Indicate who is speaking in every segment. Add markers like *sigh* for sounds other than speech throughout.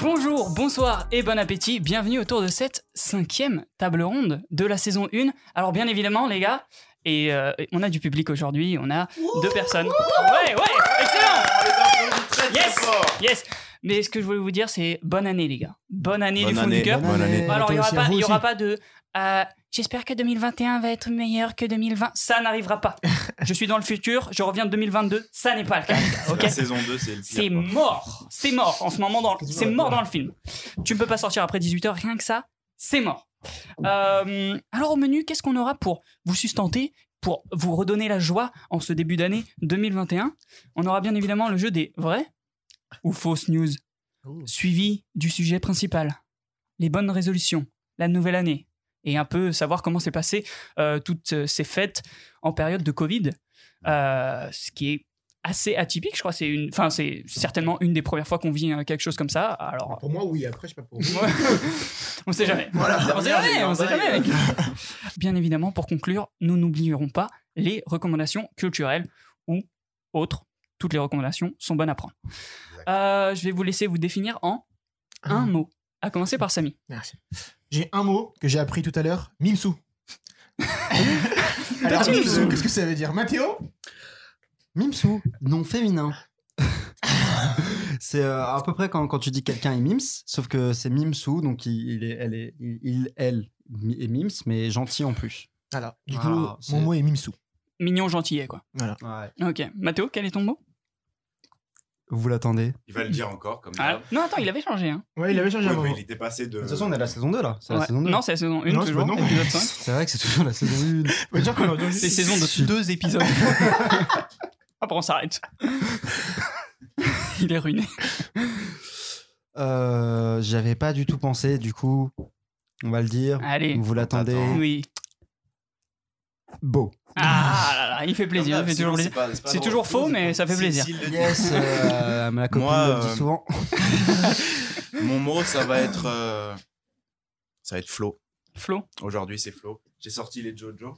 Speaker 1: Bonjour, bonsoir et bon appétit. Bienvenue autour de cette cinquième table ronde de la saison 1. Alors bien évidemment les gars, et euh, on a du public aujourd'hui, on a deux personnes. Ouais, ouais, excellent
Speaker 2: On les applaudit très, très
Speaker 1: Yes
Speaker 2: fort.
Speaker 1: Yes Mais ce que je voulais vous dire c'est bonne année les gars. Bonne année
Speaker 2: Bonne
Speaker 1: du fond
Speaker 2: année.
Speaker 1: du cœur.
Speaker 2: Bonne année.
Speaker 1: Bon, Bah alors, il n'y aura, pas- il y aura pas de. euh, J'espère que 2021 va être meilleur que 2020. Ça n'arrivera
Speaker 2: *laughs*
Speaker 1: pas. Je suis dans le futur, je reviens de 2022. Ça n'est pas le cas. les gars,
Speaker 2: La
Speaker 1: Ok
Speaker 2: saison 2, c'est le
Speaker 1: C'est
Speaker 2: pire. quoi.
Speaker 1: mort. C'est mort. En ce moment, dans le- c'est mort dans le film. Tu ne peux pas sortir après 18h, rien que ça. C'est mort. Euh, alors, au menu, qu'est-ce qu'on aura pour vous sustenter, pour vous redonner la joie en ce début d'année 2021 On aura bien évidemment le jeu des vraies ou fausses news, suivi du sujet principal, les bonnes résolutions, la nouvelle année, et un peu savoir comment s'est passé euh, toutes euh, ces fêtes en période de Covid, euh, ce qui est assez atypique, je crois. C'est une, enfin, c'est certainement une des premières fois qu'on vit euh, quelque chose comme ça. Alors,
Speaker 3: Pour moi, oui. Après, je sais pas pour vous.
Speaker 1: on sait jamais.
Speaker 2: Voilà,
Speaker 1: on sait
Speaker 2: dernière,
Speaker 1: jamais,
Speaker 2: il
Speaker 1: on sait
Speaker 2: en
Speaker 1: jamais.
Speaker 2: a,
Speaker 1: mec. Bien évidemment, pour conclure, nous n'oublierons pas les recommandations culturelles ou autres. Toutes les recommandations sont bonnes à prendre. Euh, je vais vous laisser vous définir en un mot. À commencer par Samy.
Speaker 3: Merci. J'ai un mot que j'ai appris tout à l'heure. Mimsou. Alors,
Speaker 1: Petit
Speaker 3: Mimsou,
Speaker 1: Mimsou.
Speaker 3: qu'est-ce que ça veut dire Mathéo
Speaker 4: Mimsou, nom féminin. c'est euh, à peu près quand, quand tu dis quelqu'un est mims, sauf que c'est mimsou, donc il, il est, elle est, il, il- elle mi- est mims, mais gentil en plus.
Speaker 3: Voilà. Du
Speaker 4: Ah,
Speaker 3: coup,
Speaker 4: c'est-
Speaker 3: mon mot est Mimsou.
Speaker 1: Mignon gentillet, quoi. Ok. Mathéo, quel est ton mot
Speaker 4: Vous l'attendez
Speaker 2: Il va le dire encore, comme
Speaker 1: Ah,
Speaker 2: ça.
Speaker 1: Non, attends, il avait changé. Hein.
Speaker 3: Ouais, il avait changé
Speaker 2: Oui,
Speaker 3: un
Speaker 2: mais
Speaker 3: moment.
Speaker 2: il était passé de.
Speaker 4: De toute façon, on est à la saison 2 là. C'est
Speaker 1: Ouais.
Speaker 4: la saison 2.
Speaker 1: Non, c'est la saison 1
Speaker 3: Non, c'est
Speaker 1: toujours,
Speaker 3: pas non.
Speaker 1: épisode
Speaker 4: *laughs*
Speaker 1: 5.
Speaker 4: c'est vrai que c'est toujours
Speaker 1: *laughs*
Speaker 4: la saison 1.
Speaker 3: Ouais, genre qu'on aurait dû-
Speaker 1: C'est saison de deux épisodes. Après, on s'arrête. il est ruiné.
Speaker 4: euh, J'avais pas du tout pensé, du coup, on va le dire.
Speaker 1: Allez.
Speaker 4: Vous l'attendez.
Speaker 2: t'attend.
Speaker 1: Oui.
Speaker 4: Beau.
Speaker 1: Ah là là, il fait plaisir,
Speaker 2: Comme
Speaker 1: il fait
Speaker 2: ça,
Speaker 1: toujours
Speaker 2: sinon,
Speaker 1: plaisir.
Speaker 2: pas- pas
Speaker 1: C'est
Speaker 2: drôle.
Speaker 1: toujours faux, mais ça fait
Speaker 2: Si-
Speaker 1: plaisir.
Speaker 2: s'il le
Speaker 4: *laughs*
Speaker 2: dit.
Speaker 4: Yes, euh, ma copine
Speaker 2: Moi,
Speaker 4: me le dit
Speaker 2: euh,
Speaker 4: souvent.
Speaker 2: Mon mot, ça va être. euh, Ça va être Flo.
Speaker 1: Flo,
Speaker 2: Aujourd'hui, c'est Flo. J'ai sorti les JoJo.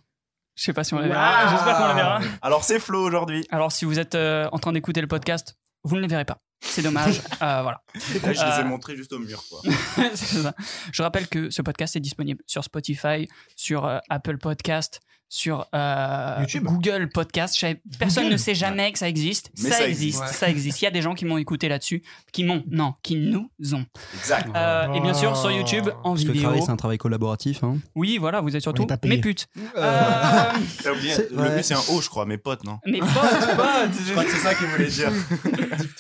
Speaker 1: je sais pas si on la verra.
Speaker 3: Waouh.
Speaker 1: J'espère qu'on la verra.
Speaker 2: Alors, c'est Flo aujourd'hui.
Speaker 1: Alors, si vous êtes euh, en train d'écouter le podcast, vous ne les verrez pas. C'est dommage. Euh, voilà. *laughs*
Speaker 2: Là, je les ai
Speaker 1: Euh.
Speaker 2: montrés juste au mur, quoi.
Speaker 1: C'est ça. Je rappelle que ce podcast est disponible sur Spotify, sur euh, Apple Podcast, sur euh,
Speaker 3: YouTube.
Speaker 1: Google Podcast. Je savais- Personne ne sait jamais que ça existe.
Speaker 2: Mais
Speaker 1: ça,
Speaker 2: ça
Speaker 1: existe,
Speaker 2: existe.
Speaker 1: ça existe. Il y a des gens qui m'ont écouté là-dessus, qui m'ont, non, qui nous ont.
Speaker 2: Exact.
Speaker 1: Euh, Et bien sûr sur YouTube en
Speaker 4: Parce que le
Speaker 1: vidéo.
Speaker 4: travail, c'est un travail collaboratif. Hein.
Speaker 1: Oui, voilà, vous êtes surtout
Speaker 3: n'est pas payé.
Speaker 1: mes putes.
Speaker 4: Euh,
Speaker 1: Euh,
Speaker 2: T'as oublié,
Speaker 4: c'est-
Speaker 2: Le
Speaker 4: ouais.
Speaker 2: but, c'est un O, je crois, mes potes, non
Speaker 1: mes potes, potes.
Speaker 2: Je crois que c'est ça qu'il voulait dire.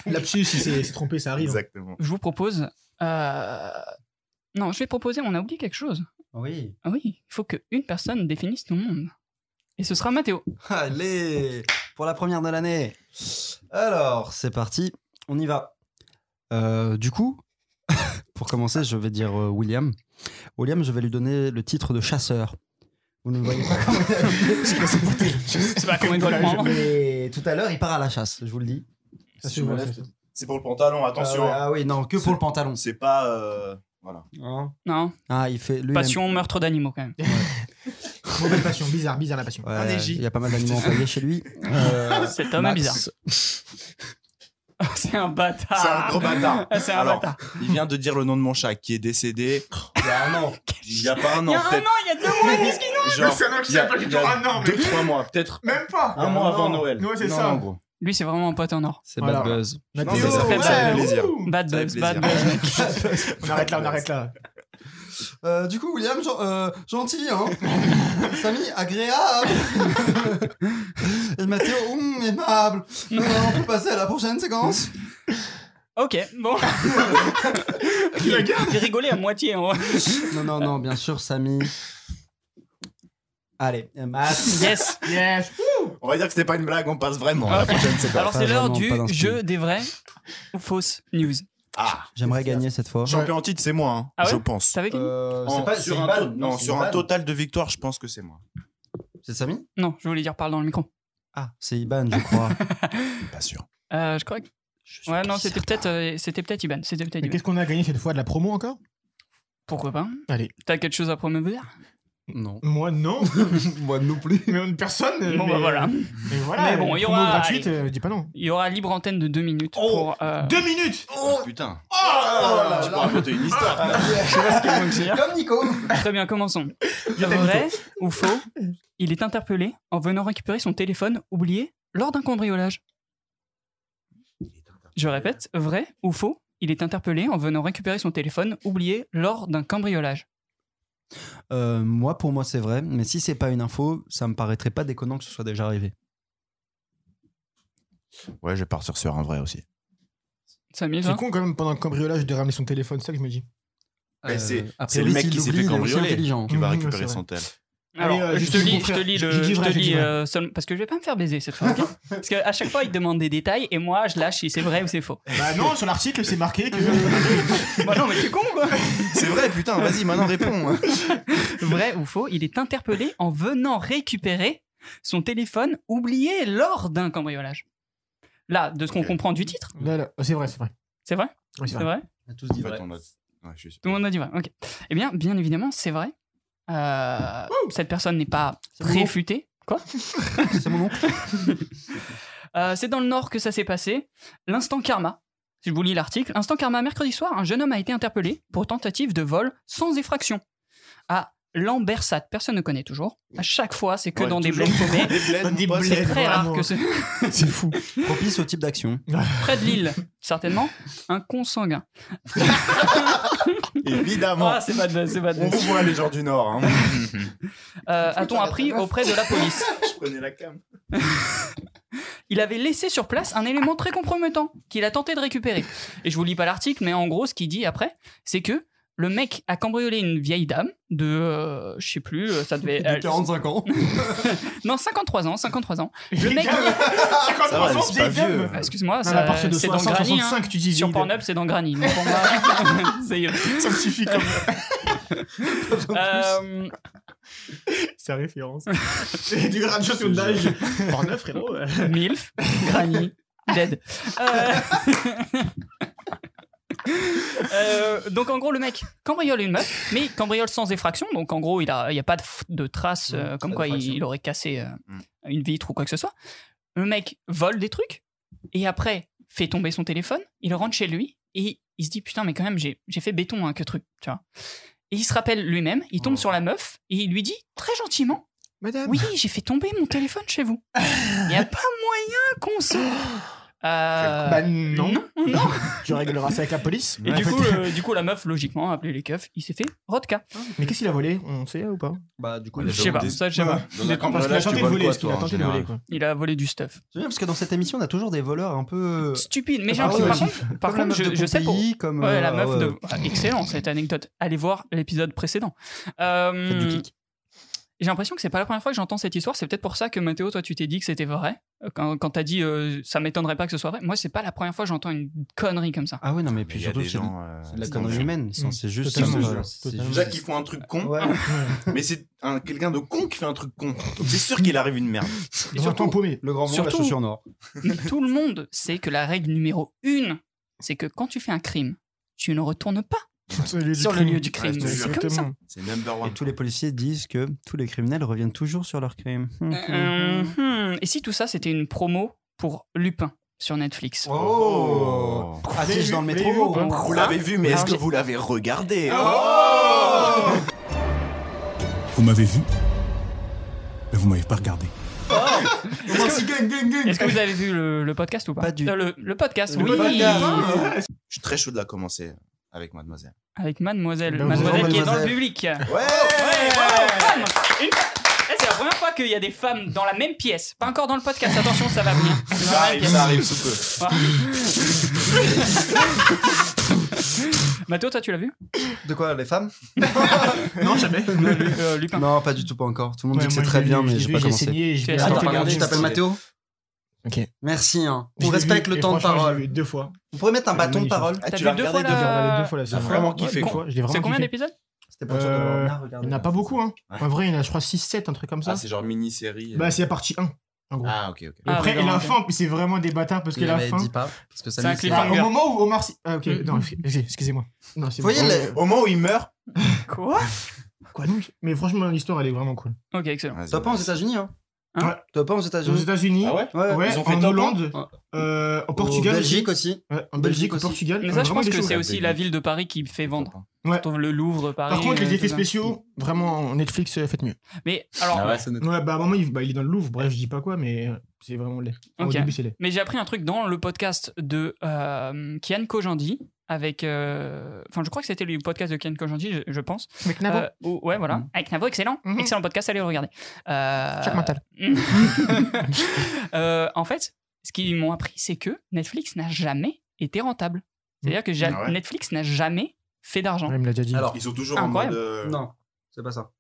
Speaker 3: Lapsus, si c'est c'est trompé, ça arrive.
Speaker 2: Exactement.
Speaker 1: Je vous propose. euh, Non, je vais proposer. On a oublié quelque chose.
Speaker 4: Oui.
Speaker 1: Ah oui, il faut qu'une personne définisse tout le monde. Et ce sera Mathéo.
Speaker 4: Allez, pour la première de l'année. Alors, c'est parti, on y va. Euh, du coup, *laughs* pour commencer, je vais dire euh, William. William, je vais lui donner le titre de chasseur. Vous ne le voyez pas comment il est habillé.
Speaker 1: C'est pas comment il doit le prendre.
Speaker 4: Mais tout à l'heure, il part à la chasse, je vous le dis.
Speaker 3: Ça,
Speaker 2: Si
Speaker 3: c'est
Speaker 2: je me
Speaker 3: bon,
Speaker 2: lève,
Speaker 3: ça,
Speaker 2: C'est pour le pantalon, attention.
Speaker 4: Ah, ouais, ah oui, non, que
Speaker 2: C'est-
Speaker 4: pour le pantalon.
Speaker 2: C'est pas. euh, Voilà.
Speaker 4: Hein
Speaker 1: Non,
Speaker 4: Ah, il fait. lui, il aime-
Speaker 1: passion, meurtre d'animaux quand même.
Speaker 3: Mauvaise passion, bizarre, bizarre la passion.
Speaker 4: Ouais,
Speaker 2: Un égi.
Speaker 4: il y a pas mal d'animaux employés chez lui. Euh,
Speaker 1: Cet homme est
Speaker 4: Max.
Speaker 1: bizarre. *laughs* C'est un bâtard.
Speaker 2: C'est un gros bâtard.
Speaker 1: Ah, *laughs* C'est un
Speaker 2: Alors,
Speaker 1: bâtard.
Speaker 2: Il vient de dire le nom de mon chat qui est décédé
Speaker 1: *laughs*
Speaker 4: Il y a un an.
Speaker 2: il y a pas un
Speaker 1: Il y
Speaker 2: an,
Speaker 1: a un
Speaker 2: peut-être.
Speaker 1: an, il y a deux mois, qu'est-ce qu'il
Speaker 2: Genre,
Speaker 3: C'est un an qui
Speaker 2: il y a,
Speaker 3: s'appelle
Speaker 2: il y
Speaker 3: genre
Speaker 2: a
Speaker 3: un an,
Speaker 2: deux,
Speaker 3: Ah mais-
Speaker 2: trois mois, peut-être
Speaker 3: Même pas
Speaker 2: un mois avant
Speaker 4: non.
Speaker 2: Noël.
Speaker 3: Ouais, c'est
Speaker 2: Non,
Speaker 3: ça.
Speaker 2: non, en gros.
Speaker 1: Lui, c'est vraiment un pote en or.
Speaker 4: C'est
Speaker 3: Voilà.
Speaker 4: Bad Buzz.
Speaker 2: Non,
Speaker 3: Mathéo,
Speaker 2: mais ça fait- ça fait
Speaker 3: ouais,
Speaker 2: plaisir.
Speaker 3: ouh.
Speaker 1: Bad
Speaker 2: Ça fait
Speaker 1: buzz,
Speaker 2: plaisir.
Speaker 1: bad buzz. mec. *laughs*
Speaker 3: On arrête là, on arrête là.
Speaker 4: Euh, du coup, William, gen- euh, gentil, *laughs* hein Samy, *laughs* agréable Et Mathéo, hum, aimable Euh, On peut passer à la prochaine séquence
Speaker 1: Ok, bon. il, il rigolait à moitié. hein.
Speaker 4: *laughs* *laughs* Non, non, non, bien sûr, Samy. Allez, euh, Max.
Speaker 1: Yes.
Speaker 3: Yes.
Speaker 2: On va dire que c'était pas une blague, on passe vraiment à la
Speaker 1: Ok.
Speaker 2: prochaine séquence.
Speaker 1: Alors, c'est l'heure
Speaker 4: vraiment
Speaker 1: du
Speaker 4: pas d'inspiration.
Speaker 1: jeu des vraies ou fausses news.
Speaker 2: Ah,
Speaker 4: J'aimerais gagner cette fois.
Speaker 2: champion en titre, c'est moi, hein,
Speaker 1: Ah ouais
Speaker 2: je pense.
Speaker 1: Ça avec
Speaker 4: Euh,
Speaker 2: En-
Speaker 4: c'est pas-
Speaker 2: sur
Speaker 4: c'est
Speaker 2: un,
Speaker 4: une balle,
Speaker 2: to- non,
Speaker 4: c'est
Speaker 2: sur
Speaker 4: une
Speaker 2: un
Speaker 4: balle.
Speaker 2: total de victoires, je pense que c'est moi.
Speaker 4: C'est Samy
Speaker 1: Non, je voulais dire parle dans le micro.
Speaker 4: Ah, c'est Iban, je *laughs* crois.
Speaker 2: Pas sûr.
Speaker 1: Euh, je crois que. Ouais, non, c'était peut-être, euh, c'était peut-être Iban. C'était peut-être
Speaker 3: Mais
Speaker 1: Iban.
Speaker 3: qu'est-ce qu'on a gagné cette fois De la promo encore
Speaker 1: Pourquoi pas
Speaker 3: Allez.
Speaker 1: T'as quelque chose à promouvoir
Speaker 4: Non. *laughs*
Speaker 3: Moi, *laughs* non.
Speaker 4: Moi non plus.
Speaker 3: mais personne.
Speaker 1: Bon,
Speaker 3: mais- euh,
Speaker 1: bah voilà.
Speaker 3: Mais voilà.
Speaker 1: Mais bon, il y
Speaker 3: promo
Speaker 1: aura-
Speaker 3: gratuite, euh, je dis pas non.
Speaker 1: Il y aura libre antenne de deux minutes
Speaker 3: Oh,
Speaker 1: pour. euh,
Speaker 3: Deux minutes
Speaker 2: Putain,
Speaker 3: Oh là là
Speaker 2: tu peux
Speaker 3: là. Ah.
Speaker 2: raconter une histoire.
Speaker 4: Comme Nico.
Speaker 1: *laughs* Très bien, commençons. Vrai ou faux Il est interpellé en venant récupérer son téléphone oublié lors d'un cambriolage. Je répète, vrai ou faux Il est interpellé en venant récupérer son téléphone oublié lors d'un cambriolage.
Speaker 4: Euh, moi, pour moi, c'est vrai. Mais si c'est pas une info, ça me paraîtrait pas déconnant que ce soit déjà arrivé.
Speaker 2: Ouais, je vais partir sur un vrai aussi.
Speaker 1: Ça mise,
Speaker 3: C'est con quand même pendant le cambriolage de ramener son téléphone, c'est ça que je me dis.
Speaker 2: Mais c'est-
Speaker 4: a
Speaker 2: c'est le
Speaker 4: priori,
Speaker 2: mec
Speaker 4: s'il
Speaker 2: qui s'est
Speaker 4: l'oublie, il
Speaker 2: fait
Speaker 4: est aussi
Speaker 2: cambrioler.
Speaker 4: intelligent.
Speaker 2: Qui va
Speaker 3: Mhm,
Speaker 2: récupérer
Speaker 3: c'est
Speaker 2: son tel.
Speaker 1: Alors,
Speaker 3: Allez, euh,
Speaker 1: je
Speaker 3: je
Speaker 1: te
Speaker 3: dis
Speaker 1: lis,
Speaker 3: mon
Speaker 1: je te
Speaker 3: frère.
Speaker 1: lis
Speaker 3: Je
Speaker 1: le.
Speaker 3: dis
Speaker 1: je
Speaker 3: vrai,
Speaker 1: te
Speaker 3: je dis
Speaker 1: lis,
Speaker 3: vrai.
Speaker 1: euh, seul- parce que je vais pas me faire baiser cette fois, ok
Speaker 3: *laughs*
Speaker 1: Parce qu'à chaque fois, il demande des détails et moi, je lâche si c'est vrai ou c'est
Speaker 3: *laughs*
Speaker 1: faux.
Speaker 3: Bah non, sur l'article, c'est marqué que.
Speaker 1: *laughs* bah non, mais t'es con quoi
Speaker 2: C'est vrai, putain, vas-y, maintenant réponds.
Speaker 1: Vrai ou faux, il est interpellé en venant récupérer son téléphone oublié lors d'un cambriolage. Là, de ce qu'on
Speaker 2: Ok.
Speaker 1: comprend du titre,
Speaker 3: Là, là, c'est vrai, c'est vrai.
Speaker 1: c'est vrai
Speaker 3: Oui, c'est
Speaker 1: C'est
Speaker 3: vrai.
Speaker 1: vrai
Speaker 4: On a tous dit
Speaker 2: En
Speaker 4: vrai.
Speaker 2: fait, on a- Ouais, je suis sûr.
Speaker 1: Tout le monde a dit vrai, ok. Eh bien, bien évidemment, c'est vrai. Euh, cette personne n'est pas
Speaker 4: C'est bon.
Speaker 1: réfutée. Quoi
Speaker 4: C'est mon oncle.
Speaker 1: *laughs* Euh, C'est dans le Nord que ça s'est passé. L'instant karma. Si je vous lis l'article, instant karma, mercredi soir, un jeune homme a été interpellé pour tentative de vol sans effraction à Lambersat. Personne ne connaît toujours. À chaque fois, c'est que
Speaker 2: Ouais,
Speaker 1: dans des
Speaker 2: toujours.
Speaker 1: bleds
Speaker 2: *laughs*
Speaker 1: paumés.
Speaker 2: Des bleds,
Speaker 3: Dans
Speaker 2: mon
Speaker 3: des
Speaker 2: pote.
Speaker 3: bleds.
Speaker 1: C'est très rare
Speaker 3: Vraiment.
Speaker 1: que ce,
Speaker 4: C'est fou. Propice au type d'action.
Speaker 1: près de Lille, certainement, un consanguin.
Speaker 2: Évidemment.
Speaker 1: Ah, c'est pas de c'est pas de-
Speaker 2: On vous voit les gens du
Speaker 4: *laughs*
Speaker 2: Nord. hein.
Speaker 1: Euh, A-t-on appris auprès de la police
Speaker 2: je prenais la cam.
Speaker 1: Il avait laissé sur place un élément très compromettant qu'il a tenté de récupérer. Et je vous lis pas l'article, mais en gros, ce qu'il dit après, c'est que le mec a cambriolé une vieille dame de, euh, je sais plus, euh, ça devait, elle-
Speaker 4: 45 ans.
Speaker 1: non 53 ans, 53 ans. Le mec,
Speaker 3: *laughs*
Speaker 2: Ça va,
Speaker 3: 53 ans,
Speaker 2: c'est pas
Speaker 3: vieille dame.
Speaker 2: vieux.
Speaker 1: Ah, excuse-moi,
Speaker 3: Non,
Speaker 1: ça-
Speaker 3: à partir de
Speaker 1: c'est dans
Speaker 3: 60,
Speaker 1: Granny. hein.
Speaker 3: 65, tu dis
Speaker 1: Sur
Speaker 3: vieille
Speaker 1: Pornhub, c'est dans Granny. donc pour moi, *laughs* ça y est.
Speaker 3: dame. Ça me suffit comme.
Speaker 1: *laughs* Euh, *laughs*
Speaker 3: C'est référence. C'est du radio sur d'âge. Par neuf, frérot.
Speaker 1: *laughs* Milf, Granny, Dead. Euh, euh, donc en gros le mec cambriole une meuf, mais il cambriole sans effraction, donc en gros il n'y a, il y a pas de, f- de traces euh,
Speaker 4: Ouais,
Speaker 1: comme
Speaker 4: pas
Speaker 1: quoi il,
Speaker 4: d'effraction.
Speaker 1: il aurait cassé euh,
Speaker 2: Mm.
Speaker 1: une vitre ou quoi que ce soit. Le mec vole des trucs et après fait tomber son téléphone, il rentre chez lui et il se dit putain mais quand même j'ai j'ai fait béton hein, que truc, tu vois. Et il se rappelle lui-même, il tombe
Speaker 2: Oh.
Speaker 1: sur la meuf et il lui dit très gentiment
Speaker 3: Madame.
Speaker 1: oui, j'ai fait tomber mon téléphone chez vous. Il n'y a pas moyen qu'on se. *gasps* Euh,
Speaker 3: Bah non.
Speaker 1: non, non.
Speaker 3: Tu régleras ça avec la police.
Speaker 1: Et
Speaker 3: En
Speaker 1: du
Speaker 3: fait,
Speaker 1: coup,
Speaker 4: *laughs*
Speaker 1: euh, du coup, la meuf, logiquement, a appelé les keufs. Il s'est fait Rodka.
Speaker 3: Mais qu'est-ce qu'il a volé On sait ou pas
Speaker 4: Bah, du coup,
Speaker 2: Ouais,
Speaker 1: Je
Speaker 4: il a
Speaker 1: sais
Speaker 4: volé.
Speaker 1: pas, ça, je sais pas.
Speaker 2: Dans un
Speaker 3: Parce qu'il a
Speaker 2: cambriolage, tu
Speaker 3: tenté de
Speaker 2: voles
Speaker 3: voler.
Speaker 2: quoi,
Speaker 3: ce qu'il
Speaker 2: toi,
Speaker 3: a
Speaker 2: en
Speaker 3: tenté de voler,
Speaker 2: général
Speaker 3: quoi.
Speaker 1: Il a volé du stuff.
Speaker 4: C'est bien parce que dans cette émission, on a toujours des voleurs un peu.
Speaker 1: Stupide. Mais j'ai
Speaker 4: Ah
Speaker 1: un truc,
Speaker 4: ouais.
Speaker 1: par contre, par
Speaker 4: comme la
Speaker 1: contre,
Speaker 4: meuf
Speaker 1: je,
Speaker 4: de
Speaker 1: je sais pour.
Speaker 4: Pompéi, comme
Speaker 1: Ouais,
Speaker 4: euh,
Speaker 1: la meuf
Speaker 4: ouais.
Speaker 1: de. Ah, excellent, cette anecdote. Allez voir l'épisode précédent. Euh,
Speaker 4: Faites du clic.
Speaker 1: J'ai l'impression que c'est pas la première fois que j'entends cette histoire. C'est peut-être pour ça que Mathéo, toi, tu t'es dit que c'était vrai. Euh, Quand, quand t'as dit euh, ça m'étonnerait pas que ce soit vrai. Moi, c'est pas la première fois que j'entends une connerie comme ça.
Speaker 4: Ah oui, non, mais
Speaker 2: Mais
Speaker 4: puis
Speaker 2: il y a
Speaker 4: surtout,
Speaker 2: des
Speaker 4: c'est
Speaker 2: gens. euh,
Speaker 4: c'est de la
Speaker 2: c'est
Speaker 4: connerie
Speaker 2: dangereux.
Speaker 4: humaine.
Speaker 3: Mmh.
Speaker 4: C'est juste.
Speaker 3: Totalement.
Speaker 4: euh,
Speaker 2: Totalement.
Speaker 4: c'est
Speaker 3: Totalement.
Speaker 4: juste-
Speaker 2: Déjà qu'ils font un truc con,
Speaker 4: Ouais.
Speaker 2: mais c'est un- quelqu'un de con qui fait un truc con. C'est sûr qu'il arrive une merde.
Speaker 1: Et
Speaker 3: Dans un
Speaker 1: surtout,
Speaker 3: temps paumé.
Speaker 4: Le grand blanc, la
Speaker 1: Surtout-
Speaker 4: chaussure noire.
Speaker 1: Mais tout le monde sait que la règle numéro une, c'est que quand tu fais un crime, tu ne retournes pas
Speaker 3: Sur le lieu du
Speaker 1: sur le
Speaker 3: crime.
Speaker 1: lieu du crime.
Speaker 2: Ouais, je te
Speaker 1: c'est
Speaker 2: jure.
Speaker 1: comme ça.
Speaker 3: Exactement.
Speaker 2: C'est number
Speaker 4: Et
Speaker 2: one.
Speaker 4: tous les policiers disent que tous les criminels reviennent toujours sur leurs crimes.
Speaker 1: Euh, hmm. Et si tout ça, c'était une promo pour Lupin sur Netflix
Speaker 4: Oh. Affiche dans le
Speaker 3: Mais où,
Speaker 4: métro.
Speaker 3: hein
Speaker 2: Vous l'avez vu, mais est-ce
Speaker 1: Alors,
Speaker 2: que
Speaker 1: j'ai-
Speaker 2: vous l'avez regardé
Speaker 3: Oh
Speaker 5: Vous m'avez vu, mais vous m'avez pas regardé.
Speaker 1: Est-ce que vous avez vu le, le podcast ou pas,
Speaker 4: Pas du-
Speaker 1: Euh, le, le podcast,
Speaker 4: Le
Speaker 1: oui
Speaker 4: podcast.
Speaker 2: Je suis très chaud de la commencer avec mademoiselle.
Speaker 1: Avec Mademoiselle.
Speaker 3: Le
Speaker 1: Mademoiselle
Speaker 4: grand
Speaker 1: qui est dans le
Speaker 4: Mademoiselle.
Speaker 1: public.
Speaker 2: Ouais,
Speaker 1: Ouais, bravo, femme. Une- Eh, C'est la première fois qu'il y a des femmes dans la même pièce. Pas encore dans le podcast, attention, ça va venir. Dans
Speaker 2: Ça
Speaker 1: la même
Speaker 2: arrive,
Speaker 1: pièce.
Speaker 2: ça arrive sous peu.
Speaker 1: Mathéo, toi, tu l'as vu
Speaker 4: De quoi Les femmes
Speaker 3: Non, jamais.
Speaker 1: Euh, Lupin.
Speaker 4: Non, pas du tout, pas encore. Tout le monde
Speaker 3: Ouais,
Speaker 4: dit que c'est
Speaker 3: moi,
Speaker 4: très
Speaker 3: l'ai
Speaker 4: bien,
Speaker 3: vu,
Speaker 4: mais
Speaker 3: je
Speaker 4: j'ai
Speaker 3: l'ai
Speaker 4: pas
Speaker 3: vu,
Speaker 4: commencé.
Speaker 3: essayé. je l'ai
Speaker 1: Attends,
Speaker 3: Ah, regardé.
Speaker 4: regardez,
Speaker 2: regardé,
Speaker 4: je t'appelle
Speaker 2: je
Speaker 4: Mathéo
Speaker 3: Ok.
Speaker 4: Merci. Hein.
Speaker 3: Je
Speaker 4: On
Speaker 3: l'ai
Speaker 4: respecte
Speaker 3: vu,
Speaker 4: le
Speaker 3: et
Speaker 4: temps de
Speaker 3: franchement, je l'ai
Speaker 4: parole.
Speaker 3: vu deux fois.
Speaker 4: Vous pourrez mettre un
Speaker 3: C'est
Speaker 4: bâton de
Speaker 3: magnifique.
Speaker 4: parole
Speaker 2: Ah,
Speaker 1: T'as
Speaker 2: tu
Speaker 1: vu
Speaker 2: l'as
Speaker 1: deux
Speaker 2: regardé
Speaker 1: fois
Speaker 3: Je l'ai regardé
Speaker 1: la.
Speaker 3: deux fois là.
Speaker 2: T'as vraiment kiffé,
Speaker 1: con-
Speaker 3: quoi. Je l'ai
Speaker 1: C'est
Speaker 3: vraiment
Speaker 1: combien
Speaker 3: kiffé.
Speaker 1: d'épisodes
Speaker 4: C'était pas sûr de
Speaker 3: Euh,
Speaker 4: bien
Speaker 3: Il n'y
Speaker 4: regarder.
Speaker 3: en a pas beaucoup, hein. En vrai, il y en a, je crois, 6-7, un truc comme ça.
Speaker 2: Ah, c'est genre mini-série. euh.
Speaker 3: Bah, c'est la partie 1. En gros.
Speaker 2: Ah, ok, ok.
Speaker 3: Et après,
Speaker 1: Ah,
Speaker 3: et la
Speaker 1: d'accord,
Speaker 3: fin, puis c'est vraiment des bâtards parce que
Speaker 4: Il
Speaker 3: la
Speaker 4: avait
Speaker 3: fin.
Speaker 4: dit pas. Parce que ça
Speaker 1: C'est un
Speaker 4: lui,
Speaker 1: clip.
Speaker 3: Ah, au
Speaker 1: Cliffhanger.
Speaker 3: moment où Omar Sy. Ah, ok,
Speaker 1: Mm.
Speaker 3: non, excusez- excusez-moi. Non, c'est
Speaker 4: Vous voyez,
Speaker 3: bon.
Speaker 4: le-
Speaker 2: Au moment où il meurt,
Speaker 1: Quoi
Speaker 3: quoi donc Mais franchement, l'histoire, elle est vraiment cool.
Speaker 1: Ok, excellent.
Speaker 2: Vas-y,
Speaker 4: Top 1 aux
Speaker 2: vas-y.
Speaker 4: États-Unis, hein
Speaker 1: Hein
Speaker 3: Ouais.
Speaker 4: Top 1 aux
Speaker 3: Aux
Speaker 4: États-Unis.
Speaker 3: États-Unis,
Speaker 2: Ah ouais
Speaker 4: Ouais,
Speaker 3: ouais,
Speaker 2: Ils ont fait
Speaker 3: en
Speaker 2: top un
Speaker 3: Hollande,
Speaker 1: Ouais.
Speaker 3: euh, en
Speaker 4: au
Speaker 3: Portugal,
Speaker 4: Belgique aussi.
Speaker 3: aussi. Ouais, en
Speaker 4: Belgique
Speaker 3: Belgique, au
Speaker 4: aussi.
Speaker 3: Portugal.
Speaker 1: Mais
Speaker 3: euh,
Speaker 1: ça, je
Speaker 3: vraiment
Speaker 1: pense
Speaker 3: des
Speaker 1: que
Speaker 3: choses.
Speaker 1: c'est aussi la ville de Paris qui fait vendre. Ton- Le Louvre, Paris.
Speaker 3: Par contre,
Speaker 1: euh,
Speaker 3: les effets
Speaker 1: tout ça.
Speaker 3: spéciaux, vraiment, Netflix, euh, faites mieux.
Speaker 1: Mais alors,
Speaker 6: Ah ouais, c'est notre-
Speaker 3: Ouais, bah à un moment, il, bah, il est dans le Louvre, bref, je dis pas quoi, mais euh, c'est vraiment laid. Au
Speaker 1: Ok.
Speaker 3: début, c'est laid.
Speaker 1: Mais j'ai appris un truc dans le podcast de euh, Kian Kojandi avec. euh, Enfin, je crois que c'était le podcast de Kian Kojandi, je, je pense.
Speaker 3: Avec
Speaker 1: Euh, où- ouais, voilà. Avec Navo, excellent.
Speaker 3: Mhm.
Speaker 1: Excellent podcast, allez le regarder. Euh,
Speaker 3: Chaque mental.
Speaker 1: *laughs* Euh, en fait, ce qu'ils m'ont appris, c'est que Netflix n'a jamais été rentable. C'est-à-dire que ja-
Speaker 2: Ah ouais.
Speaker 1: Netflix n'a jamais fait d'argent.
Speaker 3: il me l'a déjà dit.
Speaker 4: Alors,
Speaker 2: Ils sont toujours en mode.
Speaker 1: Incroyable.
Speaker 2: euh,
Speaker 4: non, c'est pas ça.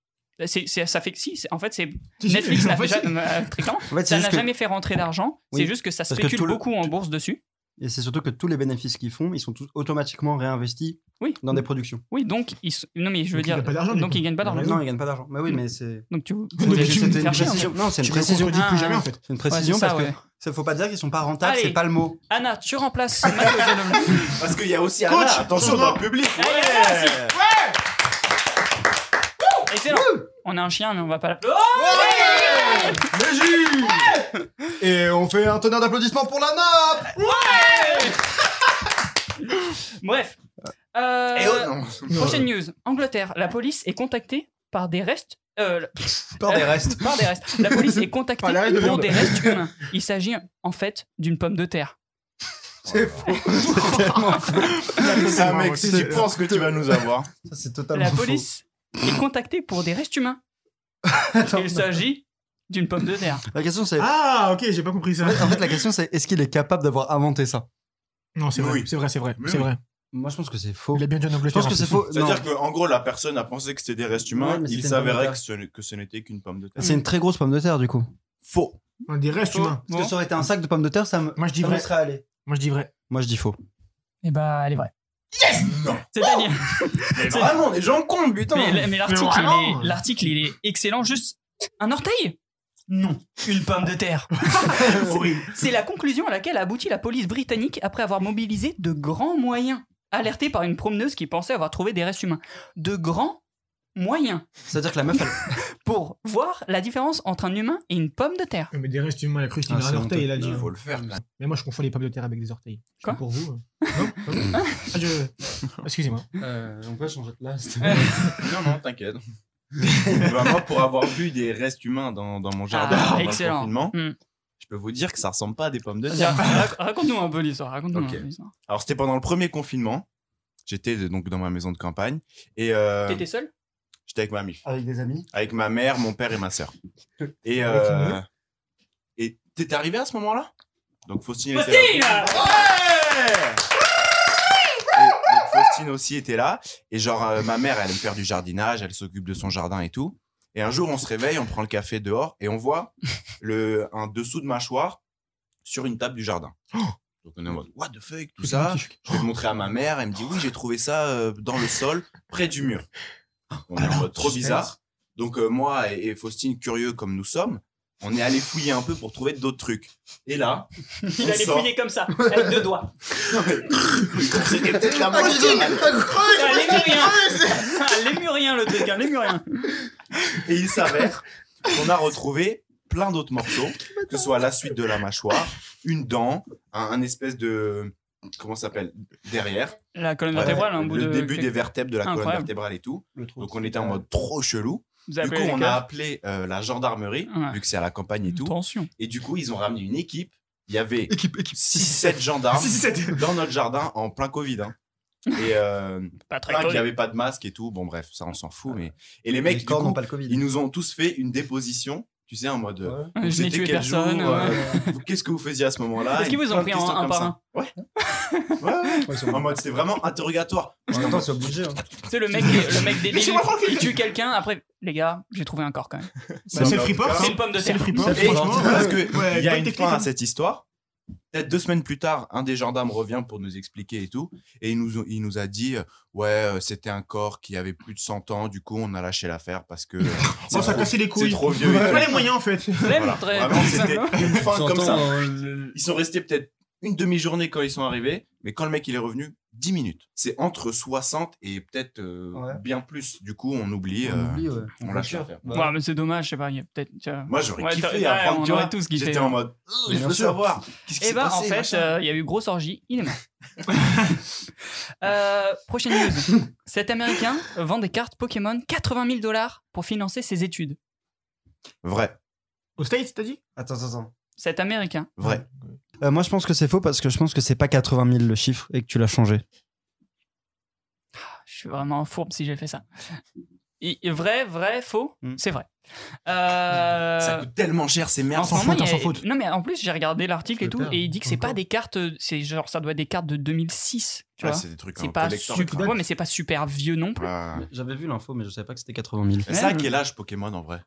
Speaker 1: Euh, C'est- c'est- ça fait que si, c'est- en fait, c'est
Speaker 3: Si, si,
Speaker 1: Netflix
Speaker 3: en
Speaker 1: n'a
Speaker 3: fait,
Speaker 1: fait jamais, euh, très clair,
Speaker 4: En fait, c'est
Speaker 1: ça
Speaker 4: juste
Speaker 1: n'a
Speaker 4: que-
Speaker 1: jamais fait rentrer d'argent.
Speaker 4: Oui.
Speaker 1: C'est juste que ça
Speaker 4: Parce que
Speaker 1: spécule
Speaker 4: tout le-
Speaker 1: beaucoup en bourse dessus.
Speaker 4: Et c'est surtout que tous les bénéfices qu'ils font, ils sont tous automatiquement réinvestis
Speaker 1: Oui.
Speaker 4: dans des productions.
Speaker 1: Oui, donc ils s- non mais je veux
Speaker 3: Donc, ils
Speaker 1: dire
Speaker 3: gagnent pas d'argent, du
Speaker 1: donc
Speaker 3: coup.
Speaker 1: ils gagnent pas
Speaker 3: T'as
Speaker 4: Non,
Speaker 1: d'argent.
Speaker 3: raison.
Speaker 4: ils gagnent pas d'argent. Mais oui,
Speaker 1: Mm.
Speaker 4: mais c'est.
Speaker 1: Donc tu, tu
Speaker 3: mais
Speaker 1: voulais
Speaker 3: tu
Speaker 1: juste
Speaker 3: me
Speaker 1: me
Speaker 4: C'était
Speaker 1: faire
Speaker 4: une
Speaker 1: chier, en
Speaker 4: précision. Non, c'est
Speaker 3: Tu
Speaker 4: une
Speaker 3: me
Speaker 4: précision.
Speaker 3: contredis
Speaker 1: Ah.
Speaker 3: plus jamais en fait.
Speaker 4: C'est une
Speaker 1: fait. Ouais, c'est
Speaker 4: précision
Speaker 1: ça,
Speaker 4: parce que
Speaker 1: ouais.
Speaker 4: ça faut pas dire qu'ils sont pas rentables,
Speaker 1: Allez.
Speaker 4: c'est pas le mot.
Speaker 1: Anna, tu remplaces Matteo Zanoni.
Speaker 2: Parce qu'il y a aussi
Speaker 3: Coach,
Speaker 2: Anna, attention
Speaker 3: coach.
Speaker 2: dans le public.
Speaker 1: Ah, il y a Anna aussi. Excellent. On a un chien mais on va pas la
Speaker 4: Et on fait un tonnerre d'applaudissements pour la nappe
Speaker 1: Bref. Euh,
Speaker 2: Et oh non.
Speaker 1: prochaine news. Angleterre, la police est contactée par des restes euh,
Speaker 4: Par des
Speaker 3: *laughs*
Speaker 4: restes.
Speaker 1: par des restes. La police est contactée
Speaker 3: Par les restes de
Speaker 1: pour
Speaker 3: viande.
Speaker 1: des restes humains. Il s'agit en fait d'une pomme de terre.
Speaker 4: C'est faux. C'est tellement Ah, faux.
Speaker 2: C'est un mec,
Speaker 3: marrant,
Speaker 2: si
Speaker 4: c'est-
Speaker 2: tu penses que tu vas
Speaker 4: *laughs*
Speaker 2: nous avoir.
Speaker 4: Ça, c'est totalement
Speaker 1: La
Speaker 4: faux.
Speaker 1: police est contactée pour des restes humains.
Speaker 4: Attends.
Speaker 1: Il s'agit d'une pomme de terre.
Speaker 4: La question c'est.
Speaker 3: Ah, ok, j'ai pas compris ça.
Speaker 4: En fait- En fait, la question c'est est-ce qu'il est capable d'avoir inventé ça
Speaker 3: Non, c'est vrai,
Speaker 2: Oui.
Speaker 3: c'est vrai, c'est vrai,
Speaker 2: Mais
Speaker 3: c'est
Speaker 2: oui.
Speaker 3: vrai.
Speaker 4: Moi, je pense que c'est faux.
Speaker 3: Il a bien dit en
Speaker 4: Je
Speaker 3: Angleterre.
Speaker 4: pense que
Speaker 3: en
Speaker 4: c'est
Speaker 3: plus.
Speaker 4: faux. Non.
Speaker 2: C'est-à-dire qu'en gros, la personne a pensé que c'était des restes
Speaker 4: Ouais,
Speaker 2: humains,
Speaker 4: mais c'était
Speaker 2: il
Speaker 4: une pomme de
Speaker 2: s'avérait
Speaker 4: terre.
Speaker 2: que ce n'est- que ce n'était qu'une pomme de terre.
Speaker 4: C'est une très grosse pomme de terre du coup.
Speaker 2: Faux.
Speaker 3: Ouais, Des restes humains.
Speaker 4: Parce que ça aurait été un sac de pommes de terre, ça me.
Speaker 3: Moi, je dis
Speaker 4: ça me
Speaker 3: vrai.
Speaker 4: serait allé.
Speaker 3: Moi je dis vrai.
Speaker 4: Moi, je dis faux.
Speaker 1: Et bah, elle est vraie.
Speaker 2: Non.
Speaker 1: C'est-à-dire
Speaker 2: Mais vraiment, les gens comptent, putain.
Speaker 1: Mais, la- mais l'article,
Speaker 3: Mais vraiment
Speaker 1: il est- l'article, il est excellent. Juste un orteil Non, une pomme de terre.
Speaker 3: oui.
Speaker 1: C'est la conclusion à laquelle a abouti la police britannique après avoir mobilisé de grands moyens, alertée par une promeneuse qui pensait avoir trouvé des restes humains. De grands moyens
Speaker 4: C'est-à-dire que la meuf, elle.
Speaker 1: pour voir la différence entre un humain et une pomme de terre.
Speaker 3: Mais des restes humains, la cru qu'il
Speaker 4: Ah,
Speaker 3: a
Speaker 4: c'est
Speaker 3: un orteil, il a dit. hein.
Speaker 2: Il faut le faire. là.
Speaker 3: Mais moi je confonds les pommes de terre avec des orteils. Je
Speaker 1: Quoi
Speaker 3: fais pour vous.
Speaker 4: *laughs*
Speaker 3: euh. Non Pas vous Ah, je- Excusez-moi. Euh,
Speaker 4: on peut changer de place.
Speaker 2: Non, non,
Speaker 4: *laughs*
Speaker 2: t'inquiète. Bah, moi, pour avoir vu des restes humains dans, dans mon jardin,
Speaker 1: Ah,
Speaker 2: pendant le
Speaker 1: excellent.
Speaker 2: bah, confinement,
Speaker 1: Hmm.
Speaker 2: je peux vous dire que ça ressemble pas à des pommes de
Speaker 1: Tiens,
Speaker 2: terre.
Speaker 1: rac- Raconte-nous un peu l'histoire. Raconte-nous
Speaker 2: Ok.
Speaker 1: un peu l'histoire.
Speaker 2: Alors, c'était pendant le premier confinement. J'étais de- donc dans ma maison de campagne et euh,
Speaker 1: T'étais seul
Speaker 2: j'étais avec ma mif,
Speaker 4: Avec des amis.
Speaker 2: avec ma mère, mon père et ma sœur. Et euh, et t'es arrivé à ce moment-là Donc Faustine était
Speaker 1: Faustine
Speaker 2: là. Et donc, Faustine aussi était là et genre euh, ma mère elle me faire du jardinage, elle s'occupe de son jardin et tout. Et un jour on se réveille, on prend le café dehors et
Speaker 4: *laughs*
Speaker 2: on voit le un dessous de mâchoire sur une table du jardin.
Speaker 4: Oh
Speaker 2: Donc on est en mode what the fuck tout ça. Je vais le montrer à ma mère. Elle me dit oui, j'ai trouvé ça euh, dans le sol, près du mur. On est en mode trop bizarre. Donc euh, moi et, et Faustine, curieux comme nous sommes, on est allé fouiller un peu pour trouver d'autres trucs. Et là,
Speaker 1: *laughs* Il
Speaker 2: On
Speaker 1: allait
Speaker 2: sort.
Speaker 1: fouiller comme ça, avec deux doigts.
Speaker 2: *laughs* c'était peut-être la moitié.
Speaker 1: C'est un lémurien Un lémurien, le truc, hein, un lémurien
Speaker 2: Et il s'avère qu'on a retrouvé plein d'autres morceaux, que ce soit la suite de la mâchoire, une dent, un, un espèce de comment ça s'appelle derrière,
Speaker 1: La colonne vertébrale, un bout
Speaker 2: le
Speaker 1: de.
Speaker 2: début des
Speaker 1: quelque-
Speaker 2: vertèbres de la colonne
Speaker 1: Incroyable.
Speaker 2: vertébrale et tout. Donc on était en mode trop chelou.
Speaker 1: Vous
Speaker 2: Du coup,
Speaker 1: appelez les
Speaker 2: on a
Speaker 1: caves.
Speaker 2: appelé euh, la gendarmerie,
Speaker 1: Ouais.
Speaker 2: vu que c'est à la campagne et tout.
Speaker 1: Attention.
Speaker 2: Et du coup, ils ont ramené une équipe. Il y avait
Speaker 3: Équipe, équipe.
Speaker 2: 6-7 gendarmes
Speaker 3: Si, si, c'était-
Speaker 2: dans notre jardin en plein Covid. hein. Et euh,
Speaker 1: Pas *laughs* très
Speaker 2: plein qui
Speaker 1: cool.
Speaker 2: n'avaient pas de masque et tout. Bon, bref, ça, on s'en fout. Mais... Et les
Speaker 4: Les
Speaker 2: mecs,
Speaker 4: mecs,
Speaker 2: du
Speaker 4: ils n'ont
Speaker 2: coup,
Speaker 4: pas le Covid.
Speaker 2: ils nous ont tous fait une déposition, tu sais, en mode. euh,
Speaker 4: Ouais.
Speaker 1: Je n'ai
Speaker 2: c'était
Speaker 1: tué
Speaker 2: quel jour,
Speaker 1: personne.
Speaker 2: euh,
Speaker 1: ouais.
Speaker 2: vous- Qu'est-ce que vous faisiez à ce moment-là
Speaker 1: Est-ce qu'ils vous ont
Speaker 2: Plein de
Speaker 1: pris en
Speaker 2: questions
Speaker 1: un
Speaker 2: comme
Speaker 1: par
Speaker 2: ça.
Speaker 1: un
Speaker 2: Ouais. Ouais,
Speaker 4: Ouais, c'est
Speaker 2: ouais. En
Speaker 4: bon.
Speaker 2: mode, c'est vraiment interrogatoire.
Speaker 4: En même temps, c'est obligé. hein.
Speaker 1: C'est le mec, le mec débile.
Speaker 2: Laissez-moi
Speaker 1: Il tue quelqu'un. Après, les gars, j'ai trouvé un corps quand même.
Speaker 3: Bah, C'est le free pop.
Speaker 1: C'est une pomme de
Speaker 3: C'est
Speaker 1: terre.
Speaker 3: le free pop.
Speaker 2: Et
Speaker 3: franchement,
Speaker 2: parce que
Speaker 3: ouais,
Speaker 2: il y a
Speaker 3: bonne
Speaker 2: une
Speaker 3: technique,
Speaker 2: fin
Speaker 3: hein.
Speaker 2: à cette histoire. Peut-être deux semaines plus tard, un des gendarmes revient pour nous expliquer et tout. Et il nous, ont- il nous a dit euh, Ouais, euh, c'était un corps qui avait plus de 100 ans. Du coup, on a lâché l'affaire parce que. euh, c'est
Speaker 3: Oh, ça a
Speaker 2: trop-
Speaker 3: cassé les
Speaker 2: c'est
Speaker 3: couilles.
Speaker 2: trop vieux. et tout.
Speaker 3: Pas les moyens en fait.
Speaker 1: Flemme,
Speaker 2: Voilà.
Speaker 1: très- *laughs*
Speaker 2: Vraiment, c'était une fin comme ça.
Speaker 6: J'entends, euh,
Speaker 3: hein.
Speaker 2: Ils sont restés peut-être une demi-journée quand ils sont arrivés. Mais quand le mec il est revenu, 10 minutes. C'est entre 60 et peut-être euh,
Speaker 4: Ouais.
Speaker 2: bien plus. Du coup, on oublie. euh,
Speaker 4: On oublie, ouais.
Speaker 2: on lâche l'affaire.
Speaker 4: Bah,
Speaker 1: Ouais, mais c'est dommage, je sais pas, il y a peut-être. tu vois.
Speaker 2: Moi, j'aurais
Speaker 1: Ouais,
Speaker 2: kiffé
Speaker 1: t'aurais-
Speaker 2: à
Speaker 1: ouais,
Speaker 2: prendre,
Speaker 1: on
Speaker 2: tu
Speaker 1: aurait
Speaker 2: vois,
Speaker 1: tous kiffé, hein.
Speaker 2: J'étais
Speaker 1: ouais.
Speaker 2: en mode, Oh, je
Speaker 4: Bien
Speaker 2: veux
Speaker 4: sûr.
Speaker 2: savoir. Qu'est-ce qui
Speaker 1: Et
Speaker 2: s'est
Speaker 1: bah, en
Speaker 2: passé,
Speaker 1: fait,
Speaker 2: machin
Speaker 1: euh, il y a eu grosse orgie, il est mort.
Speaker 2: *laughs*
Speaker 1: Euh, prochaine news. Cet américain vend des cartes Pokémon 80 000 dollars pour financer ses études.
Speaker 2: Vrai,
Speaker 3: Au States, t'as dit
Speaker 4: Attends, attends, attends.
Speaker 1: Cet américain.
Speaker 2: vrai.
Speaker 4: Euh, moi, je pense que c'est faux parce que je pense que c'est pas 80 000 le chiffre et que tu l'as changé.
Speaker 1: Ah, Je suis vraiment un fourbe si j'ai fait ça. I- vrai, vrai, faux
Speaker 4: Mm.
Speaker 1: C'est vrai. Euh,
Speaker 2: Ça coûte tellement cher, ces
Speaker 1: en
Speaker 2: merdes.
Speaker 1: ce
Speaker 3: s'en
Speaker 1: moment,
Speaker 3: fout,
Speaker 1: il y
Speaker 3: on s'en fout.
Speaker 1: Non, mais en plus, j'ai regardé l'article
Speaker 3: Je
Speaker 1: et tout,
Speaker 3: perds,
Speaker 1: et il dit que c'est pas
Speaker 3: encore.
Speaker 1: des cartes, c'est genre, ça doit être des cartes de 2006, tu
Speaker 2: Ouais,
Speaker 1: vois.
Speaker 2: c'est des trucs
Speaker 1: C'est
Speaker 2: un
Speaker 1: pas,
Speaker 2: collector,
Speaker 1: super,
Speaker 2: quoi.
Speaker 1: ouais, mais c'est pas super vieux non plus.
Speaker 2: Ouais.
Speaker 4: J'avais vu l'info, mais je savais pas que c'était 80 000.
Speaker 2: Mais ça, à quel âge Pokémon en vrai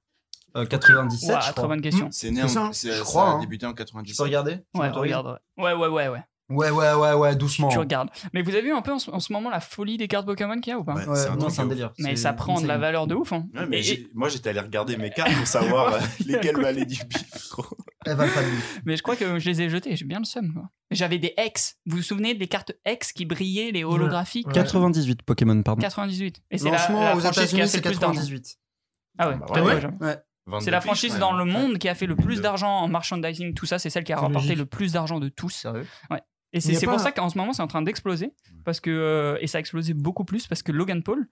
Speaker 4: Euh, 97,
Speaker 1: Ouah,
Speaker 4: je
Speaker 1: trop
Speaker 4: crois.
Speaker 1: bonne question.
Speaker 2: C'est né en,
Speaker 3: C'est ça,
Speaker 2: c'est-
Speaker 4: je
Speaker 2: ça
Speaker 4: crois,
Speaker 2: a
Speaker 4: hein.
Speaker 2: débuté en
Speaker 4: Tu peux
Speaker 2: 97.
Speaker 4: regarder Tu
Speaker 1: Ouais,
Speaker 4: m'autorises
Speaker 1: regarde. Ouais, ouais, ouais, ouais.
Speaker 4: Ouais, ouais, ouais, ouais, doucement.
Speaker 1: Tu regardes. Mais vous avez vu un peu en ce, en ce moment la folie des cartes Pokémon qu'il y a ou pas
Speaker 2: Ouais,
Speaker 4: Ouais,
Speaker 2: c'est un
Speaker 4: non,
Speaker 2: truc
Speaker 4: c'est un
Speaker 2: de ouf.
Speaker 4: délire.
Speaker 1: Mais
Speaker 4: C'est
Speaker 1: ça prend de la
Speaker 4: insane.
Speaker 1: valeur de ouf. Hein.
Speaker 2: Ouais, mais
Speaker 1: Et-
Speaker 2: j'ai- moi j'étais allé regarder mes cartes pour
Speaker 1: *laughs*
Speaker 2: savoir euh, lesquelles valaient du bif. gros.
Speaker 4: Elle va pas mieux.
Speaker 1: Mais je crois que je les ai jetées, j'ai bien le seum. quoi. J'avais des X. Vous vous souvenez des cartes X qui brillaient, les holographiques
Speaker 3: Ouais.
Speaker 4: 98 Pokémon, pardon.
Speaker 1: 98. Et c'est la,
Speaker 4: Lancement
Speaker 1: la
Speaker 4: aux
Speaker 1: franchise qui
Speaker 4: États-Unis,
Speaker 1: a fait
Speaker 4: c'est
Speaker 1: le plus d'argent.
Speaker 4: 98.
Speaker 1: Ah ouais,
Speaker 2: Bah
Speaker 1: t'as
Speaker 2: ouais.
Speaker 1: raison.
Speaker 4: Ouais.
Speaker 1: C'est la
Speaker 2: 22
Speaker 1: franchise
Speaker 2: piges,
Speaker 1: dans
Speaker 2: ouais.
Speaker 1: le monde qui a fait le plus
Speaker 2: 22.
Speaker 1: d'argent en merchandising, tout ça. C'est celle qui a
Speaker 3: C'est
Speaker 1: rapporté
Speaker 3: logique.
Speaker 1: le plus d'argent de tous.
Speaker 4: Sérieux
Speaker 1: Et
Speaker 3: Il
Speaker 1: c'est
Speaker 3: y a
Speaker 1: c'est
Speaker 3: pas
Speaker 1: pour
Speaker 3: un-
Speaker 1: ça qu'en ce moment, c'est en train d'exploser. Parce que, euh, et ça a explosé beaucoup plus parce que Logan Paul,
Speaker 2: Ouais,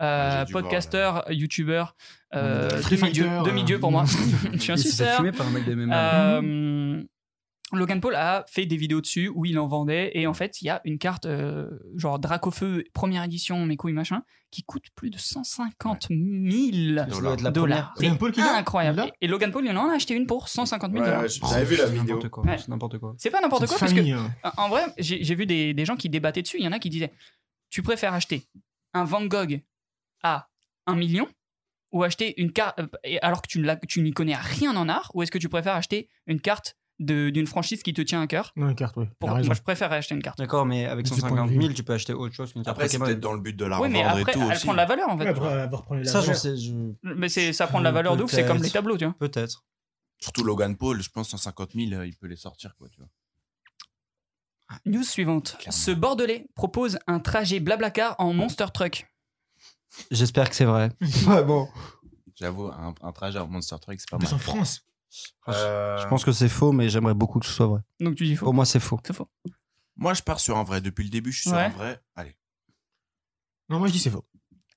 Speaker 1: euh,
Speaker 2: j'ai dû voir,
Speaker 1: podcasteur, youtubeur, euh,
Speaker 3: Street
Speaker 1: demi-dieu
Speaker 3: Fighter,
Speaker 1: demi-dieu
Speaker 3: euh,
Speaker 1: pour moi. Je suis un
Speaker 4: Il s'est fait
Speaker 1: suceur.
Speaker 4: fumer par un mec des mêmes.
Speaker 1: Euh, Logan Paul a fait des vidéos dessus où il en vendait. Et en fait, il y a une carte euh, genre Dracofeu, première édition, mes couilles, machin, qui coûte plus de 150 000
Speaker 4: Ça doit être la
Speaker 1: dollars.
Speaker 4: première.
Speaker 1: C'est
Speaker 3: Logan Paul qui l'a
Speaker 1: Ah, incroyable.
Speaker 3: Il l'a
Speaker 1: Et et Logan Paul, il en a acheté une pour 150 000
Speaker 2: Ouais,
Speaker 1: dollars.
Speaker 2: ouais, j'avais vu la vidéo.
Speaker 4: N'importe quoi,
Speaker 1: Ouais.
Speaker 4: C'est n'importe quoi.
Speaker 1: C'est pas n'importe
Speaker 3: Cette
Speaker 1: quoi, parce que
Speaker 3: famille, euh,
Speaker 1: en- En vrai, j'ai j'ai vu des, des gens qui débattaient dessus. Il y en a qui disaient Tu préfères acheter un Van Gogh à 1 million ou acheter une carte euh, alors que tu ne la- tu n'y connais rien en art Ou est-ce que tu préfères acheter une carte de- d'une franchise qui te tient à cœur
Speaker 3: Non, une carte, oui.
Speaker 1: Pour-
Speaker 3: T'as raison.
Speaker 1: Moi, je préfère acheter une carte.
Speaker 4: D'accord, mais avec
Speaker 3: Du point de
Speaker 4: 150
Speaker 3: vue.
Speaker 4: 000, tu peux acheter autre chose qu'une carte
Speaker 2: Après, c'est
Speaker 4: Pokémon.
Speaker 2: peut-être dans le but de la
Speaker 1: oui, mais
Speaker 2: revendre et
Speaker 1: après,
Speaker 2: tout
Speaker 1: elle
Speaker 2: aussi.
Speaker 1: prend de la valeur en fait.
Speaker 3: Après avoir pris la
Speaker 4: Ça, j'en
Speaker 3: valeur.
Speaker 4: sais. je-
Speaker 1: Mais c'est- ça prend de la valeur de ouf, c'est comme les
Speaker 4: Peut-être.
Speaker 1: tableaux, tu vois.
Speaker 4: Peut-être.
Speaker 2: Surtout Logan Paul, je pense 150 000, euh, il peut les sortir. Quoi, tu vois.
Speaker 1: News suivante
Speaker 2: Clairement.
Speaker 1: Ce Bordelais propose un trajet Blablacar en Monster Truck.
Speaker 4: J'espère que c'est vrai. ouais, bon.
Speaker 2: J'avoue, un, un trajet à Monster Truck, c'est pas
Speaker 3: En
Speaker 2: mal.
Speaker 3: plus, en France.
Speaker 2: Euh,
Speaker 4: Je pense que c'est faux, mais j'aimerais beaucoup que ce soit vrai.
Speaker 1: Donc tu dis
Speaker 4: Au
Speaker 1: faux.
Speaker 4: moins, c'est faux.
Speaker 1: C'est faux.
Speaker 2: Moi, je pars sur un vrai. Depuis le début, je suis sur
Speaker 1: Ouais.
Speaker 2: un vrai. Allez.
Speaker 3: Non, moi, je dis c'est faux.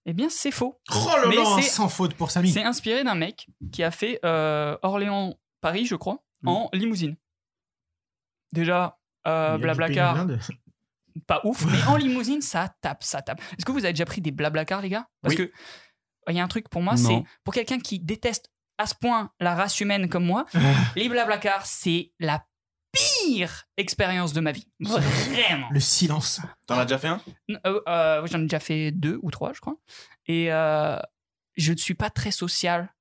Speaker 1: Eh bien, c'est faux.
Speaker 3: Oh là
Speaker 1: Mais
Speaker 3: là,
Speaker 1: c'est-
Speaker 3: sans faute pour Samy.
Speaker 1: C'est euh, inspiré d'un mec qui a fait euh, Orléans-Paris, je crois, en limousine. Déjà, euh,
Speaker 3: Il a du pays de
Speaker 1: Blablacar,
Speaker 3: l'Inde.
Speaker 1: pas ouf, mais en limousine, ça tape, ça tape. Est-ce que vous avez déjà pris des Blablacar, les gars Parce que euh, il y a un truc pour moi,
Speaker 4: Non.
Speaker 1: c'est pour quelqu'un qui déteste à ce point la race humaine comme
Speaker 3: *laughs*
Speaker 1: moi, les Blablacar, c'est la pire expérience de ma vie. Vraiment.
Speaker 3: Le silence.
Speaker 2: T'en as déjà fait un
Speaker 1: Euh, euh, J'en ai déjà fait deux ou trois, je crois. Et euh, je ne suis pas très social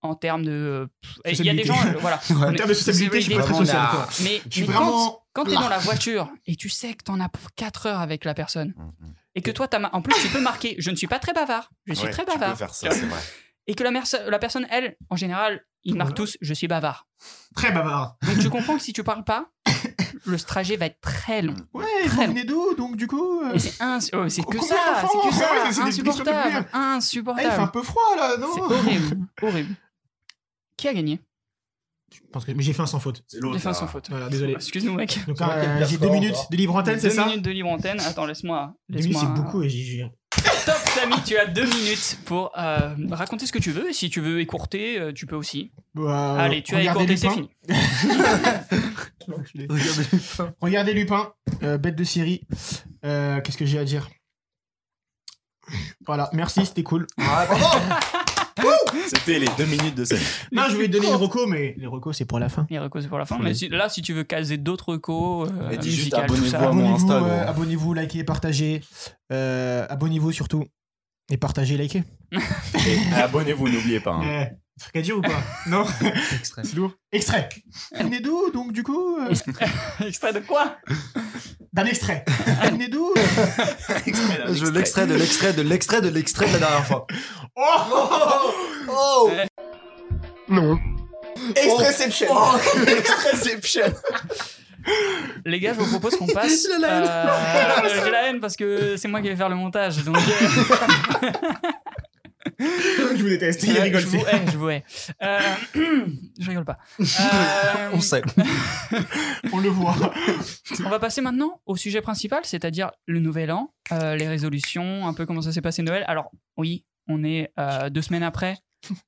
Speaker 1: en termes de. pff, Il y a des
Speaker 3: Sociabilité.
Speaker 1: gens, euh,
Speaker 3: *laughs*
Speaker 1: voilà.
Speaker 4: Ouais.
Speaker 1: On
Speaker 3: En
Speaker 1: est-
Speaker 3: termes de sociabilité, je suis pas très
Speaker 4: Vraiment,
Speaker 3: social.
Speaker 4: on a-
Speaker 3: quoi.
Speaker 1: Mais,
Speaker 3: Je suis
Speaker 1: mais quand,
Speaker 3: vraiment.
Speaker 1: quand t'es
Speaker 3: là.
Speaker 1: dans la voiture et tu sais que t'en as pour 4 heures avec la personne
Speaker 2: Mhm.
Speaker 1: et que toi, t'as ma- en plus, tu peux marquer je ne suis pas très bavard, je suis
Speaker 2: Ouais,
Speaker 1: très
Speaker 2: Tu
Speaker 1: bavard.
Speaker 2: peux faire ça, c'est vrai.
Speaker 1: Et que la, merce- la personne, elle, en général, ils marquent tous je suis bavard.
Speaker 3: Très bavard.
Speaker 1: Donc tu comprends que si tu parles pas, le trajet va être très long.
Speaker 2: Mm.
Speaker 3: Ouais, vous
Speaker 1: Très
Speaker 3: venez d'où, donc du coup euh,
Speaker 1: Et c'est
Speaker 3: *laughs*
Speaker 1: ins- oh, c'est que
Speaker 3: Combien
Speaker 1: ça,
Speaker 3: d'enfants
Speaker 1: c'est que
Speaker 3: *laughs* Ouais, c'est
Speaker 1: ça,
Speaker 3: des questions de
Speaker 1: insupportable,
Speaker 3: merde. ah, Il fait un
Speaker 1: insupportable.
Speaker 3: peu froid là, non
Speaker 1: C'est
Speaker 3: *laughs*
Speaker 1: horrible, horrible. Qui a gagné
Speaker 3: Je pense que- Mais j'ai fait un sans faute.
Speaker 2: C'est l'autre.
Speaker 1: J'ai fait un
Speaker 2: là.
Speaker 1: sans faute.
Speaker 3: Voilà, désolé.
Speaker 1: Excuse-nous, mec.
Speaker 3: Donc
Speaker 4: C'est vrai qu'il y a
Speaker 3: euh,
Speaker 4: de la
Speaker 3: j'ai
Speaker 4: forme,
Speaker 3: deux minutes
Speaker 4: quoi.
Speaker 3: de libre antenne, c'est
Speaker 1: Deux
Speaker 3: ça
Speaker 1: minutes de libre antenne. Attends, laisse-moi.
Speaker 3: Deux minutes,
Speaker 1: laisse-moi-
Speaker 3: c'est beaucoup et j'ai- j'ai.
Speaker 1: *laughs* Top, Samy, tu as deux minutes pour euh, raconter ce que tu veux. Et si tu veux écourter, euh, tu peux aussi.
Speaker 3: Bah,
Speaker 1: Allez, tu as
Speaker 3: regardez
Speaker 1: écourté, c'est
Speaker 3: Lupin.
Speaker 1: fini.
Speaker 3: Non, je suis désolé.
Speaker 4: Regardez
Speaker 3: Regardez Lupin, euh, bête de série. Euh, Qu'est-ce que j'ai à dire Voilà, merci, c'était cool.
Speaker 2: Ah, *laughs* C'était les deux minutes de cette.
Speaker 3: Non, je vais donner une reco, mais les recos, c'est pour la fin.
Speaker 1: Les recos, c'est pour la fin.
Speaker 4: Faut
Speaker 1: Mais
Speaker 4: les-
Speaker 1: si- là, si tu veux caser d'autres recos, euh,
Speaker 2: Mais dis juste
Speaker 1: musicales, tout
Speaker 2: abonnez-vous
Speaker 1: ça. *laughs*
Speaker 2: à mon
Speaker 3: Abonnez-vous,
Speaker 2: Insta,
Speaker 3: euh,
Speaker 2: gros.
Speaker 3: abonnez-vous, likez, partagez. Euh, abonnez-vous surtout. Et partagez, likez.
Speaker 2: Et Abonnez-vous, n'oubliez pas. hein.
Speaker 3: Eh, truc à dire ou pas *laughs* Non
Speaker 4: *laughs* Extrême.
Speaker 3: C'est lourd. Extrait. Vous venez d'où, donc, du coup euh,
Speaker 1: Extrait de quoi
Speaker 3: D'un extrait. Vous
Speaker 1: *laughs*
Speaker 3: venez d'où euh
Speaker 4: Je l'extrais de l'extrait de l'extrait de l'extrait de la dernière fois.
Speaker 3: Oh *laughs*
Speaker 4: Oh
Speaker 2: Oh,
Speaker 3: Extréception.
Speaker 2: Réception
Speaker 1: Les gars, je vous propose qu'on passe.
Speaker 4: J'ai la haine.
Speaker 1: euh, J'ai la haine parce que c'est moi qui vais faire le montage. Donc, euh,
Speaker 3: Je vous déteste. Il rigole.
Speaker 1: euh, je vous hais, je vous hais. Euh, *clears throat* je rigole pas. Euh,
Speaker 4: On sait.
Speaker 3: On le voit.
Speaker 1: on va passer maintenant au sujet principal, c'est-à-dire le nouvel an, euh, les résolutions, un peu comment ça s'est passé Noël. Alors oui, on est euh, deux semaines après.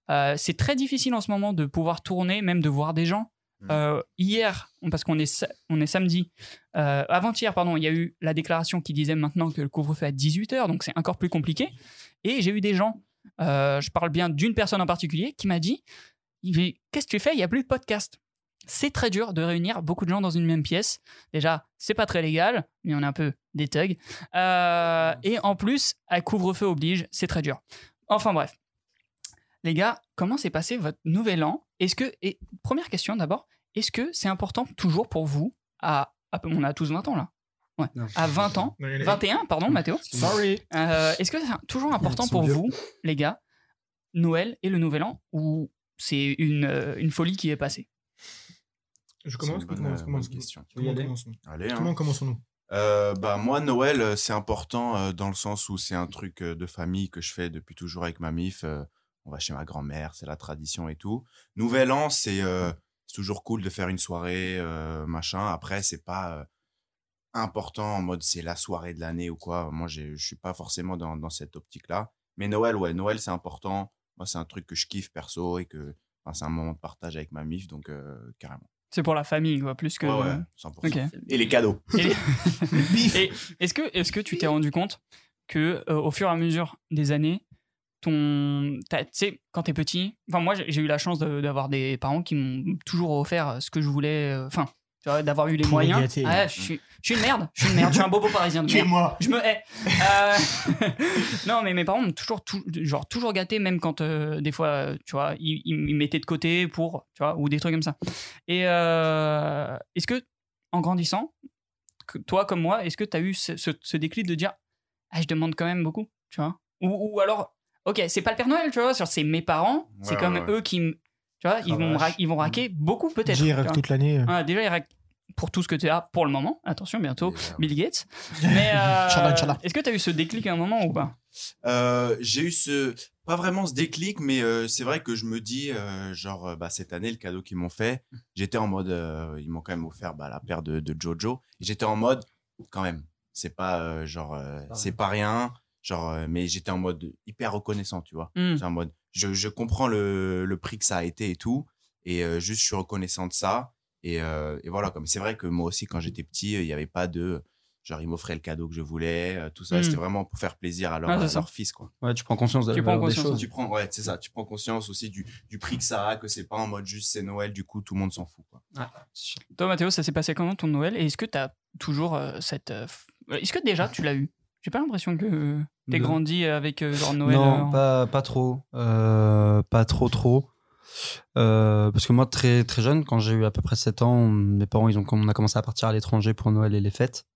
Speaker 1: Euh, c'est très difficile en ce moment de pouvoir tourner, même de voir des gens. Euh, hier, parce qu'on est, sa- on est samedi, euh, avant-hier, pardon, il y a eu la déclaration qui disait maintenant que le couvre-feu à 18h, donc c'est encore plus compliqué. Et j'ai eu des gens, euh, je parle bien d'une personne en particulier, qui m'a dit Il est- Qu'est-ce que tu fais Il n'y a plus de podcast. C'est très dur de réunir beaucoup de gens dans une même pièce. Déjà, c'est pas très légal, mais on est un peu des thugs. Euh, et en plus, à couvre-feu oblige, c'est très dur. Enfin bref. Les gars, comment s'est passé votre nouvel an Est-ce que et première question d'abord, est-ce que c'est important toujours pour vous à, à- on a tous 20 ans là. Ouais.
Speaker 4: Non.
Speaker 1: À 20 ans, 21 pardon Mathéo.
Speaker 3: Sorry.
Speaker 1: Euh, est-ce que c'est toujours important
Speaker 4: sont
Speaker 1: pour
Speaker 4: vieux.
Speaker 1: vous les gars Noël et le nouvel an ou c'est une, euh, une folie qui est passée
Speaker 3: Je
Speaker 2: C'est une
Speaker 3: commence.
Speaker 2: bonne,
Speaker 3: Comment
Speaker 2: euh,
Speaker 3: commence
Speaker 2: bonne question.
Speaker 3: Comment commençons-nous
Speaker 2: Allez, hein.
Speaker 1: *laughs*
Speaker 3: Comment commençons-nous
Speaker 2: Euh, bah moi Noël euh, c'est important euh, dans le sens où c'est un truc euh, de famille que je fais depuis toujours avec ma mif Euh, on va chez ma grand-mère c'est la tradition et tout Nouvel An c'est euh, c'est toujours cool de faire une soirée euh, machin après c'est pas euh, important en mode c'est la soirée de l'année ou quoi moi j'ai- je suis pas forcément dans, dans cette optique là mais Noël ouais Noël c'est important moi c'est un truc que je kiffe perso et que enfin, c'est un moment de partage avec ma mif donc euh, carrément
Speaker 1: C'est pour la famille quoi, plus que mmh.
Speaker 2: ouais, ouais, 100%.
Speaker 1: OK.
Speaker 2: et les cadeaux
Speaker 1: Et est-ce que, est-ce que tu t'es rendu compte que euh, au fur et à mesure des années, ton, t'as- tu sais, quand t'es petit, enfin moi j'ai j'ai eu la chance de- d'avoir des parents qui m'ont toujours offert ce que je voulais, euh, enfin tu vois, d'avoir eu les
Speaker 3: Pour les
Speaker 1: moyens.
Speaker 3: gâter.
Speaker 1: Ah, je suis, je suis une merde, je suis une merde, je suis un bobo parisien. de merde.
Speaker 3: moi.
Speaker 1: Je me hais. Euh, *laughs* non, mais mes parents m'ont toujours, tou- genre, toujours gâté, même quand euh, des fois, euh, tu vois, ils, ils me mettaient de côté pour, tu vois, ou des trucs comme ça. Et euh, est-ce que, en grandissant, que- toi comme moi, est-ce que tu as eu ce, ce- ce déclic de dire, ah, je demande quand même beaucoup, tu vois ou, ou alors, ok, c'est pas le Père Noël, tu vois, genre, c'est mes parents, c'est
Speaker 2: Ouais,
Speaker 1: comme
Speaker 2: ouais, ouais.
Speaker 1: eux qui, me- tu vois, ils
Speaker 3: Ah,
Speaker 1: vont,
Speaker 3: vache.
Speaker 1: ra- ils vont raquer beaucoup peut-être.
Speaker 3: J'y
Speaker 1: tu vois.
Speaker 3: rêve toute l'année. euh,
Speaker 1: Ah, déjà, ils raquent pour tout ce que tu as pour le moment. Attention, bientôt,
Speaker 2: Et, euh,
Speaker 1: Bill Gates. Mais euh,
Speaker 3: Inch'Allah, Inch'Allah.
Speaker 1: est-ce que tu as eu ce déclic à un moment ou pas
Speaker 2: Euh, j'ai eu ce pas vraiment ce déclic mais euh, c'est vrai que je me dis euh, genre euh, bah, cette année le cadeau qu'ils m'ont fait j'étais en mode euh, ils m'ont quand même offert bah, la paire de, de Jojo et j'étais en mode quand même c'est pas euh, genre euh, c'est pas rien genre euh, mais j'étais en mode hyper reconnaissant tu vois
Speaker 1: Hmm.
Speaker 2: c'est en mode je, je comprends le, le prix que ça a été et tout et euh, juste je suis reconnaissant de ça et, euh, et voilà comme c'est vrai que moi aussi quand j'étais petit euh, il n'y avait pas de genre ils m'offraient le cadeau que je voulais euh, tout ça
Speaker 1: Mm.
Speaker 2: c'était vraiment pour faire plaisir à leur,
Speaker 1: Ah, c'est
Speaker 2: à
Speaker 1: ça.
Speaker 2: leur fils quoi
Speaker 4: Ouais, tu prends conscience de la
Speaker 1: Tu prends
Speaker 4: valeur des
Speaker 1: conscience,
Speaker 4: choses.
Speaker 2: tu prends ouais c'est ça tu prends conscience aussi du, du prix que ça a que c'est pas en mode juste c'est Noël du coup tout le monde s'en fout quoi
Speaker 1: Toi, Mathéo, ça s'est passé comment ton Noël Et est-ce que tu as toujours euh, cette. euh, f- Est-ce que déjà tu l'as eu J'ai pas l'impression que t'es
Speaker 4: Non.
Speaker 1: grandi avec euh, genre Noël. euh,
Speaker 4: Non,
Speaker 1: en-
Speaker 4: pas, pas trop. Euh, pas trop, trop. Euh, parce que moi, très, très jeune, quand j'ai eu à peu près 7 ans, mes parents, ils ont, on a commencé à partir à l'étranger pour Noël et les fêtes.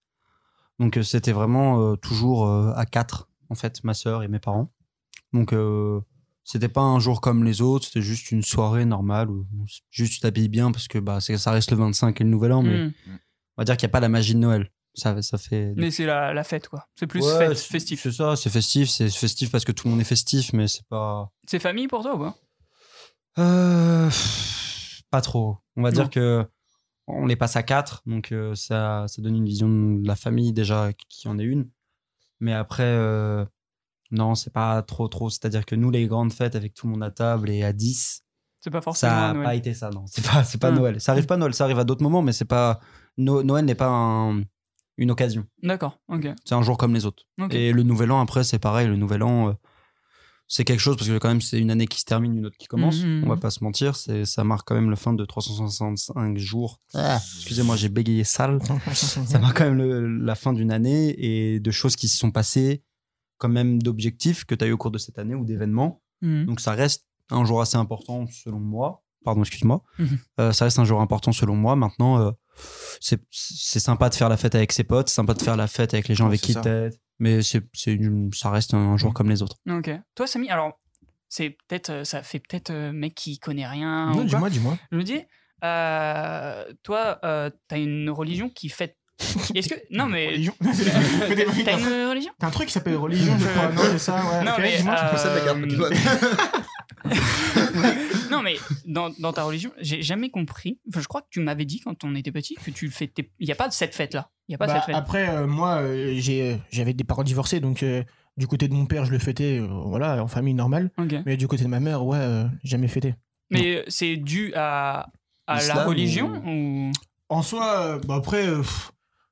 Speaker 4: Donc, euh, c'était vraiment euh, toujours euh, à 4, en fait, ma sœur et mes parents. Donc, euh, c'était pas un jour comme les autres, c'était juste une soirée normale où on s- juste tu t'habilles bien parce que bah, c'est- ça reste le 25 et le nouvel an, mais
Speaker 1: Hmm.
Speaker 4: on va dire qu'il n'y a pas la magie de Noël. Ça, ça fait
Speaker 1: Mais c'est la, la fête, quoi. C'est plus
Speaker 4: Ouais,
Speaker 1: fête,
Speaker 4: c'est-
Speaker 1: festif.
Speaker 4: C'est ça, c'est festif, c'est festif parce que tout le monde est festif, mais c'est pas.
Speaker 1: C'est famille pour toi ou pas
Speaker 4: Euh, pff, pas trop. On va
Speaker 1: Non.
Speaker 4: dire que on les passe à quatre, donc euh, ça, ça donne une vision de la famille déjà qui en est une. Mais après, euh, non, c'est pas trop trop. C'est-à-dire que nous, les grandes fêtes avec tout le monde à table et à 10,
Speaker 1: C'est pas forcément
Speaker 4: ça a
Speaker 1: Noël.
Speaker 4: pas été ça, non. C'est pas, c'est pas
Speaker 1: Ah.
Speaker 4: Noël. Ça arrive pas à Noël, ça arrive à d'autres moments, mais c'est pas. No- Noël n'est pas un- une occasion.
Speaker 1: D'accord, ok.
Speaker 4: C'est un jour comme les autres.
Speaker 1: Ok.
Speaker 4: Et le nouvel an, après, c'est pareil. Le nouvel an, euh, c'est quelque chose parce que quand même, c'est une année qui se termine, une autre qui commence.
Speaker 1: Mhm.
Speaker 4: On va pas se mentir. c'est- Ça marque quand même la fin de 365 jours. Excusez-moi, j'ai bégayé sale. ça marque quand même le- la fin d'une année et de choses qui se sont passées, quand même d'objectifs que tu as eu au cours de cette année ou d'événements.
Speaker 1: Hmm.
Speaker 4: Donc ça reste un jour assez important selon moi. Pardon, excuse-moi.
Speaker 1: Mhm.
Speaker 4: Euh, ça reste un jour important selon moi. Maintenant, euh, c'est c'est sympa de faire la fête avec ses potes, sympa de faire la fête avec les gens
Speaker 2: Ouais,
Speaker 4: avec
Speaker 2: c'est
Speaker 4: qui
Speaker 2: ça.
Speaker 4: t'es. Mais c'est c'est une- ça reste un jour comme les autres.
Speaker 1: Ok. Toi, Samy, alors, c'est peut-être. euh, Ça fait peut-être euh, mec qui connaît rien.
Speaker 3: Non,
Speaker 1: ou quoi.
Speaker 3: dis-moi, dis-moi.
Speaker 1: Je me dis, Euh, toi, euh, t'as une religion qui fête. Est-ce que non mais
Speaker 3: *laughs* Religion. Fais des bruits,
Speaker 1: t'as une
Speaker 3: T'as
Speaker 1: *laughs* religion
Speaker 3: t'as un truc qui s'appelle religion, je crois. Non, c'est ça, ouais.
Speaker 1: Non,
Speaker 3: Ok,
Speaker 1: mais,
Speaker 3: dis-moi.
Speaker 1: euh,
Speaker 6: C'est ça la carte
Speaker 2: *laughs*
Speaker 1: *laughs*
Speaker 6: Pokémon.
Speaker 2: Bah,
Speaker 1: Non mais dans, dans ta religion, j'ai jamais compris. Enfin, je crois que tu m'avais dit quand on était petit que tu le fêtais. Il y a pas cette fête là. Il y a pas
Speaker 3: Bah,
Speaker 1: cette fête.
Speaker 3: après, euh, moi, euh, j'ai, euh, j'avais des parents divorcés, donc euh, du côté de mon père, je le fêtais, euh, voilà, en famille normale.
Speaker 1: Ok.
Speaker 3: Mais du côté de ma mère, ouais, euh, jamais fêté.
Speaker 1: Mais euh, c'est dû à, à la
Speaker 6: Islam
Speaker 1: religion ou,
Speaker 3: En soi, euh, bah après, euh, pff,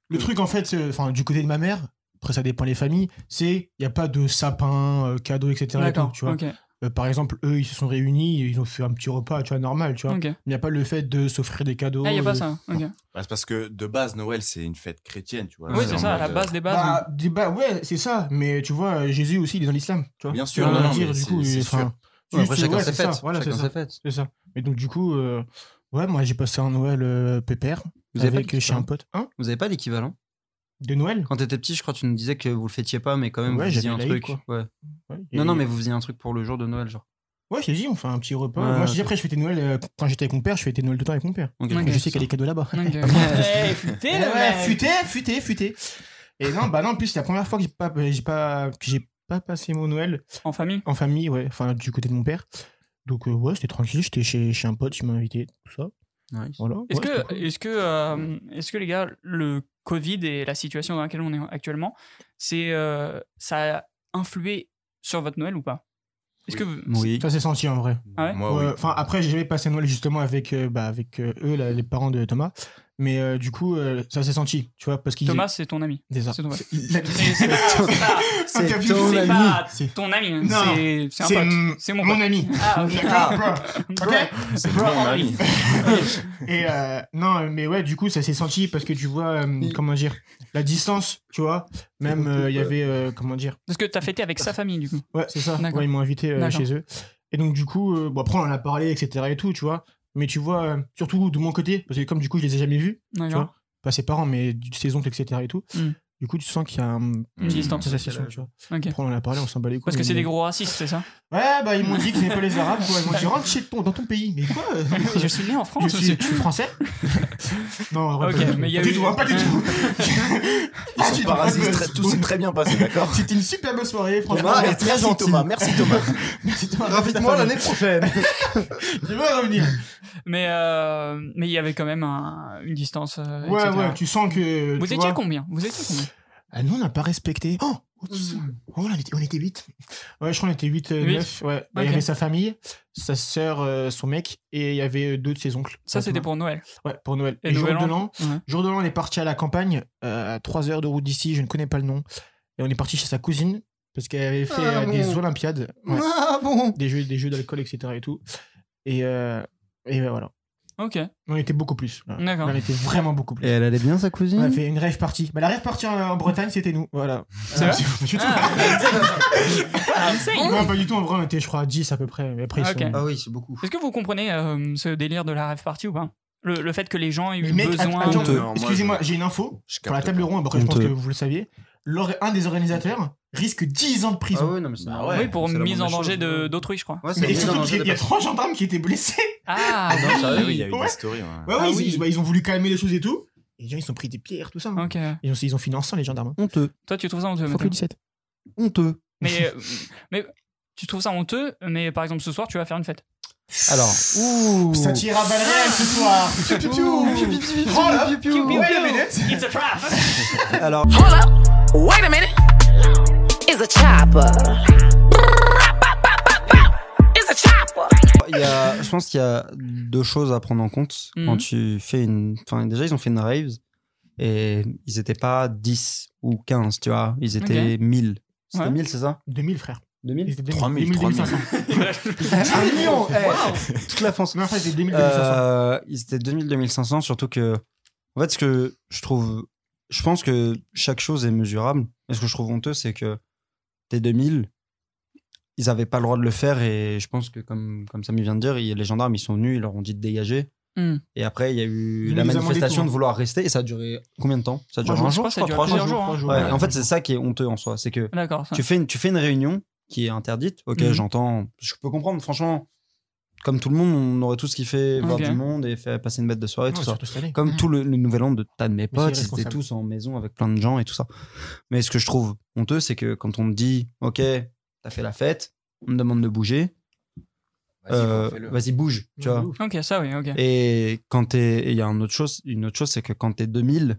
Speaker 1: Mm.
Speaker 3: le truc en fait, c'est- enfin, du côté de ma mère, après ça dépend les familles, c'est il n'y a pas de sapin, euh, cadeau, etc. et tout, tu vois.
Speaker 1: ok,
Speaker 3: Euh, par exemple, eux, ils se sont réunis, ils ont fait un petit repas, tu vois, normal, tu vois.
Speaker 1: ok.
Speaker 3: Il n'y a pas le fait de s'offrir des cadeaux.
Speaker 1: Mm.
Speaker 3: euh,
Speaker 1: Ah, il y a pas
Speaker 3: de-
Speaker 1: ça. ok.
Speaker 2: Bah, c'est parce que de base, Noël, c'est une fête chrétienne, tu vois.
Speaker 1: Oui, c'est
Speaker 2: en
Speaker 1: ça, à la
Speaker 2: mode, euh,
Speaker 1: base des bases.
Speaker 3: Bah, des- bah, ouais, c'est ça, mais tu vois, euh, Jésus aussi, il est dans l'islam, tu vois.
Speaker 2: Bien
Speaker 3: Tu
Speaker 2: sûr,
Speaker 3: vois,
Speaker 2: non, non,
Speaker 3: dire,
Speaker 2: mais
Speaker 3: du
Speaker 2: c'est-
Speaker 3: coup,
Speaker 2: c'est
Speaker 3: enfin,
Speaker 2: sûr.
Speaker 6: Ouais,
Speaker 3: juste,
Speaker 6: Après, chacun
Speaker 3: ouais,
Speaker 6: ses
Speaker 3: c'est ça,
Speaker 6: fêtes.
Speaker 3: Voilà, c'est
Speaker 6: Chacun
Speaker 3: ça.
Speaker 6: ses fêtes.
Speaker 3: C'est ça. Et donc, du coup, euh, ouais, moi, j'ai passé un Noël euh, pépère
Speaker 4: Vous avez pas
Speaker 3: avec
Speaker 4: le
Speaker 3: chez un
Speaker 4: kit,
Speaker 3: pote. Hein
Speaker 4: Vous avez pas l'équivalent
Speaker 3: De Noël
Speaker 4: Quand t'étais petit, je crois que tu nous disais que vous le fêtiez pas, mais quand même,
Speaker 3: Ouais,
Speaker 4: vous faisiez
Speaker 3: j'avais
Speaker 4: un
Speaker 3: laïc,
Speaker 4: truc.
Speaker 3: quoi.
Speaker 4: Ouais.
Speaker 3: Ouais, et-
Speaker 4: Non, non, mais vous faisiez un truc pour le jour de Noël, genre.
Speaker 3: Ouais, je t'ai dit, on fait un petit repas.
Speaker 4: Ouais,
Speaker 3: Moi, je
Speaker 4: ok.
Speaker 3: dis après, je fêtais Noël euh, quand j'étais avec mon père, je fêtais Noël de temps avec mon père.
Speaker 4: Ok.
Speaker 1: Ok.
Speaker 3: Donc, je sais qu'il y a des cadeaux là-bas.
Speaker 1: *laughs* Ok. Eh,
Speaker 3: Eh
Speaker 1: putain, le
Speaker 3: ouais,
Speaker 1: mec.
Speaker 3: futé, futé, futé. Et non, bah non, en plus, c'est la première fois que j'ai pas, j'ai pas, que j'ai pas passé mon Noël
Speaker 1: En famille.
Speaker 3: en famille, ouais, enfin, du côté de mon père. Donc, euh, ouais, c'était tranquille. J'étais chez, chez un pote, il m'a invité, tout ça.
Speaker 4: Nice.
Speaker 3: Voilà.
Speaker 1: Est-ce
Speaker 3: ouais, c'était
Speaker 1: que, est-ce que, euh, est-ce que les gars, le Covid et la situation dans laquelle on est actuellement, c'est, euh, ça a influé sur votre Noël ou pas Est-ce que vous-
Speaker 4: Oui.
Speaker 3: Ça s'est senti en vrai.
Speaker 1: Ah ouais
Speaker 2: Moi,
Speaker 3: Ouais,
Speaker 2: oui.
Speaker 3: Enfin, après, j'ai jamais passé Noël justement avec, euh, bah, avec euh, eux, là, les parents de Thomas. Mais euh, du coup, euh, ça s'est senti, tu vois, parce qu'ils.
Speaker 1: Thomas, c'est ton ami.
Speaker 3: Des
Speaker 1: C'est ton, c'est-
Speaker 3: Il a-
Speaker 1: c'est pas,
Speaker 4: C'est
Speaker 3: Interview,
Speaker 4: ton
Speaker 1: c'est
Speaker 4: ami.
Speaker 1: pas
Speaker 3: C'est
Speaker 1: ton ami. hein.
Speaker 3: Non,
Speaker 1: c'est, c'est un
Speaker 3: c'est m-
Speaker 1: pote. C'est mon
Speaker 3: mon
Speaker 1: pote.
Speaker 3: ami.
Speaker 1: Ah, ok.
Speaker 3: *laughs* D'accord,
Speaker 1: Ah,
Speaker 3: bro. Ok
Speaker 2: C'est
Speaker 3: Bro,
Speaker 2: mon
Speaker 3: on
Speaker 2: ami.
Speaker 3: Et euh, non, mais ouais, du coup, ça s'est senti parce que tu vois, euh, comment dire, la distance, tu vois. Même, euh, il y avait, euh, comment dire.
Speaker 1: Parce que t'as fêté avec sa famille du coup.
Speaker 3: Ouais, c'est ça.
Speaker 1: D'accord.
Speaker 3: Ouais, ils m'ont invité euh,
Speaker 1: D'accord.
Speaker 3: chez eux. Et donc, du coup, euh, bon, après, on en a parlé, etc. et tout, tu vois. Mais tu vois, euh, surtout de mon côté, parce que comme du coup, je les ai jamais vus,
Speaker 1: D'accord.
Speaker 3: pas ses parents, mais du- ses oncles, etc. et tout.
Speaker 1: Mm.
Speaker 3: Du coup, tu sens qu'il y a un-
Speaker 1: Une distance.
Speaker 3: association, tu vois.
Speaker 1: Ok.
Speaker 3: Après, on en a parlé, on s'en bat les couilles.
Speaker 1: Parce que
Speaker 3: mais-
Speaker 1: c'est des gros racistes, c'est
Speaker 3: *laughs*
Speaker 1: ça
Speaker 3: Ouais, bah, ils m'ont dit que c'était pas les Arabes, quoi. Ils m'ont
Speaker 1: *laughs*
Speaker 3: dit, rentre chez ton, dans ton pays. Mais quoi euh,
Speaker 1: Je suis né en
Speaker 3: Je
Speaker 1: France.
Speaker 3: suis,
Speaker 1: c'est-
Speaker 3: je suis
Speaker 1: *laughs*
Speaker 3: français Non, en vrai,
Speaker 1: Ok,
Speaker 3: pas du tout.
Speaker 1: mais il y a
Speaker 3: Pas du
Speaker 1: eu-
Speaker 3: tout, hein,
Speaker 1: *laughs*
Speaker 3: pas du tout.
Speaker 2: *laughs* Ils
Speaker 3: Ah, tu
Speaker 2: sont
Speaker 3: dois-
Speaker 2: pas racistes, très- tout s'est très bien passé, d'accord
Speaker 3: C'était une superbe soirée, franchement.
Speaker 6: Thomas est
Speaker 3: Merci,
Speaker 6: très gentil.
Speaker 3: Thomas.
Speaker 6: Merci Thomas.
Speaker 3: Merci Thomas.
Speaker 6: Invite-moi l'année prochaine.
Speaker 3: Je veux revenir.
Speaker 1: Mais euh, mais il y avait quand même un- une distance. euh,
Speaker 3: Ouais,
Speaker 1: etc.
Speaker 3: ouais, tu sens que.
Speaker 1: Vous
Speaker 3: tu
Speaker 1: étiez
Speaker 3: vois-
Speaker 1: combien Vous étiez combien
Speaker 3: Ah, nous, on n'a pas respecté. Oh Oh, on était, on était 8. Ouais, je crois qu'on était 8,
Speaker 1: Hmm. Huit
Speaker 3: 9. Ouais. Bah, Il y
Speaker 1: Ok.
Speaker 3: avait sa famille, sa sœur, euh, son mec, et il y avait euh, deux de ses oncles.
Speaker 1: Ça,
Speaker 3: Ouais,
Speaker 1: c'était
Speaker 3: Thomas.
Speaker 1: pour Noël.
Speaker 3: Ouais, pour Noël.
Speaker 1: Et
Speaker 3: Et, jour
Speaker 1: Nouvel
Speaker 3: de
Speaker 1: An.
Speaker 3: l'an.
Speaker 1: Ouais.
Speaker 3: Jour de l'an, on est parti à la campagne, euh, à 3 heures de route d'ici, je ne connais pas le nom. Et on est parti chez sa cousine, parce qu'elle avait fait
Speaker 6: Ah,
Speaker 3: euh, des
Speaker 6: bon.
Speaker 3: Olympiades. Ouais.
Speaker 6: Ah bon
Speaker 3: des jeux, des jeux d'alcool, etc. et tout. Et, euh, et ben voilà.
Speaker 1: Ok.
Speaker 3: On était beaucoup plus. Voilà.
Speaker 1: D'accord.
Speaker 3: On était vraiment beaucoup plus.
Speaker 4: Et elle allait bien, sa
Speaker 3: On a
Speaker 1: Hmm.
Speaker 4: cousine
Speaker 3: fait une rêve partie. Bah, la rêve partie en, en Bretagne, c'était nous. Voilà.
Speaker 1: C'est vrai
Speaker 3: Pas du tout. *laughs*
Speaker 1: Ah, insane.
Speaker 3: Non, pas du tout. En vrai, on était, je crois, à 10 à peu près. Mais après, ils
Speaker 1: Ok.
Speaker 3: sont-
Speaker 4: Ah oui, c'est beaucoup.
Speaker 1: Est-ce que vous comprenez euh, ce délire de la rêve party ou pas le, le fait que les gens aient
Speaker 3: Mais
Speaker 1: eu
Speaker 3: mec,
Speaker 1: besoin.
Speaker 3: att- attends,
Speaker 1: de-
Speaker 2: Non, moi,
Speaker 3: excusez-moi, j'ai une info.
Speaker 2: Je
Speaker 3: Pour la
Speaker 2: capte
Speaker 3: table
Speaker 2: pas.
Speaker 3: ronde, bah, après, je pense que
Speaker 4: Honteux.
Speaker 3: vous le saviez. l'or- Un des organisateurs risque 10 ans de
Speaker 4: Ah
Speaker 3: prison.
Speaker 4: oui, non, mais c'est
Speaker 2: Bah
Speaker 4: normal.
Speaker 2: ouais.
Speaker 1: oui, pour
Speaker 4: C'est la
Speaker 1: mise en
Speaker 4: moindre
Speaker 1: danger
Speaker 4: chose.
Speaker 1: de- d'autrui, je crois.
Speaker 4: Ouais, c'est
Speaker 3: Mais
Speaker 4: la
Speaker 3: surtout
Speaker 4: moindre
Speaker 3: qu'il y a
Speaker 4: chose.
Speaker 3: trois gendarmes qui étaient blessés.
Speaker 1: Ah,
Speaker 4: non,
Speaker 2: Ah
Speaker 4: sérieux,
Speaker 2: oui, il y a eu hein.
Speaker 3: Ouais.
Speaker 2: des stories. ouais.
Speaker 3: Ouais, ouais,
Speaker 4: Ah
Speaker 3: ils,
Speaker 4: oui.
Speaker 3: ils- bah, ils ont voulu calmer les choses et tout. Et les gens, ils ont pris des pierres, tout ça. hein.
Speaker 1: Ok.
Speaker 3: Ils, ont, ils ont financé les gendarmes.
Speaker 4: Honteux,
Speaker 1: Toi, tu trouves ça honteux
Speaker 3: Faut que
Speaker 1: maintenant.
Speaker 3: 17.
Speaker 4: honteux.
Speaker 1: Mais, euh, mais tu trouves ça honteux, mais par exemple, ce soir, tu vas faire une fête.
Speaker 4: Alors, ouh.
Speaker 3: Ça tire à balles réelles ce soir.
Speaker 4: Ouh.
Speaker 3: Oh là,
Speaker 1: piou,
Speaker 3: wait a
Speaker 1: piou.
Speaker 3: minute.
Speaker 1: It's a trap
Speaker 4: Alors,
Speaker 7: Hold up. Wait a minute. It's a chopper. It's a chopper.
Speaker 4: il y a, je pense qu'il y a deux choses à prendre en compte
Speaker 1: Mm.
Speaker 4: quand tu fais une. Enfin, déjà, ils ont fait une raves et ils étaient pas 10 ou 15, tu vois. Ils étaient 1000. C'était
Speaker 1: Ouais.
Speaker 4: 1000, c'est ça
Speaker 3: 2000 frères.
Speaker 4: 2000
Speaker 3: C'était
Speaker 2: 3000,
Speaker 3: 2500. *laughs*
Speaker 4: Un million eh, Toute la France.
Speaker 3: Non, en fait, c'était 2500.
Speaker 4: Euh, ils étaient 2000-2500, surtout que. En fait, ce que je trouve. Je pense que chaque chose est mesurable. Et ce que je trouve honteux, c'est que tes 2000, ils n'avaient pas le droit de le faire. Et je pense que, comme, comme Samy vient de dire, il- les gendarmes, ils sont venus, ils leur ont dit de dégager.
Speaker 1: Hmm.
Speaker 4: Et après, il y a
Speaker 3: Ils
Speaker 4: eu la
Speaker 3: nous les amendaient tout,
Speaker 4: manifestation
Speaker 3: hein.
Speaker 4: de vouloir rester. Et ça a duré combien de temps Ça a duré
Speaker 1: jours,
Speaker 4: un
Speaker 1: je
Speaker 4: jour,
Speaker 1: crois,
Speaker 4: je
Speaker 1: ça a duré
Speaker 4: crois, trois
Speaker 1: plusieurs
Speaker 4: jours.
Speaker 1: jours, hein.
Speaker 4: Ouais, En fait, c'est ça qui est honteux en soi. C'est que
Speaker 1: D'accord. ça.
Speaker 4: tu fais, une, tu fais une réunion qui est interdite. Ok,
Speaker 1: Mhm.
Speaker 4: j'entends. Je peux comprendre, franchement. Comme tout le monde, on aurait tous kiffé voir
Speaker 1: Ok.
Speaker 4: du monde et fait passer une bête de soirée, tout
Speaker 3: Ouais,
Speaker 4: ça.
Speaker 3: surtout cette année.
Speaker 4: Comme
Speaker 1: Mm.
Speaker 4: tout le, le nouvel an de tas de mes potes, ils étaient
Speaker 3: irresponsable.
Speaker 4: tous en maison avec plein de gens et tout ça. Mais ce que je trouve honteux, c'est que quand on me dit, OK, t'as fait la fête, on me demande de bouger, euh,
Speaker 2: fais-le.
Speaker 4: vas-y, bouge, tu vois.
Speaker 1: Ok, ça oui, ok.
Speaker 4: Et quand t'es, et il y a une autre chose, une autre chose, c'est que quand t'es 2000,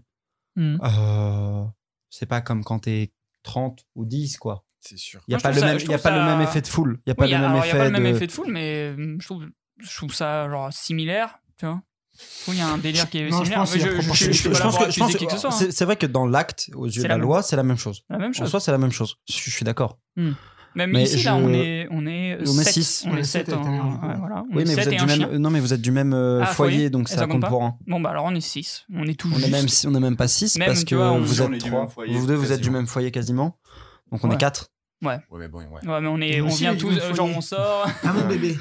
Speaker 1: Hmm.
Speaker 4: euh, c'est pas comme quand t'es 30 ou 10, quoi.
Speaker 2: C'est sûr.
Speaker 4: Il n'y a,
Speaker 1: Moi, je
Speaker 4: pas
Speaker 1: trouve
Speaker 4: le
Speaker 1: ça-
Speaker 4: même-
Speaker 1: je
Speaker 4: y a
Speaker 1: trouve
Speaker 4: pas le
Speaker 1: ça-
Speaker 4: même effet de foule. Il n'y a pas
Speaker 1: Oui,
Speaker 4: le même
Speaker 1: alors, y a pas
Speaker 4: effet
Speaker 1: le même
Speaker 4: de.
Speaker 1: effet de foule, mais hum, je trouve, je trouve ça genre similaire, tu vois. Je trouve qu'il y a un délire qui est
Speaker 3: Non, je
Speaker 1: similaire.
Speaker 3: pense
Speaker 1: mais
Speaker 3: qu'il y a
Speaker 1: je, je,
Speaker 3: proportion-
Speaker 1: je,
Speaker 3: je- je
Speaker 1: collabore
Speaker 3: pense que-
Speaker 1: avec
Speaker 3: je pense
Speaker 1: qui que ce soit. hein.
Speaker 4: C'est c'est vrai que dans l'acte, aux yeux
Speaker 1: C'est
Speaker 4: de
Speaker 1: la
Speaker 4: la,
Speaker 1: même-
Speaker 4: loi, c'est la même chose.
Speaker 1: La même
Speaker 4: En
Speaker 1: chose.
Speaker 4: soi, c'est la même chose. Je je suis d'accord.
Speaker 1: Même
Speaker 4: mais
Speaker 1: ici, là,
Speaker 4: je-
Speaker 1: on est, on est,
Speaker 4: On est
Speaker 1: sept.
Speaker 4: six.
Speaker 1: On
Speaker 3: Ouais,
Speaker 1: est
Speaker 3: sept
Speaker 1: 7
Speaker 3: avec ta mère, du coup.
Speaker 1: voilà. On
Speaker 4: Oui,
Speaker 1: est
Speaker 4: mais vous
Speaker 1: sept
Speaker 4: êtes
Speaker 1: et
Speaker 4: du
Speaker 1: un
Speaker 4: même.
Speaker 1: chien.
Speaker 4: euh, Non, mais vous êtes du même euh,
Speaker 1: Ah,
Speaker 4: foyer,
Speaker 1: foyer.
Speaker 4: donc
Speaker 1: Et
Speaker 4: ça,
Speaker 1: ça compte
Speaker 4: compte
Speaker 1: pas
Speaker 4: pour un.
Speaker 1: Bon, bah alors on est 6. On est tout
Speaker 4: On est
Speaker 1: juste.
Speaker 4: même si on est même pas six
Speaker 1: Même,
Speaker 4: parce
Speaker 1: tu
Speaker 4: que
Speaker 1: vois, on-
Speaker 4: vous
Speaker 2: on est
Speaker 4: êtes
Speaker 2: du
Speaker 4: trois.
Speaker 2: même foyer,
Speaker 4: Vous deux, vous êtes du
Speaker 2: quasiment.
Speaker 4: même foyer quasiment. Donc on
Speaker 1: Ouais.
Speaker 4: est quatre.
Speaker 2: Ouais, mais bon, ouais.
Speaker 1: Ouais, mais on est,
Speaker 3: Nous
Speaker 1: on
Speaker 3: aussi,
Speaker 1: vient
Speaker 3: nous,
Speaker 1: tous, euh,
Speaker 3: foyer.
Speaker 1: genre on sort.
Speaker 3: Ah mon bébé.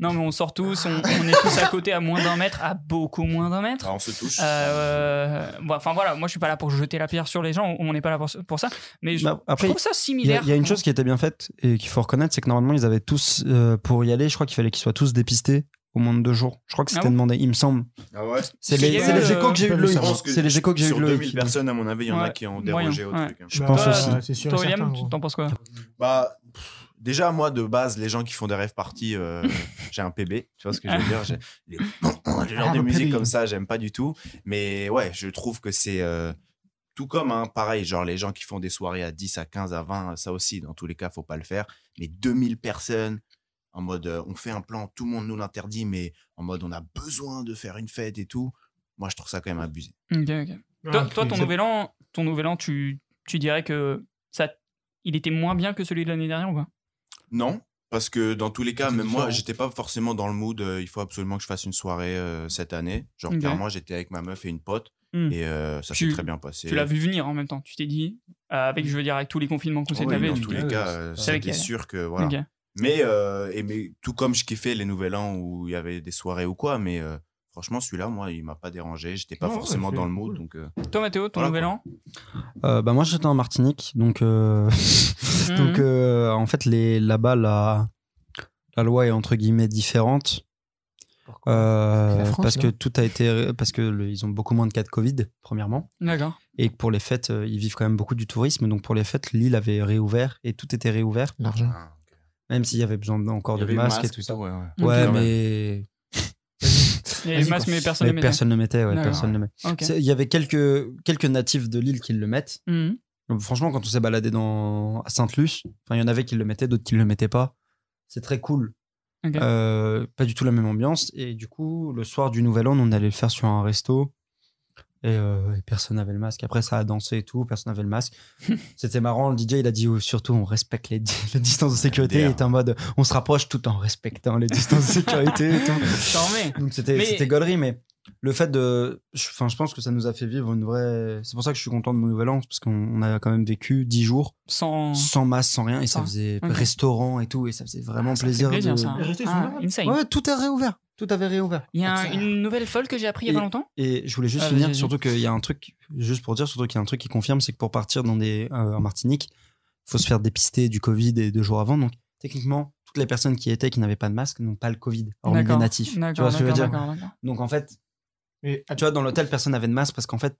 Speaker 1: Non, mais on sort tous. On, on est tous à côté à moins d'un mètre, à beaucoup moins d'un mètre.
Speaker 2: Ah, on se touche.
Speaker 1: Euh, bon, Enfin voilà, moi je suis pas là pour jeter la pierre sur les gens. On n'est pas là pour, pour ça. Mais je,
Speaker 4: Bah,
Speaker 1: je
Speaker 4: Après,
Speaker 1: trouve ça
Speaker 4: il y, a-
Speaker 1: similaire.
Speaker 4: il y a une chose qui était bien faite et qu'il faut reconnaître, c'est que normalement, ils avaient tous euh, pour y aller. Je crois qu'il fallait qu'ils soient tous dépistés au moins de deux jours. Je crois que
Speaker 1: Ah
Speaker 4: c'était
Speaker 1: bon
Speaker 4: demandé. Il me semble.
Speaker 2: Ah ouais
Speaker 4: C'est
Speaker 1: qu'il
Speaker 4: les,
Speaker 1: y a
Speaker 4: c'est
Speaker 1: eu,
Speaker 4: les échos
Speaker 1: euh,
Speaker 4: que j'ai eu de
Speaker 3: je
Speaker 4: Loïc.
Speaker 3: pense
Speaker 2: que
Speaker 4: C'est les échos que j'ai eu
Speaker 2: Sur
Speaker 4: de Loïc.
Speaker 2: 2000 personnes, à mon avis, il y en a
Speaker 1: Ouais.
Speaker 2: qui ont dérogé
Speaker 1: Moyen,
Speaker 2: au
Speaker 1: ouais.
Speaker 2: truc. hein.
Speaker 4: Je
Speaker 1: pense
Speaker 4: pense
Speaker 1: Toi,
Speaker 4: aussi.
Speaker 1: aussi.
Speaker 3: Ouais, Bah, c'est sûr
Speaker 1: Toi,
Speaker 3: et certain,
Speaker 1: William,
Speaker 3: gros.
Speaker 1: tu t'en penses quoi
Speaker 2: Bah, pff, déjà, moi, de base, les gens qui font des rêves parties, euh, j'ai un PB. Tu vois ce que je veux dire J'ai- les- Le genre
Speaker 3: Ah,
Speaker 2: de
Speaker 3: le
Speaker 2: musique
Speaker 3: PB.
Speaker 2: comme ça, j'aime pas du tout. Mais ouais, je trouve que c'est euh, tout comme, hein, pareil, genre les gens qui font des soirées à 10, à 15, à 20, ça aussi, dans tous les cas, faut pas le faire. Mais 2000 personnes, en mode, euh, on fait un plan, tout le monde nous l'interdit, mais en mode, on a besoin de faire une fête et tout. Moi, je trouve ça quand même abusé.
Speaker 1: Ok, ok.
Speaker 3: Ah,
Speaker 1: Toi,
Speaker 4: Ah,
Speaker 1: toi, ton nouvel an, ton nouvel an, tu, tu dirais que ça, il était moins bien que celui de l'année dernière ou quoi
Speaker 2: Non, parce que dans tous les cas,
Speaker 3: C'est
Speaker 2: même moi,
Speaker 3: différent.
Speaker 2: j'étais pas forcément dans le mood. euh, il faut absolument que je fasse une soirée euh, cette année. Genre,
Speaker 1: Ok.
Speaker 2: clairement, j'étais avec ma meuf et une pote
Speaker 1: Hmm.
Speaker 2: et euh, ça s'est
Speaker 1: Tu-
Speaker 2: très bien passé.
Speaker 1: Tu l'as vu venir en même temps. Tu t'es dit euh, avec, je veux dire, avec tous les confinements qu'on
Speaker 2: Oh, Oui,
Speaker 1: s'est tapés,
Speaker 2: dans
Speaker 1: tu
Speaker 2: tous
Speaker 1: dis,
Speaker 2: les
Speaker 1: ouais,
Speaker 2: cas,
Speaker 1: ouais,
Speaker 2: euh,
Speaker 1: C'est vrai qu'il
Speaker 2: c'était
Speaker 1: y a-
Speaker 2: sûr que voilà.
Speaker 1: ok.
Speaker 2: Mais, euh, et, mais tout comme je kiffais les Nouvel An où il y avait des soirées ou quoi, mais euh, franchement, celui-là, moi, il m'a pas dérangé. J'étais pas
Speaker 3: Non, ouais,
Speaker 2: forcément
Speaker 3: c'est
Speaker 2: dans le mood.
Speaker 3: cool.
Speaker 2: Donc, euh,
Speaker 1: Toi, Mathéo, ton
Speaker 2: Voilà,
Speaker 1: nouvel
Speaker 2: quoi.
Speaker 1: an
Speaker 4: Euh, bah moi j'étais en Martinique, donc euh, *laughs* donc
Speaker 1: Mhm.
Speaker 4: euh, en fait les là-bas la la loi est entre guillemets différente euh,
Speaker 3: Parce que la France,
Speaker 4: parce que
Speaker 3: non
Speaker 4: tout a été parce que le- ils ont beaucoup moins de cas de Covid premièrement
Speaker 1: D'accord.
Speaker 4: et que pour les fêtes euh, ils vivent quand même beaucoup du tourisme donc pour les fêtes l'île avait réouvert et tout était réouvert
Speaker 3: L'argent.
Speaker 2: ah, ok.
Speaker 4: même s'il y avait besoin encore
Speaker 2: Il y
Speaker 4: de
Speaker 2: avait le
Speaker 4: masques et
Speaker 2: masque
Speaker 4: tout ça.
Speaker 2: ouais, ouais.
Speaker 1: Ok.
Speaker 4: Ouais
Speaker 2: Quand même.
Speaker 4: mais,
Speaker 1: Et
Speaker 3: Vas-y,
Speaker 1: masque,
Speaker 3: quoi.
Speaker 1: mais personne
Speaker 4: mais
Speaker 1: ne mettait.
Speaker 4: personne ne le mettait ouais,
Speaker 1: D'accord.
Speaker 4: personne le met.
Speaker 1: Ok.
Speaker 4: C'est- Il y avait quelques quelques natifs de l'île qui le mettent
Speaker 1: Mhm.
Speaker 4: Donc, Franchement, quand on s'est baladé dans... à Sainte-Luce, enfin, il y en avait qui le mettaient, d'autres qui le mettaient pas. C'est très cool.
Speaker 1: Ok.
Speaker 4: Euh, pas du tout la même ambiance. Et du coup, le soir du Nouvel An, on allait le faire sur un resto. Et, euh, et personne n'avait le masque. Après, ça a dansé et tout. Personne n'avait le masque. C'était marrant. Le DJ, il a dit oh, surtout, on respecte les, les distances de sécurité. Il
Speaker 2: MDR.
Speaker 4: était en mode, on se rapproche tout en respectant les distances de sécurité et tout.
Speaker 1: Charmé.
Speaker 4: Donc c'était
Speaker 1: Mais-
Speaker 4: c'était gaulerie, mais le fait de. je- Enfin, je pense que ça nous a fait vivre une vraie. C'est pour ça que je suis content de mon nouvel an, parce qu'on on a quand même vécu 10 jours
Speaker 1: Sans.
Speaker 4: sans masse, sans rien, et ça
Speaker 1: Ah,
Speaker 4: faisait
Speaker 1: ok. Ah,
Speaker 4: restaurant et tout, et ça faisait vraiment
Speaker 1: Ça fait
Speaker 4: plaisir. de-
Speaker 1: ça.
Speaker 3: Les restos, ils sont
Speaker 1: Ah,
Speaker 3: malades.
Speaker 1: insane.
Speaker 4: Ouais, ouais, tout est réouvert. Tout avait réouvert.
Speaker 1: Il y a un- une nouvelle folle que j'ai appris il y a
Speaker 4: Et-
Speaker 1: pas longtemps.
Speaker 4: Et je voulais juste
Speaker 1: Ah, vas-y,
Speaker 4: finir,
Speaker 1: vas-y.
Speaker 4: surtout qu'il y a un truc, juste pour dire, surtout qu'il y a un truc qui confirme, c'est que pour partir dans des, euh, en Martinique, faut se faire dépister du Covid et deux jours avant. Donc techniquement, toutes les personnes qui étaient, qui n'avaient pas de masque, n'ont pas le Covid, hormis les
Speaker 1: D'accord.
Speaker 4: natifs. Tu
Speaker 1: D'accord,
Speaker 4: vois ce que je veux
Speaker 1: d'accord,
Speaker 4: dire
Speaker 1: d'accord, d'accord.
Speaker 4: Donc en fait,
Speaker 3: Mais
Speaker 4: Ah, Tu vois, dans l'hôtel, personne n'avait de masque parce qu'en fait,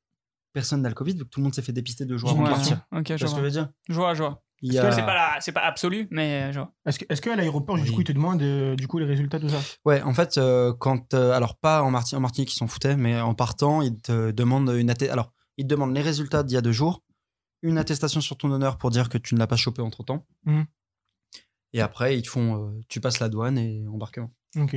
Speaker 4: personne n'a le Covid, vu que tout le monde s'est fait dépister deux jours avant de
Speaker 1: Ouais,
Speaker 4: partir.
Speaker 1: Ok,
Speaker 4: Tu
Speaker 1: je
Speaker 4: vois ce que
Speaker 1: vois.
Speaker 4: je veux dire
Speaker 1: Je vois, je vois.
Speaker 4: Il y
Speaker 1: Parce
Speaker 4: a-
Speaker 1: que C'est pas la- c'est pas absolu, mais euh, je vois.
Speaker 3: est-ce que- est-ce qu'à l'aéroport, du
Speaker 4: Oui.
Speaker 3: coup, ils te demandent euh, du coup les résultats, tout ça
Speaker 4: Ouais, en fait, euh, quand. euh, alors, pas en, Marti- en Martinique, ils s'en foutaient, mais en partant, ils te demandent une atte- Alors, ils te demandent les résultats d'il y a deux jours, une attestation sur ton honneur pour dire que tu ne l'as pas chopé entre temps.
Speaker 1: Mmh.
Speaker 3: Mhm.
Speaker 4: Et après, ils te font. euh, tu passes la douane et embarquement.
Speaker 3: Ok.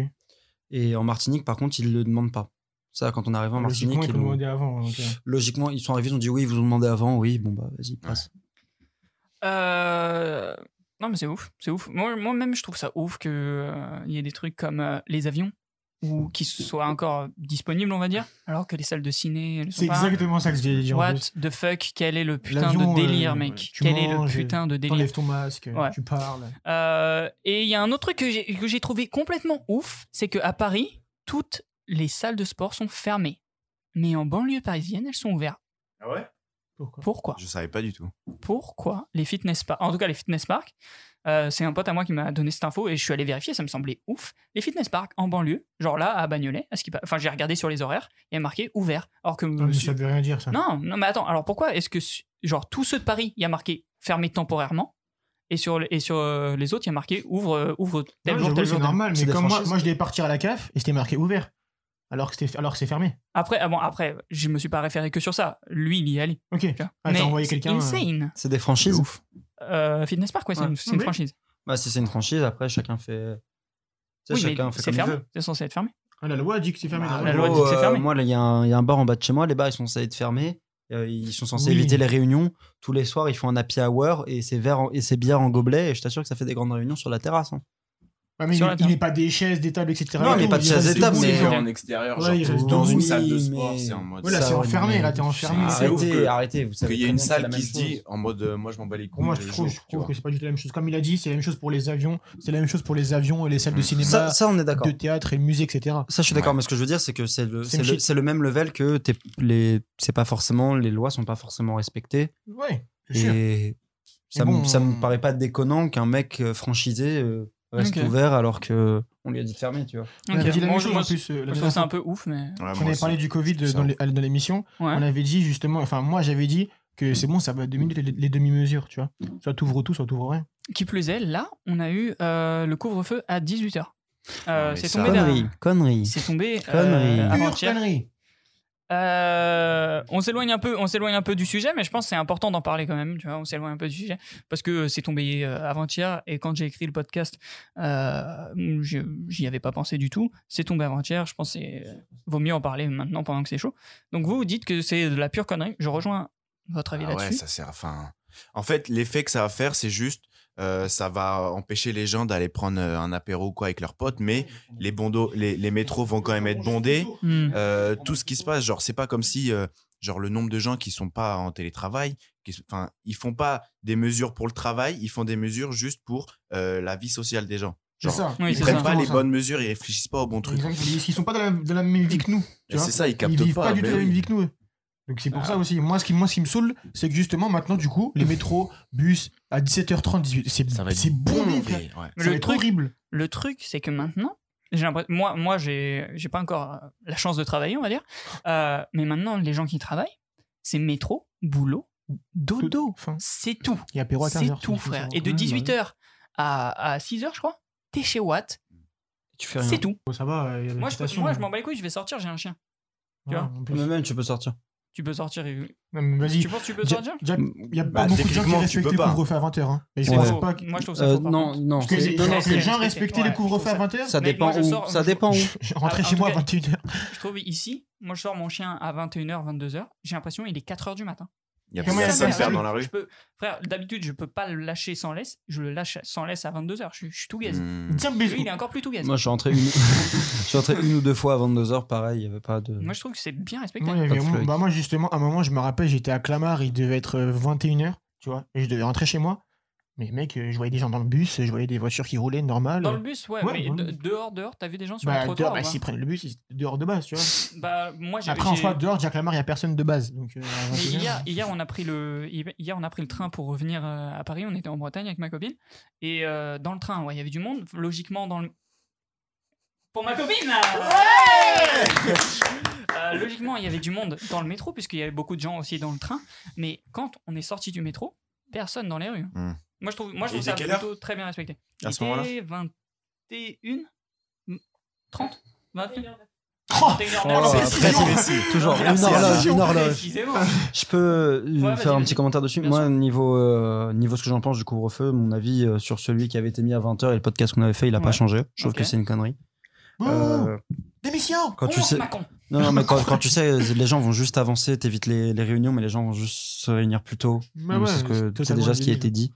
Speaker 4: Et en Martinique, par contre, ils ne le demandent pas. Ça, quand on arrive en Martinique,
Speaker 3: Logiquement, ils
Speaker 4: ils
Speaker 3: te
Speaker 4: l'ont-
Speaker 3: demandaient avant. donc, euh,
Speaker 4: logiquement, ils sont arrivés, ils ont dit oui, ils vous ont demandé avant, oui, bon, bah, vas-y, passe.
Speaker 1: Euh, Non, mais c'est ouf, c'est ouf. Moi- Moi-même, je trouve ça ouf qu'il y ait des trucs comme euh, les avions ou qui soient encore disponibles, on va dire, alors que les salles de ciné, elles sont
Speaker 3: C'est
Speaker 1: pas.
Speaker 3: exactement ça que j'ai dit. en
Speaker 1: What
Speaker 3: plus.
Speaker 1: the fuck Quel est le putain
Speaker 3: L'avion,
Speaker 1: de délire,
Speaker 3: euh,
Speaker 1: mec
Speaker 3: tu
Speaker 1: Quel est le
Speaker 3: manges,
Speaker 1: putain de délire
Speaker 3: T'enlèves ton masque,
Speaker 1: Ouais.
Speaker 3: tu parles.
Speaker 1: Euh, Et il y a un autre truc que j'ai- que j'ai trouvé complètement ouf, c'est qu'à Paris, toutes les salles de sport sont fermées. Mais en banlieue parisienne, elles sont ouvertes.
Speaker 2: Ah ouais
Speaker 3: Pourquoi
Speaker 1: Pourquoi
Speaker 2: Je savais pas du tout.
Speaker 1: Pourquoi les fitness parks En tout cas, les fitness parks, euh, c'est un pote à moi qui m'a donné cette info et je suis allé vérifier, ça me semblait ouf. Les fitness parks en banlieue, genre là à Bagnolet, à ce qui pa- enfin j'ai regardé sur les horaires, il y a marqué ouvert. Alors que
Speaker 3: Non, Ah, mais ça veut rien dire ça.
Speaker 1: non, non, mais attends, alors pourquoi est-ce que, su- genre, tous ceux de Paris, il y a marqué fermé temporairement et sur, le- et sur euh, les autres, il y a marqué ouvre, euh, ouvre tel
Speaker 3: Non,
Speaker 1: jour,
Speaker 3: j'avoue,
Speaker 1: tel
Speaker 3: c'est
Speaker 1: jour. tel-
Speaker 3: normal,
Speaker 4: c'est
Speaker 3: mais
Speaker 4: des
Speaker 3: comme moi,
Speaker 4: franchises.
Speaker 3: moi je devais partir à la CAF et c'était marqué ouvert. Alors que, c'était- alors que c'est fermé.
Speaker 1: Après, ah bon, après, je me suis pas référé que sur ça. Lui, il y allait.
Speaker 3: Ok.
Speaker 1: tu vois.
Speaker 3: Ah,
Speaker 1: mais
Speaker 3: t'as envoyé
Speaker 1: c'est
Speaker 3: quelqu'un. euh,
Speaker 1: insane.
Speaker 4: C'est des franchises
Speaker 1: Euh, Fitness Park, ouais, c'est
Speaker 4: Ouais.
Speaker 1: une, c'est une
Speaker 4: Oui.
Speaker 1: franchise.
Speaker 4: Bah, si c'est une franchise, après, chacun fait. tu sais,
Speaker 1: Oui, mais
Speaker 4: chacun fait
Speaker 1: c'est
Speaker 4: comme il
Speaker 1: fermé.
Speaker 4: veut.
Speaker 1: C'est censé être fermé.
Speaker 3: ah, la loi a dit que c'est fermé.
Speaker 4: Bah,
Speaker 3: normalement.
Speaker 1: la loi
Speaker 4: en
Speaker 1: dit que c'est
Speaker 4: gros,
Speaker 1: fermé.
Speaker 4: euh, Moi, là, il y, a un il y a un bar en bas de chez moi, les bars, ils sont censés être fermés. Euh, ils sont censés
Speaker 3: Oui.
Speaker 4: éviter les réunions. Tous les soirs, ils font un happy hour et c'est verre en- et c'est bière en gobelet. Et je t'assure que ça fait des grandes réunions sur la terrasse. hein.
Speaker 3: Ouais, mais
Speaker 1: Sur
Speaker 3: il-
Speaker 1: la
Speaker 3: il
Speaker 1: terre.
Speaker 3: n'est pas des chaises, des tables, etc.
Speaker 4: Non,
Speaker 3: et
Speaker 4: mais
Speaker 3: tout,
Speaker 4: pas de
Speaker 3: il
Speaker 4: chaises
Speaker 3: reste
Speaker 4: et tables,
Speaker 3: debout,
Speaker 4: mais-
Speaker 3: les gens.
Speaker 2: en extérieur,
Speaker 3: Ouais,
Speaker 2: genre,
Speaker 3: il reste
Speaker 2: dans
Speaker 3: debout.
Speaker 2: une
Speaker 3: Oui,
Speaker 2: salle de
Speaker 4: mais-
Speaker 2: sport, c'est en mode.
Speaker 3: Ouais, là,
Speaker 4: Ça,
Speaker 3: c'est
Speaker 4: on
Speaker 3: enfermé,
Speaker 4: est-
Speaker 3: là, t'es enfermé.
Speaker 2: Ah, c'est ouf
Speaker 4: Arrêtez,
Speaker 2: que-
Speaker 4: arrêtez. Vous savez
Speaker 2: Qu'il y a
Speaker 4: très
Speaker 2: une
Speaker 4: bien que c'est
Speaker 2: salle
Speaker 4: la
Speaker 2: qui
Speaker 4: même
Speaker 2: se
Speaker 4: chose.
Speaker 2: dit en mode euh, moi je m'en bats les couilles.
Speaker 3: Pour moi,
Speaker 2: tous
Speaker 3: je
Speaker 2: les
Speaker 3: trouve,
Speaker 2: jours,
Speaker 3: je
Speaker 2: tu
Speaker 3: trouve
Speaker 2: vois.
Speaker 3: que c'est pas du tout la même chose. Comme il a dit, c'est la même chose pour les avions, c'est la même chose pour les avions et les salles de
Speaker 2: Mm.
Speaker 3: cinéma,
Speaker 4: Ça, ça, on est d'accord.
Speaker 3: de théâtre et musée, etc.
Speaker 4: Ça, je suis d'accord, mais ce que je veux dire, c'est que c'est le,
Speaker 3: C'est
Speaker 4: c'est
Speaker 3: une
Speaker 4: le,
Speaker 3: shit.
Speaker 4: c'est le même level que t'es- les, c'est pas forcément, les lois sont pas forcément respectées.
Speaker 3: Ouais, c'est sûr.
Speaker 4: Et ça,
Speaker 3: Mais
Speaker 4: me-
Speaker 3: bon,
Speaker 4: ça
Speaker 3: on-
Speaker 1: euh,
Speaker 4: me paraît pas déconnant qu'un mec euh, franchisé euh, reste
Speaker 1: Ok.
Speaker 4: ouvert alors que on lui a dit de fermer, tu vois.
Speaker 3: On
Speaker 1: Ok.
Speaker 3: avait dit la
Speaker 1: Moi,
Speaker 3: même
Speaker 1: je-
Speaker 3: chose
Speaker 1: moi,
Speaker 3: en plus. euh, la
Speaker 1: je
Speaker 3: dernière
Speaker 1: trouve ça
Speaker 3: fois.
Speaker 1: un Hein peu ouf, mais.
Speaker 2: Ouais,
Speaker 3: Quand
Speaker 2: moi
Speaker 3: on avait
Speaker 2: aussi.
Speaker 3: parlé du Covid
Speaker 2: Ça.
Speaker 3: dans les- dans l'émission,
Speaker 1: Ouais.
Speaker 3: on avait dit justement, enfin moi j'avais dit
Speaker 1: Mm.
Speaker 3: que c'est bon, ça va deux minutes les, les demi-mesures, tu vois. Soit t'ouvres tout, soit t'ouvres rien.
Speaker 1: Qui plus est, là, on a eu euh, le couvre-feu à 18h.
Speaker 4: Ah,
Speaker 2: Non, mais
Speaker 1: c'est
Speaker 2: ça-
Speaker 1: tombé
Speaker 4: Connerie,
Speaker 1: derrière.
Speaker 4: connerie.
Speaker 1: C'est tombé euh,
Speaker 4: Connerie.
Speaker 1: avant-hier.
Speaker 3: connerie.
Speaker 1: Euh, on s'éloigne un peu, on s'éloigne un peu du sujet, mais je pense que c'est important d'en parler quand même. Tu vois, on s'éloigne un peu du sujet parce que c'est tombé euh, avant-hier et quand j'ai écrit le podcast, euh, je- j'y avais pas pensé du tout. C'est tombé avant-hier. Je pense que c'est- euh, vaut mieux en parler maintenant pendant que c'est chaud. Donc vous, vous dites que c'est de la pure connerie. Je rejoins votre avis
Speaker 2: Ah ouais,
Speaker 1: là-dessus.
Speaker 2: ça sert. Enfin, en fait, l'effet que ça va faire, c'est juste, euh, ça va empêcher les gens d'aller prendre euh, un apéro ou quoi avec leurs potes, mais les bondos, les, les métros vont quand même être bondés.
Speaker 1: Hmm.
Speaker 2: Euh, tout ce qui se passe, genre, c'est pas comme si, euh, genre, le nombre de gens qui sont pas en télétravail, qui s- enfin, ils font pas des mesures pour le travail, ils font des mesures juste pour euh, la vie sociale des gens.
Speaker 3: C'est
Speaker 2: Genre,
Speaker 3: ça.
Speaker 1: Oui,
Speaker 2: ils
Speaker 1: c'est
Speaker 2: prennent
Speaker 1: ça.
Speaker 2: pas les
Speaker 3: Exactement ça.
Speaker 2: bonnes mesures, ils réfléchissent pas au bon truc.
Speaker 3: Ils ils sont pas dans la, dans la même vie que nous. tu
Speaker 2: Et
Speaker 3: vois.
Speaker 2: C'est ça, ils captent
Speaker 3: Ils vivent pas,
Speaker 2: pas
Speaker 3: du tout la
Speaker 2: ben
Speaker 3: même
Speaker 2: oui. Ah.
Speaker 3: vie que nous. eux. Donc c'est pour ça aussi. Moi ce, qui, moi, ce qui me saoule, c'est que justement, maintenant, du coup, les métros, bus, à 17h30, 18 c'est
Speaker 2: Ça va être
Speaker 3: c'est bondé, frère.
Speaker 2: bondé, ouais.
Speaker 1: Mais
Speaker 3: Ça
Speaker 1: le
Speaker 3: va être
Speaker 1: truc-
Speaker 3: horrible.
Speaker 1: Le truc, c'est que maintenant, j'ai l'impression- moi, moi, j'ai, j'ai pas encore euh, la chance de travailler, on va dire. Euh, mais maintenant, les gens qui travaillent, c'est métro, boulot, dodo.
Speaker 3: Enfin,
Speaker 1: C'est tout.
Speaker 3: il y a apéro à 15
Speaker 1: C'est tout, frère. Et de
Speaker 3: bah
Speaker 1: 18h à, à 6h, je crois, t'es chez Watt.
Speaker 4: Tu fais rien.
Speaker 1: C'est tout.
Speaker 3: ça va, il y a hein.
Speaker 1: Moi, je, peux- moi,
Speaker 3: euh,
Speaker 1: je m'en bats les couilles, je vais sortir, j'ai un chien. tu vois.
Speaker 4: Mais même, tu peux sortir.
Speaker 1: Tu peux sortir. et-
Speaker 3: Vas-y.
Speaker 1: Tu penses que tu peux
Speaker 3: Ja-
Speaker 1: sortir
Speaker 3: Ja- Il y a
Speaker 2: Bah,
Speaker 3: pas beaucoup de gens qui
Speaker 2: techniquement, tu
Speaker 3: respectent
Speaker 2: peux
Speaker 3: le
Speaker 2: pas.
Speaker 3: couvre-feu à 20h. hein. Et je
Speaker 4: Ouais.
Speaker 3: pense
Speaker 1: Faux.
Speaker 3: pas que-
Speaker 1: Moi, je trouve ça
Speaker 4: Euh,
Speaker 1: faux, par
Speaker 4: non,
Speaker 1: contre.
Speaker 4: non.
Speaker 3: Parce que
Speaker 4: c'est-
Speaker 3: les-
Speaker 4: non, non,
Speaker 1: c'est-
Speaker 3: les gens
Speaker 1: c'est-
Speaker 3: respectaient
Speaker 1: ouais,
Speaker 3: le couvre-feu
Speaker 1: je trouve
Speaker 3: à 20h.
Speaker 4: Ça
Speaker 1: Mais
Speaker 4: dépend
Speaker 1: moi, je
Speaker 4: où.
Speaker 1: sors-
Speaker 4: ça
Speaker 1: je-
Speaker 4: dépend où.
Speaker 3: Je rentrais
Speaker 1: Ah,
Speaker 3: chez
Speaker 1: en
Speaker 3: moi à
Speaker 1: tout cas-
Speaker 3: 21h.
Speaker 1: Je trouve ici, moi, je sors mon chien à 21h, 22h. J'ai l'impression il est 4h du matin.
Speaker 2: Il y a
Speaker 3: Comment
Speaker 2: plus
Speaker 3: il y a
Speaker 2: personne
Speaker 3: ça
Speaker 2: faire dans la rue.
Speaker 1: Je peux- Frère, d'habitude, je peux pas le lâcher sans laisse. Je le lâche sans laisse à 22h. Je, suis- je suis tout gaze.
Speaker 2: Hmm.
Speaker 3: Tiens,
Speaker 1: Lui,
Speaker 3: baiser.
Speaker 1: il est encore plus tout gaze.
Speaker 4: Moi, je suis rentré une, *laughs* je suis rentré une ou deux fois à 22h, pareil, il y avait pas de.
Speaker 1: Moi, je trouve que c'est bien respecté.
Speaker 3: Moi, il y avait-
Speaker 4: Pas de flux.
Speaker 3: bah, moi, justement, à un moment, je me rappelle, j'étais à Clamart, il devait être euh, 21h, tu vois, et je devais rentrer chez moi. Mais mec, euh, je voyais des gens dans le bus, je voyais des voitures qui roulaient normal.
Speaker 1: Dans le bus, ouais,
Speaker 3: Ouais,
Speaker 1: mais
Speaker 3: dans le
Speaker 1: de-
Speaker 3: bus.
Speaker 1: dehors, dehors, t'as vu des gens sur le
Speaker 3: bah,
Speaker 1: trottoir
Speaker 3: dehors, bah,
Speaker 1: ou pas
Speaker 3: s'ils prennent le bus, ils étaient dehors de base, tu vois.
Speaker 1: Bah, moi, j'ai-
Speaker 3: Après, en
Speaker 1: j'ai-
Speaker 3: soi, dehors, Jack Lamar, il n'y a personne de base. Donc, euh, à
Speaker 1: Mais
Speaker 3: 21h,
Speaker 1: hier, hier, on a pris le, hier, on a pris le train pour revenir euh, à Paris. On était en Bretagne avec ma copine. Et euh, dans le train, ouais, il y avait du monde. Logiquement, dans le. Pour ma copine là Euh, Logiquement, il y avait du monde dans le métro, puisqu'il y avait beaucoup de gens aussi dans le train. Mais quand on est sorti du métro, personne dans les rues.
Speaker 2: Hmm.
Speaker 1: Moi, je trouve, moi, je
Speaker 2: Et
Speaker 1: trouve
Speaker 2: il
Speaker 1: ça
Speaker 2: était quelle heure
Speaker 1: plutôt très bien respecté.
Speaker 2: À
Speaker 1: il
Speaker 2: ce moment-là
Speaker 1: était 21 30 21
Speaker 3: Oh,
Speaker 4: Oh,
Speaker 3: c'est
Speaker 4: après,
Speaker 3: sûr.
Speaker 4: c'est- toujours.
Speaker 2: Merci,
Speaker 4: Une horloge, une horloge.
Speaker 1: Précisément.
Speaker 4: Je peux euh,
Speaker 1: Ouais, vas-y,
Speaker 4: faire un
Speaker 1: vas-y.
Speaker 4: petit commentaire dessus.
Speaker 1: Bien
Speaker 4: Moi,
Speaker 1: sûr.
Speaker 4: niveau, euh, niveau ce que j'en pense du couvre-feu, mon avis euh, sur celui qui avait été mis à 20h et le podcast qu'on avait fait, il n'a
Speaker 1: Ouais.
Speaker 4: pas changé. Je trouve
Speaker 1: Ok. Oh
Speaker 4: que c'est une connerie.
Speaker 3: Bouh,
Speaker 4: Euh,
Speaker 3: Démission
Speaker 4: quand tu
Speaker 1: On
Speaker 4: sais,
Speaker 1: se macon.
Speaker 4: non, non, mais quand, quand tu sais, les gens vont juste avancer, t'évites les, les réunions, mais les gens vont juste se réunir plus tôt.
Speaker 3: Bah
Speaker 4: Donc,
Speaker 3: ouais,
Speaker 4: c'est ce que-
Speaker 3: c'est
Speaker 4: c'est
Speaker 3: totalement
Speaker 4: déjà ce qui a
Speaker 3: débile.
Speaker 4: été dit.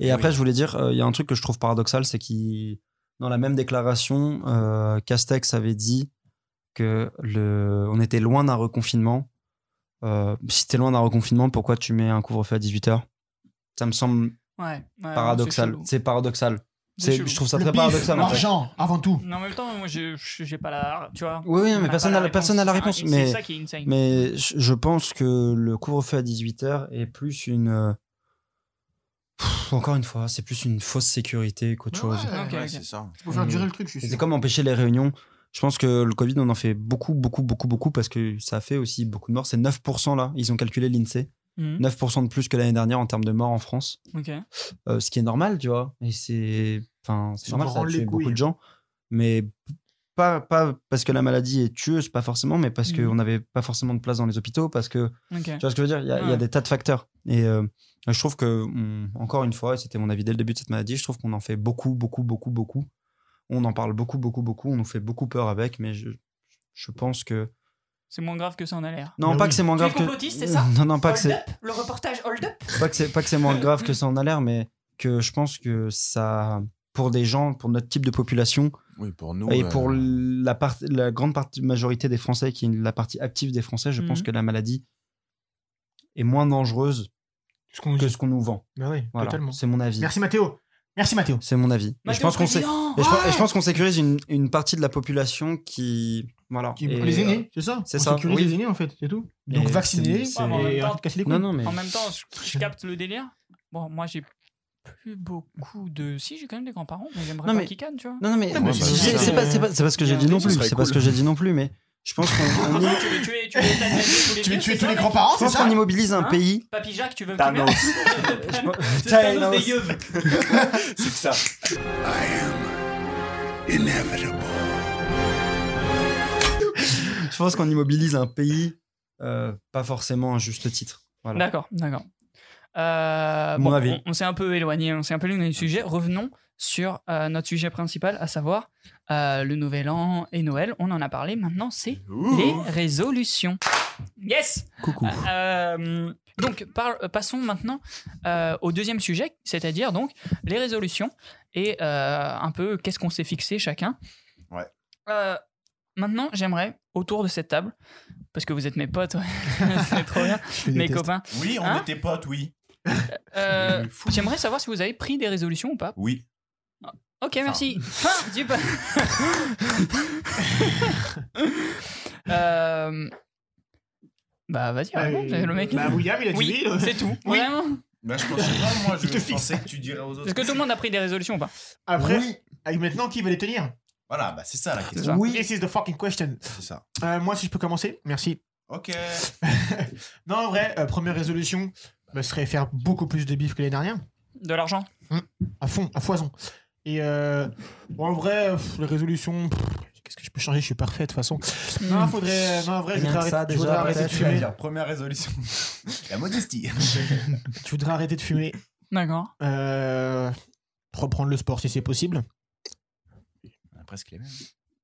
Speaker 4: Et après, je voulais dire, euh, il y a un truc que je trouve paradoxal, c'est qu'il, dans la même déclaration, euh, Castex avait dit que le, on était loin d'un reconfinement. Euh, si t'es loin d'un reconfinement, pourquoi tu mets un couvre-feu à 18h Ça me semble
Speaker 1: Ouais, ouais, non, Ah, c'est
Speaker 4: paradoxal.
Speaker 1: chelou.
Speaker 4: C'est paradoxal. C'est-
Speaker 1: chelou.
Speaker 4: Je trouve ça
Speaker 3: Le
Speaker 4: très
Speaker 3: bif,
Speaker 4: paradoxal. en fait.
Speaker 3: L'argent, avant tout.
Speaker 1: Non, en même temps, moi, je- je- j'ai pas la. Tu vois
Speaker 4: Oui, oui,
Speaker 1: on
Speaker 4: mais personne
Speaker 1: pas
Speaker 4: n'a la, personne n'a la réponse.
Speaker 1: Ah, et
Speaker 4: Mais,
Speaker 1: C'est ça qui est insane.
Speaker 4: mais je je pense que le couvre-feu à 18h est plus une. euh, pff, Encore une fois, c'est plus une fausse sécurité qu'autre
Speaker 3: Mais ouais,
Speaker 4: chose.
Speaker 1: Ok,
Speaker 2: Ouais,
Speaker 1: ok.
Speaker 2: c'est ça.
Speaker 3: Tu peux faire durer le truc, je suis
Speaker 4: Et
Speaker 3: sûr.
Speaker 4: C'est comme empêcher les réunions. Je pense que le Covid, on en fait beaucoup, beaucoup, beaucoup, beaucoup parce que ça fait aussi beaucoup de morts. C'est 9% là. Ils ont calculé l'INSEE.
Speaker 3: Mmh.
Speaker 1: Mhm.
Speaker 4: 9% de plus que l'année dernière en termes de morts en France.
Speaker 1: Ok.
Speaker 4: Euh, ce qui est normal, tu vois. Et c'est. Enfin, c'est
Speaker 3: Ça
Speaker 4: normal,
Speaker 3: me
Speaker 4: ça a
Speaker 3: rend les
Speaker 4: tué beaucoup
Speaker 3: couilles. hein.
Speaker 4: de gens. Mais pas, pas parce que la maladie est tueuse, pas forcément, mais parce
Speaker 3: Mmh.
Speaker 1: Mhm.
Speaker 4: qu'on n'avait pas forcément de place dans les hôpitaux, parce que
Speaker 1: Ok.
Speaker 4: tu vois ce que je veux dire Il y, a- il y
Speaker 1: Ouais.
Speaker 4: a des tas de facteurs. Et euh, je trouve que, on- encore une fois, et c'était mon avis dès le début de cette maladie, je trouve qu'on en fait beaucoup, beaucoup, beaucoup, beaucoup. On en parle beaucoup, beaucoup, beaucoup. On nous fait beaucoup peur avec, mais je, je pense que.
Speaker 1: C'est moins grave que ça en a l'air.
Speaker 4: Non,
Speaker 3: Mais
Speaker 4: pas
Speaker 3: oui.
Speaker 4: que c'est moins
Speaker 1: Tu es
Speaker 4: grave que.
Speaker 1: complotiste, c'est ça
Speaker 4: *laughs* Non, non, pas que
Speaker 1: Hold
Speaker 4: c'est
Speaker 1: up Le reportage Hold up
Speaker 4: *laughs* pas que c'est pas que c'est moins grave que ça en a l'air, mais que je pense que ça. Pour des gens, pour notre type de population,
Speaker 2: Oui, pour nous.
Speaker 4: et
Speaker 2: euh,
Speaker 4: pour la, part- la grande partie, majorité des Français, qui est la partie active des Français, je pense
Speaker 1: Mhm.
Speaker 4: que la maladie est moins dangereuse
Speaker 3: Ce qu'on
Speaker 4: que
Speaker 3: dit.
Speaker 4: ce qu'on nous vend.
Speaker 3: Bah oui,
Speaker 4: Voilà,
Speaker 3: totalement.
Speaker 4: c'est mon avis.
Speaker 3: Merci Mathéo. Merci Mathéo.
Speaker 4: C'est mon avis. Et je pense qu'on sait. Et je, pense- et je pense qu'on sécurise une, une partie de la population qui. Voilà.
Speaker 3: Qui-
Speaker 4: Et- euh,
Speaker 3: les aînés, c'est ça
Speaker 4: c'est
Speaker 3: On
Speaker 4: ça,
Speaker 3: sécurise
Speaker 4: oui.
Speaker 3: les aînés en fait, c'est tout. Donc
Speaker 4: c'est-
Speaker 3: vacciner
Speaker 4: c'est-
Speaker 3: et
Speaker 1: Ouais, mais en même temps-
Speaker 3: arrêter de casser les couilles.
Speaker 4: Non, non, mais.
Speaker 1: En même temps, je, je capte le délire. Bon, moi, j'ai plus beaucoup de. Si, j'ai quand même des grands-parents, mais j'aimerais
Speaker 4: Non,
Speaker 1: pas
Speaker 4: mais-
Speaker 1: qu'ils canent, tu vois.
Speaker 4: Non, non, mais.
Speaker 3: Ouais, mais
Speaker 4: c'est- c'est
Speaker 2: bah, ça.
Speaker 4: c'est pas, c'est pas, c'est pas ce que j'ai dit non
Speaker 2: Ce
Speaker 4: plus.
Speaker 2: serait
Speaker 4: C'est pas
Speaker 2: cool.
Speaker 4: ce que j'ai dit non plus, mais je pense
Speaker 1: *laughs*
Speaker 4: qu'on. on
Speaker 1: Tu
Speaker 4: im-
Speaker 1: veux tuer, tu veux
Speaker 4: *laughs*
Speaker 1: éteindre la vie de tous les
Speaker 3: Tu veux
Speaker 1: vieux,
Speaker 3: tuer
Speaker 1: c'est
Speaker 3: tous
Speaker 1: ça,
Speaker 3: les
Speaker 1: mec
Speaker 3: grands-parents,
Speaker 4: je
Speaker 3: c'est
Speaker 4: pense
Speaker 3: ça
Speaker 4: qu'on immobilise un
Speaker 1: Hein
Speaker 4: pays.
Speaker 1: Papy Jacques, tu veux que
Speaker 2: Thanos.
Speaker 4: *laughs*
Speaker 1: merde C'est *laughs* Thanos
Speaker 4: Thanos.
Speaker 1: des yeux.
Speaker 2: C'est ça.
Speaker 4: Je pense qu'on immobilise un pays, euh, pas forcément à juste titre. Voilà.
Speaker 1: D'accord, d'accord. Euh,
Speaker 4: Mon
Speaker 1: bon,
Speaker 4: avis.
Speaker 1: on, on s'est un peu éloigné, on s'est un peu éloigné du sujet. Revenons sur euh, notre sujet principal, à savoir euh, le Nouvel An et Noël. On en a parlé. Maintenant, c'est les résolutions. Yes.
Speaker 4: Coucou.
Speaker 1: Euh, donc, par- passons maintenant euh, au deuxième sujet, c'est-à-dire donc les résolutions et euh, un peu qu'est-ce qu'on s'est fixé chacun.
Speaker 2: Ouais.
Speaker 1: Euh, maintenant, j'aimerais autour de cette table, parce que vous êtes mes potes, *laughs* c'est trop
Speaker 4: *laughs*
Speaker 1: bien, mes copains.
Speaker 2: Oui, on
Speaker 1: Hein
Speaker 2: était potes, oui.
Speaker 1: Euh, J'aimerais savoir si vous avez pris des résolutions ou pas.
Speaker 2: Oui.
Speaker 1: Ok, merci. Fin du
Speaker 3: *laughs*
Speaker 1: po- Euh, Bah, vas-y, raconte,
Speaker 3: Euh,
Speaker 1: le mec.
Speaker 3: Bah, William, il a dit
Speaker 1: Oui,
Speaker 3: oui.
Speaker 1: c'est tout.
Speaker 3: Oui.
Speaker 1: Vraiment.
Speaker 2: Bah, *laughs* je pensais pas, moi, je,
Speaker 3: Je te fixe.
Speaker 2: pensais que tu dirais aux autres.
Speaker 1: Est-ce que tout le monde a pris des résolutions ou pas
Speaker 3: Après, avec maintenant, qui va les tenir
Speaker 2: Voilà, bah, c'est ça la
Speaker 1: C'est
Speaker 2: question.
Speaker 1: ça.
Speaker 3: This is the fucking question.
Speaker 2: C'est ça.
Speaker 3: Euh, moi, si je peux commencer, merci.
Speaker 2: Ok.
Speaker 3: non, en vrai, euh, première résolution, bah, ce serait faire beaucoup plus de bif que l'année dernière.
Speaker 1: De l'argent
Speaker 3: À fond, à foison. Et euh, bon, en vrai, pff, les résolutions, pff, qu'est-ce que je peux changer Je suis parfait de toute façon.
Speaker 1: Hmm.
Speaker 3: Non, faudrait. euh, Non, en vrai, je
Speaker 4: Hmm. Rien
Speaker 3: voudrais
Speaker 4: que ça,
Speaker 3: arrêter, je
Speaker 4: déjà,
Speaker 3: voudrais arrêter de
Speaker 4: peut-être,
Speaker 3: fumer.
Speaker 2: première résolution. *laughs* la *laughs* modestie.
Speaker 3: Je voudrais arrêter de fumer.
Speaker 1: D'accord.
Speaker 3: Euh, reprendre le sport si c'est possible.
Speaker 2: On a presque les mêmes.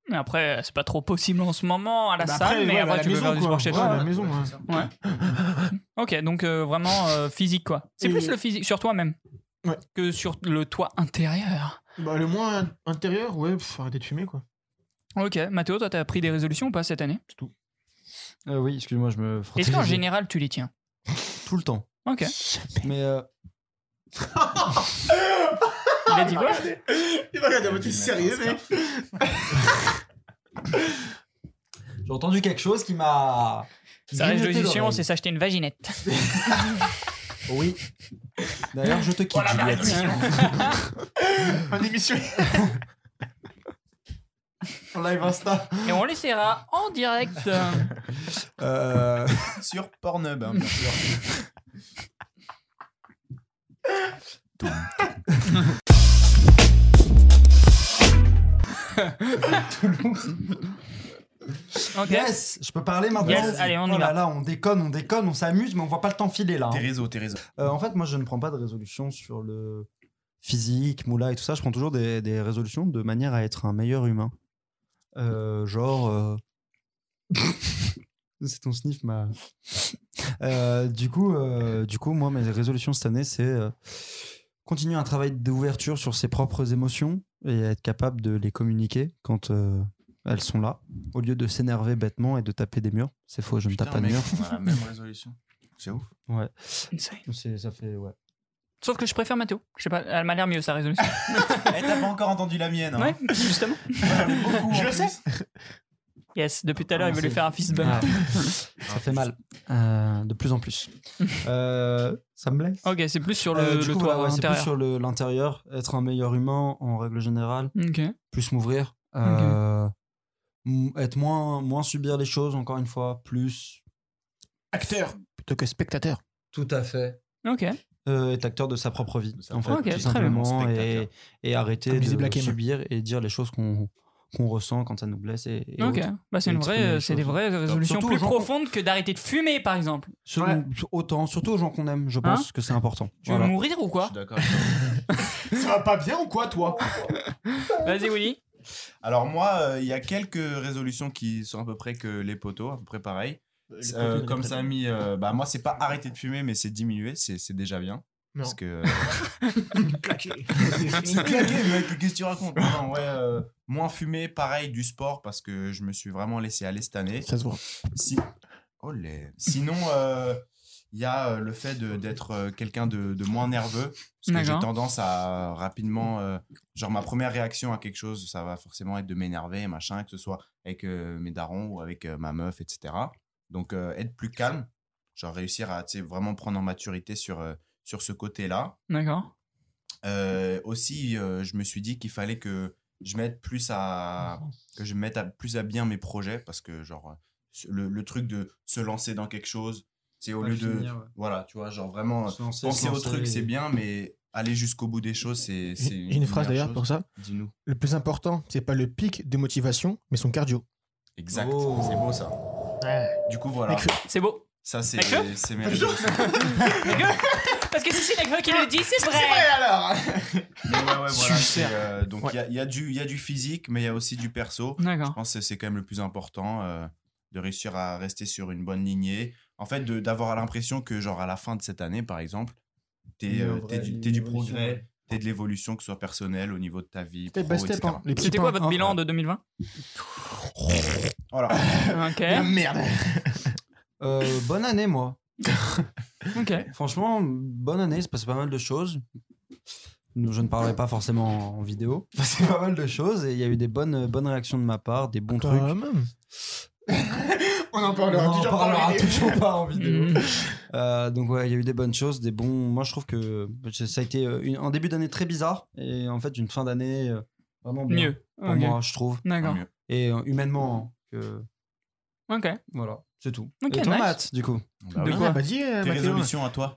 Speaker 1: Mais après, euh, c'est pas trop possible en ce moment à la
Speaker 3: Bah
Speaker 1: salle,
Speaker 3: après,
Speaker 1: mais
Speaker 3: ouais, bah, à
Speaker 1: après,
Speaker 3: la
Speaker 1: tu peux
Speaker 3: maison,
Speaker 1: faire du
Speaker 3: quoi.
Speaker 1: sport chez
Speaker 3: Ouais,
Speaker 1: toi.
Speaker 3: à
Speaker 2: Ah,
Speaker 3: la maison.
Speaker 2: hein.
Speaker 3: ouais.
Speaker 1: Ouais. Ok, donc euh, vraiment euh, physique, quoi. C'est
Speaker 3: Et-
Speaker 1: plus le physique sur toi-même
Speaker 3: Ouais.
Speaker 1: que sur le toit intérieur.
Speaker 3: Bah, le moins intérieur, ouais, pff, arrêter de fumer, quoi.
Speaker 1: Ok, Mathéo, toi, t'as pris des résolutions ou pas cette année
Speaker 4: Euh, oui, excuse-moi, je me frottais
Speaker 1: Est-ce qu'en
Speaker 4: les yeux.
Speaker 1: général, tu les tiens
Speaker 4: Tout le temps.
Speaker 1: Ok.
Speaker 4: Mais euh,
Speaker 1: Il
Speaker 4: Ah,
Speaker 1: a dit quoi
Speaker 3: Il va regarder,
Speaker 2: t'es sérieux, mec
Speaker 4: j'ai entendu quelque chose qui m'a. qui
Speaker 1: Sa
Speaker 4: grignotait
Speaker 1: résolution,
Speaker 4: l'oreille.
Speaker 1: c'est s'acheter une
Speaker 4: *laughs*
Speaker 1: vaginette.
Speaker 4: Oui. D'ailleurs, je te quitte, Juliette.
Speaker 3: En émission. en live Insta.
Speaker 1: Et on les serra en
Speaker 4: *laughs*
Speaker 1: direct.
Speaker 4: Euh,
Speaker 2: *laughs* Sur Pornhub, hein, bien sûr.
Speaker 1: Ok.
Speaker 4: Yes, je peux parler maintenant.
Speaker 1: Yes, allez, on y
Speaker 4: Oh
Speaker 1: va.
Speaker 4: là là, on déconne, on déconne, on s'amuse, mais on voit pas le temps filer là. hein.
Speaker 2: Tes réseaux, tes réseaux.
Speaker 4: Euh, en fait, moi, je ne prends pas de résolution sur le physique, moula et tout ça. Je prends toujours des, des résolutions de manière à être un meilleur humain. Euh, genre. euh, *laughs* c'est ton sniff, ma. Euh, du, coup, euh, du coup, moi, mes résolutions cette année, c'est euh, continuer un travail d'ouverture sur ses propres émotions et être capable de les communiquer quand euh, elles sont là, au lieu de s'énerver bêtement et de taper des murs. C'est faux, je ne tape pas de murs.
Speaker 2: On a la même résolution. C'est ouf.
Speaker 4: C'est- Ça fait, ouais.
Speaker 1: Sauf que je préfère Mathéo. Je sais pas, elle m'a l'air mieux sa résolution.
Speaker 8: Eh, t'as pas encore entendu la mienne. Hein.
Speaker 1: Ouais, justement.
Speaker 8: Beaucoup,
Speaker 3: Je
Speaker 8: en
Speaker 3: le sais.
Speaker 8: plus.
Speaker 1: Yes, depuis tout à l'heure,
Speaker 4: Ah,
Speaker 1: il veut lui
Speaker 4: c'est-
Speaker 1: faire un fist bump.
Speaker 4: Ah, *laughs* ça fait mal. Euh, de plus en plus. Euh, ça me blesse.
Speaker 1: Ok, c'est plus sur le,
Speaker 4: Euh,
Speaker 1: le
Speaker 4: du coup,
Speaker 1: toit
Speaker 4: ouais, ouais, c'est plus
Speaker 1: intérieur.
Speaker 4: sur le- l'intérieur, être un meilleur humain en règle générale,
Speaker 1: Ok.
Speaker 4: plus m'ouvrir, euh, m- être moins, moins subir les choses, encore une fois, plus.
Speaker 3: Acteur plutôt que spectateur.
Speaker 4: Tout à fait. Euh,
Speaker 1: Ok.
Speaker 4: être acteur de sa propre vie,
Speaker 2: sa
Speaker 4: en fait,
Speaker 1: propre vie.
Speaker 4: tout
Speaker 1: Très bien.
Speaker 4: simplement,
Speaker 2: Spectateur.
Speaker 4: et, et arrêter
Speaker 3: Comme disait Black
Speaker 4: de
Speaker 3: M.
Speaker 4: subir et dire les choses qu'on qu'on ressent quand ça nous blesse. Et, et
Speaker 1: Ok.
Speaker 4: autres.
Speaker 1: Bah, c'est une
Speaker 4: exprimer
Speaker 1: vraie,
Speaker 4: les
Speaker 1: c'est des
Speaker 4: choses.
Speaker 1: vraies résolutions
Speaker 4: Surtout aux
Speaker 1: plus
Speaker 4: gens-
Speaker 1: profondes que d'arrêter de fumer, par exemple.
Speaker 4: Selon- Autant, surtout aux gens qu'on aime, je pense que c'est important.
Speaker 1: Hein Tu
Speaker 4: Voilà.
Speaker 1: veux mourir ou quoi
Speaker 2: d'accord.
Speaker 3: Ça va pas bien ou quoi, toi
Speaker 1: Vas-y, Willy.
Speaker 2: Alors moi, euh, il y a quelques résolutions qui sont à peu près que les poteaux, à peu près pareil. *laughs* Euh,
Speaker 3: *laughs*
Speaker 2: comme ça a mis, euh, bah moi c'est pas arrêter de fumer, mais c'est diminuer, c'est c'est déjà bien.
Speaker 3: Non.
Speaker 2: Parce que
Speaker 3: *laughs* Claqué.
Speaker 2: c'est claqué, mec. Qu'est-ce que tu racontes Non, ouais, euh, moins fumer, pareil du sport parce que je me suis vraiment laissé aller cette année.
Speaker 3: Ça se voit.
Speaker 2: Si... Oh, les- Sinon, euh, il y a euh, le fait de- d'être euh, quelqu'un de, de moins nerveux. Parce que j'ai
Speaker 1: D'accord.
Speaker 2: tendance à rapidement. euh, genre, ma première réaction à quelque chose, ça va forcément être de m'énerver, machin, que ce soit avec euh, mes darons ou avec euh, ma meuf, etc. Donc, euh, être plus calme. Genre, réussir à tu sais, vraiment prendre en maturité sur, euh, sur ce côté-là.
Speaker 1: D'accord.
Speaker 2: Euh, aussi, euh, je me suis dit qu'il fallait que je mette plus à que je mette à, plus à bien mes projets parce que genre euh, le, le truc de se lancer dans quelque chose, c'est au lieu de voilà, tu vois, genre vraiment euh,
Speaker 4: Se lancer, se
Speaker 2: penser au
Speaker 4: lancer.
Speaker 2: truc, c'est bien, mais aller jusqu'au bout des choses, c'est c'est
Speaker 3: J'ai j'ai une phrase
Speaker 2: meilleure
Speaker 3: d'ailleurs pour
Speaker 2: chose.
Speaker 3: ça.
Speaker 2: Dis-nous.
Speaker 3: Le plus important, c'est pas le pic de motivation, mais son cardio.
Speaker 2: Exact.
Speaker 4: Oh.
Speaker 2: C'est beau ça. Du coup voilà,
Speaker 3: Mec,
Speaker 1: C'est beau. ça,
Speaker 2: ça c'est
Speaker 1: Mec,
Speaker 2: c'est mes résolutions.
Speaker 1: Parce que si c'est quelqu'un qui le dit, c'est vrai.
Speaker 3: alors *laughs* Ah,
Speaker 2: Mais ouais, ouais, voilà,
Speaker 3: Super.
Speaker 2: c'est, euh, donc
Speaker 3: Ouais.
Speaker 2: il y a- il y, a du il y a du physique, mais il y a aussi du perso. Je
Speaker 1: D'accord.
Speaker 2: pense que c'est quand même le plus important euh, de réussir à rester sur une bonne lignée. En fait, de- d'avoir l'impression que, genre, à la fin de cette année, par exemple, t'es
Speaker 4: Une
Speaker 2: euh,
Speaker 4: vraie-
Speaker 2: t'es du,
Speaker 4: une
Speaker 2: t'es du
Speaker 4: évolution,
Speaker 2: progrès, t'es de l'évolution, que ce soit personnelle, au niveau de ta vie,
Speaker 3: Step
Speaker 2: pro,
Speaker 3: by step,
Speaker 2: etc.
Speaker 3: hein, les petits
Speaker 1: C'était quoi
Speaker 3: pains,
Speaker 1: votre
Speaker 3: hein.
Speaker 1: bilan de
Speaker 4: *laughs*
Speaker 1: 2020
Speaker 2: Voilà.
Speaker 1: Ok.
Speaker 3: Ah, Merde
Speaker 4: Euh, bonne année, moi.
Speaker 1: Ok.
Speaker 4: Franchement, bonne année, il se passe pas mal de choses. Je ne parlerai pas forcément en vidéo. Il se passe pas mal de choses et il y a eu des bonnes, bonnes réactions de ma part, des bons trucs.
Speaker 3: Quand même. On en
Speaker 4: On en
Speaker 3: toujours pas
Speaker 4: parlera
Speaker 3: en vidéo. Mm.
Speaker 4: toujours pas
Speaker 3: *laughs*
Speaker 4: en vidéo.
Speaker 1: Mhm.
Speaker 4: Euh, donc ouais, il y a eu des bonnes choses, des bons. Moi, je trouve que ça a été euh, une- un début d'année très bizarre et en fait une fin d'année euh, vraiment bien
Speaker 1: Mieux.
Speaker 4: pour
Speaker 1: Ok.
Speaker 4: moi, je trouve.
Speaker 1: D'accord.
Speaker 2: Mieux.
Speaker 4: Et euh, humainement, hein, que
Speaker 1: Ok.
Speaker 4: voilà, c'est tout.
Speaker 1: Ok,
Speaker 4: et toi,
Speaker 1: nice.
Speaker 4: Matt, du coup,
Speaker 2: Bah
Speaker 1: De
Speaker 2: oui.
Speaker 1: quoi
Speaker 3: Ah, bah dis, euh,
Speaker 2: Tes
Speaker 3: Mathéo.
Speaker 2: résolutions à toi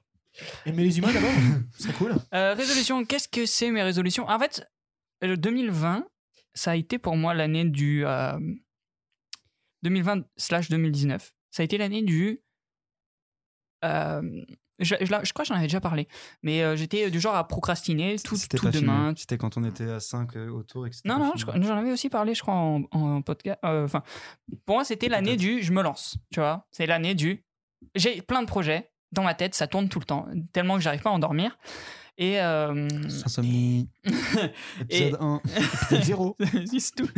Speaker 3: Aimer les humains d'abord
Speaker 2: *laughs*
Speaker 3: C'est cool.
Speaker 1: Euh, résolution, qu'est-ce que c'est mes résolutions En fait, le 2020, ça a été pour moi l'année du euh, 2020/2019. Ça a été l'année du. euh, je, je la- je crois que j'en avais déjà parlé, mais euh, j'étais du genre à procrastiner tout,
Speaker 4: C'était
Speaker 1: tout
Speaker 4: pas fini.
Speaker 1: demain.
Speaker 4: C'était quand on était à 5 autour. et que c'était
Speaker 1: Non,
Speaker 4: pas
Speaker 1: non,
Speaker 4: fini.
Speaker 1: je crois- j'en avais aussi parlé, je crois, en, en podcast. euh, Enfin, pour moi, c'était l'année du je me lance, tu vois. C'est l'année du j'ai plein de projets dans ma tête, ça tourne tout le temps, tellement que j'arrive pas à en dormir. Et euh, *laughs*
Speaker 4: Insomnie. Épisode 1.
Speaker 3: C'était zéro.
Speaker 1: Si, c'est tout.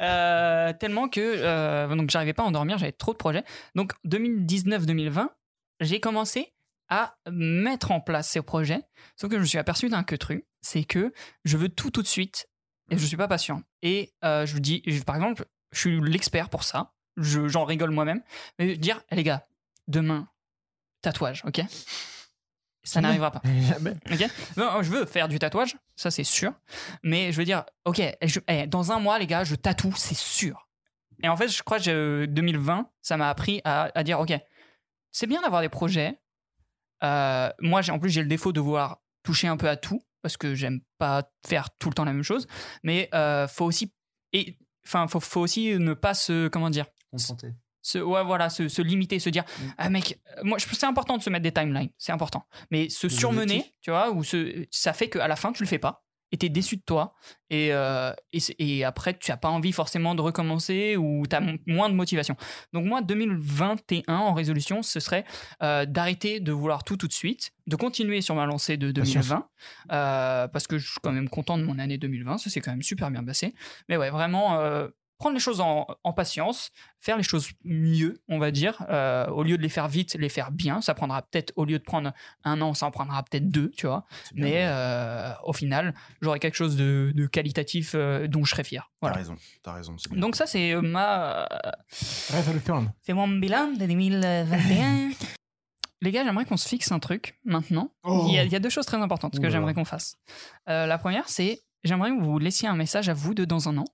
Speaker 1: Euh, tellement que euh, donc j'arrivais pas à endormir, j'avais trop de projets. Donc 2019-2020, j'ai commencé à mettre en place ces projets. Sauf que je me suis aperçu d'un que truc, c'est que je veux tout tout de suite et je suis pas patient. Et euh, je vous dis, je- par exemple, je suis l'expert pour ça. Je- J'en rigole moi-même, mais dire Eh les gars, demain tatouage, ok Ça n'arrivera pas.
Speaker 3: *laughs* Jamais.
Speaker 1: Ok. Non, je veux faire du tatouage, ça c'est sûr. Mais je veux dire, ok, je- eh, dans un mois, les gars, je tatoue, c'est sûr. Et en fait, je crois que euh, je- 2020, ça m'a appris à, à dire, ok, c'est bien d'avoir des projets. Euh, moi, j'ai- en plus, j'ai le défaut de vouloir toucher un peu à tout parce que j'aime pas faire tout le temps la même chose. Mais euh, faut aussi, et enfin, faut, faut aussi ne pas se, comment dire, *laughs*
Speaker 4: Contenté.
Speaker 1: se, ouais, voilà, se, se limiter, se dire,
Speaker 4: Mm.
Speaker 1: ah mec, euh, moi, je- c'est important de se mettre des timelines, c'est important. Mais se
Speaker 4: Des
Speaker 1: surmener,
Speaker 4: objectifs.
Speaker 1: tu vois, ou se, ça fait qu'à la fin, tu le fais pas, et t'es déçu de toi, et, euh, et, c'est- et après, tu as pas envie forcément de recommencer, ou t'as mo- moins de motivation. Donc moi, 2021, en résolution, ce serait euh, d'arrêter de vouloir tout tout de suite, de continuer sur ma lancée de 2020, euh, parce que je suis quand même content de mon année 2020, ça s'est quand même super bien passé. Mais ouais, vraiment... euh, prendre les choses en, en patience, faire les choses mieux, on va dire, euh, au lieu de les faire vite, les faire bien. Ça prendra peut-être, au lieu de prendre un an, ça en prendra peut-être deux, tu vois. Mais euh, au final, j'aurai quelque chose de, de qualitatif euh, dont je serai fier. Voilà.
Speaker 2: T'as raison, t'as raison. c'est bien.
Speaker 1: Donc ça, c'est euh, ma...
Speaker 3: Rêve à le faire.
Speaker 1: C'est mon bilan de 2021. Les gars, j'aimerais qu'on se fixe un truc maintenant.
Speaker 3: Oh.
Speaker 1: Il, y a, il y a deux choses très importantes que
Speaker 4: Oula.
Speaker 1: j'aimerais qu'on fasse. Euh, la première, c'est j'aimerais que vous laissiez un message à vous de dans un an.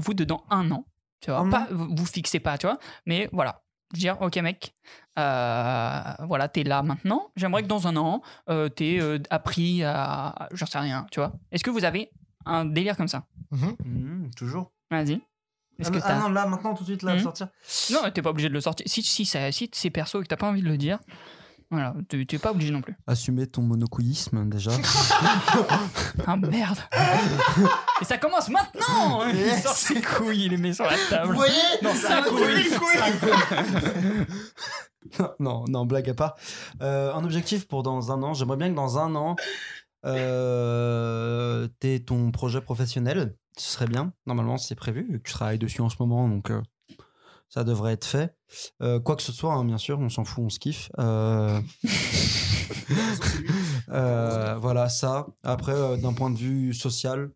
Speaker 1: Vous de dans un an. Tu vois,
Speaker 3: Un
Speaker 1: pas, vous vous fixez pas, tu vois. Mais voilà. Dire, ok mec, euh, voilà, t'es là maintenant. J'aimerais que dans un an, euh, t'aies euh, appris à. J'en sais rien, tu vois. Est-ce que vous avez un délire comme ça
Speaker 3: Mhm.
Speaker 4: Hmm,
Speaker 6: Mmh, toujours.
Speaker 1: Vas-y. Est-ce
Speaker 6: ah,
Speaker 4: bah,
Speaker 1: que
Speaker 6: non,
Speaker 1: t'as-
Speaker 6: ah non, là, maintenant, tout de suite, là,
Speaker 1: Mhm.
Speaker 6: sortir.
Speaker 1: non, mais t'es pas obligé de le sortir. Si, si, ça- si c'est perso et que t'as pas envie de le dire, voilà, tu- t'es pas obligé non plus.
Speaker 4: Assumer ton monocouillisme déjà.
Speaker 1: *laughs* Ah merde Et ça commence maintenant Il
Speaker 6: Yes.
Speaker 1: sort ses couilles, il les met sur la table.
Speaker 6: voyez
Speaker 1: Non, ça couille
Speaker 4: non, non, blague à part. Euh, un objectif pour dans un an. J'aimerais bien que dans un an, euh, t'aies ton projet professionnel. Ce serait bien. Normalement, c'est prévu. vu que Tu travailles dessus en ce moment, donc euh, ça devrait être fait. Euh, quoi que ce soit, hein, bien sûr, on s'en fout, on se kiffe. Euh, *laughs* euh, voilà, ça. Après, euh, d'un point de vue social,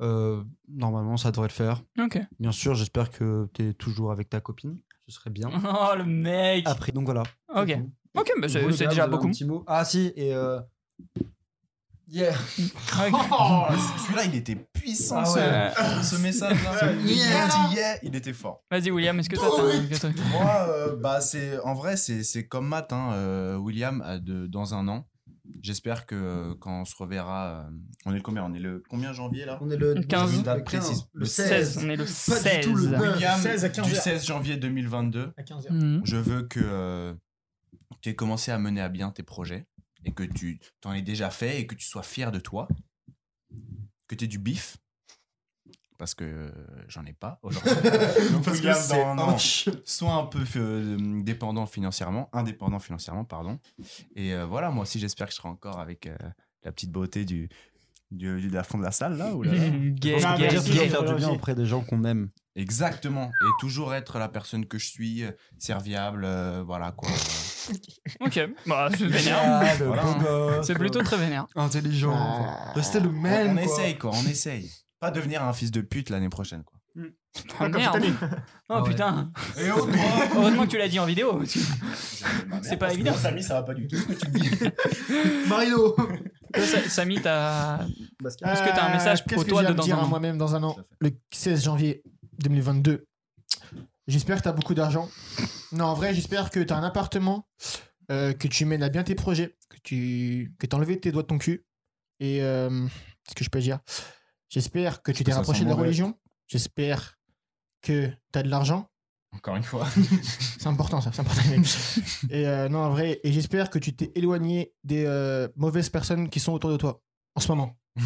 Speaker 4: euh, normalement, ça devrait le faire.
Speaker 1: Ok.
Speaker 4: Bien sûr, j'espère que t'es toujours avec ta copine. Ce serait bien.
Speaker 1: Oh le mec
Speaker 4: Après, donc voilà.
Speaker 1: Ok. Ok, mais Bah, c'est-
Speaker 4: Ah. Vous, les
Speaker 1: c'est
Speaker 4: gars,
Speaker 1: déjà
Speaker 4: vous avez un
Speaker 1: beaucoup.
Speaker 4: petit mot Ah si, et euh, yeah. *laughs*
Speaker 1: Ok.
Speaker 8: Oh, celui-là, il était puissant.
Speaker 6: Ah
Speaker 8: ce-
Speaker 1: Euh,
Speaker 6: ouais.
Speaker 8: Ce message-là. Il
Speaker 6: Yeah.
Speaker 8: dit yeah, il était fort.
Speaker 1: Vas-y William, est-ce que toi t'as un truc
Speaker 2: Moi, euh, bah, c'est, en vrai, c'est, c'est comme Matt, hein, euh, William, à de- dans un an. J'espère que euh, quand on se reverra. euh, on est le combien On est le combien janvier là
Speaker 6: On est le
Speaker 1: 15.
Speaker 6: le
Speaker 2: Date précise.
Speaker 6: le
Speaker 1: 16,
Speaker 6: 16.
Speaker 1: on est le
Speaker 6: Pas
Speaker 1: 16.
Speaker 6: du tout le 9.
Speaker 2: William,
Speaker 3: 16 à 15
Speaker 2: du
Speaker 3: heures.
Speaker 2: 16 janvier 2022.
Speaker 3: À 15h.
Speaker 1: Mhm.
Speaker 2: Je veux que euh, tu aies commencé à mener à bien tes projets et que tu t'en aies déjà fait et que tu sois fier de toi. Que tu aies du bif. Parce que euh, j'en ai pas *laughs* aujourd'hui. Donc,
Speaker 8: Parce que
Speaker 2: William,
Speaker 8: c'est
Speaker 2: dans un an, soit un peu euh, dépendant financièrement, indépendant financièrement, pardon. Et euh, voilà, moi aussi, j'espère que je serai encore avec euh, la petite beauté du, du, du- de la fond de la salle, là. Ou là.
Speaker 1: *laughs* Gay,
Speaker 3: Ah,
Speaker 1: gay,
Speaker 3: mais
Speaker 4: Déjà,
Speaker 3: si,
Speaker 4: toujours
Speaker 1: gay.
Speaker 3: si.
Speaker 4: faire du bien
Speaker 3: Aussi.
Speaker 4: auprès des gens qu'on aime.
Speaker 2: Exactement. Et toujours être la personne que je suis, euh, serviable, euh, voilà quoi.
Speaker 1: Ok, bah, c'est vénère.
Speaker 4: le
Speaker 2: Voilà.
Speaker 4: beau
Speaker 2: Ah.
Speaker 4: gosse.
Speaker 1: C'est plutôt très vénère.
Speaker 4: intelligent.
Speaker 6: Ah.
Speaker 4: Restez le
Speaker 2: on
Speaker 4: même.
Speaker 2: on essaye, quoi. On essaye. Pas devenir un fils de pute l'année prochaine, quoi.
Speaker 1: Oh, merde. Oh
Speaker 4: Ouais.
Speaker 1: putain.
Speaker 2: Et au *laughs*
Speaker 1: Heureusement que tu l'as dit en vidéo. parce que C'est pas évident.
Speaker 8: Samy, ça va pas du tout.
Speaker 6: Marino
Speaker 1: Toi, Sa- Samy, t'as.
Speaker 4: ah,
Speaker 3: Est-ce
Speaker 1: que t'as un
Speaker 3: Euh,
Speaker 1: message pour toi de dans un an
Speaker 3: moi-même dans un an
Speaker 2: Tout à fait.
Speaker 3: Le 16 janvier 2022. J'espère que t'as beaucoup d'argent. Non, en vrai, j'espère que t'as un appartement, euh, que tu mènes à bien tes projets, que tu que t'as enlevé tes doigts de ton cul. Et euh, qu'est-ce que je peux dire J'espère que tu t'es
Speaker 2: ça
Speaker 3: rapproché
Speaker 2: sent
Speaker 3: de la
Speaker 2: mauvais.
Speaker 3: religion. J'espère que t'as de l'argent.
Speaker 2: Encore une fois.
Speaker 3: C'est important, ça. C'est important. les mecs.
Speaker 2: *laughs*
Speaker 3: et euh, non, en vrai, et j'espère que tu t'es éloigné des euh, mauvaises personnes qui sont autour de toi en ce moment.
Speaker 1: Il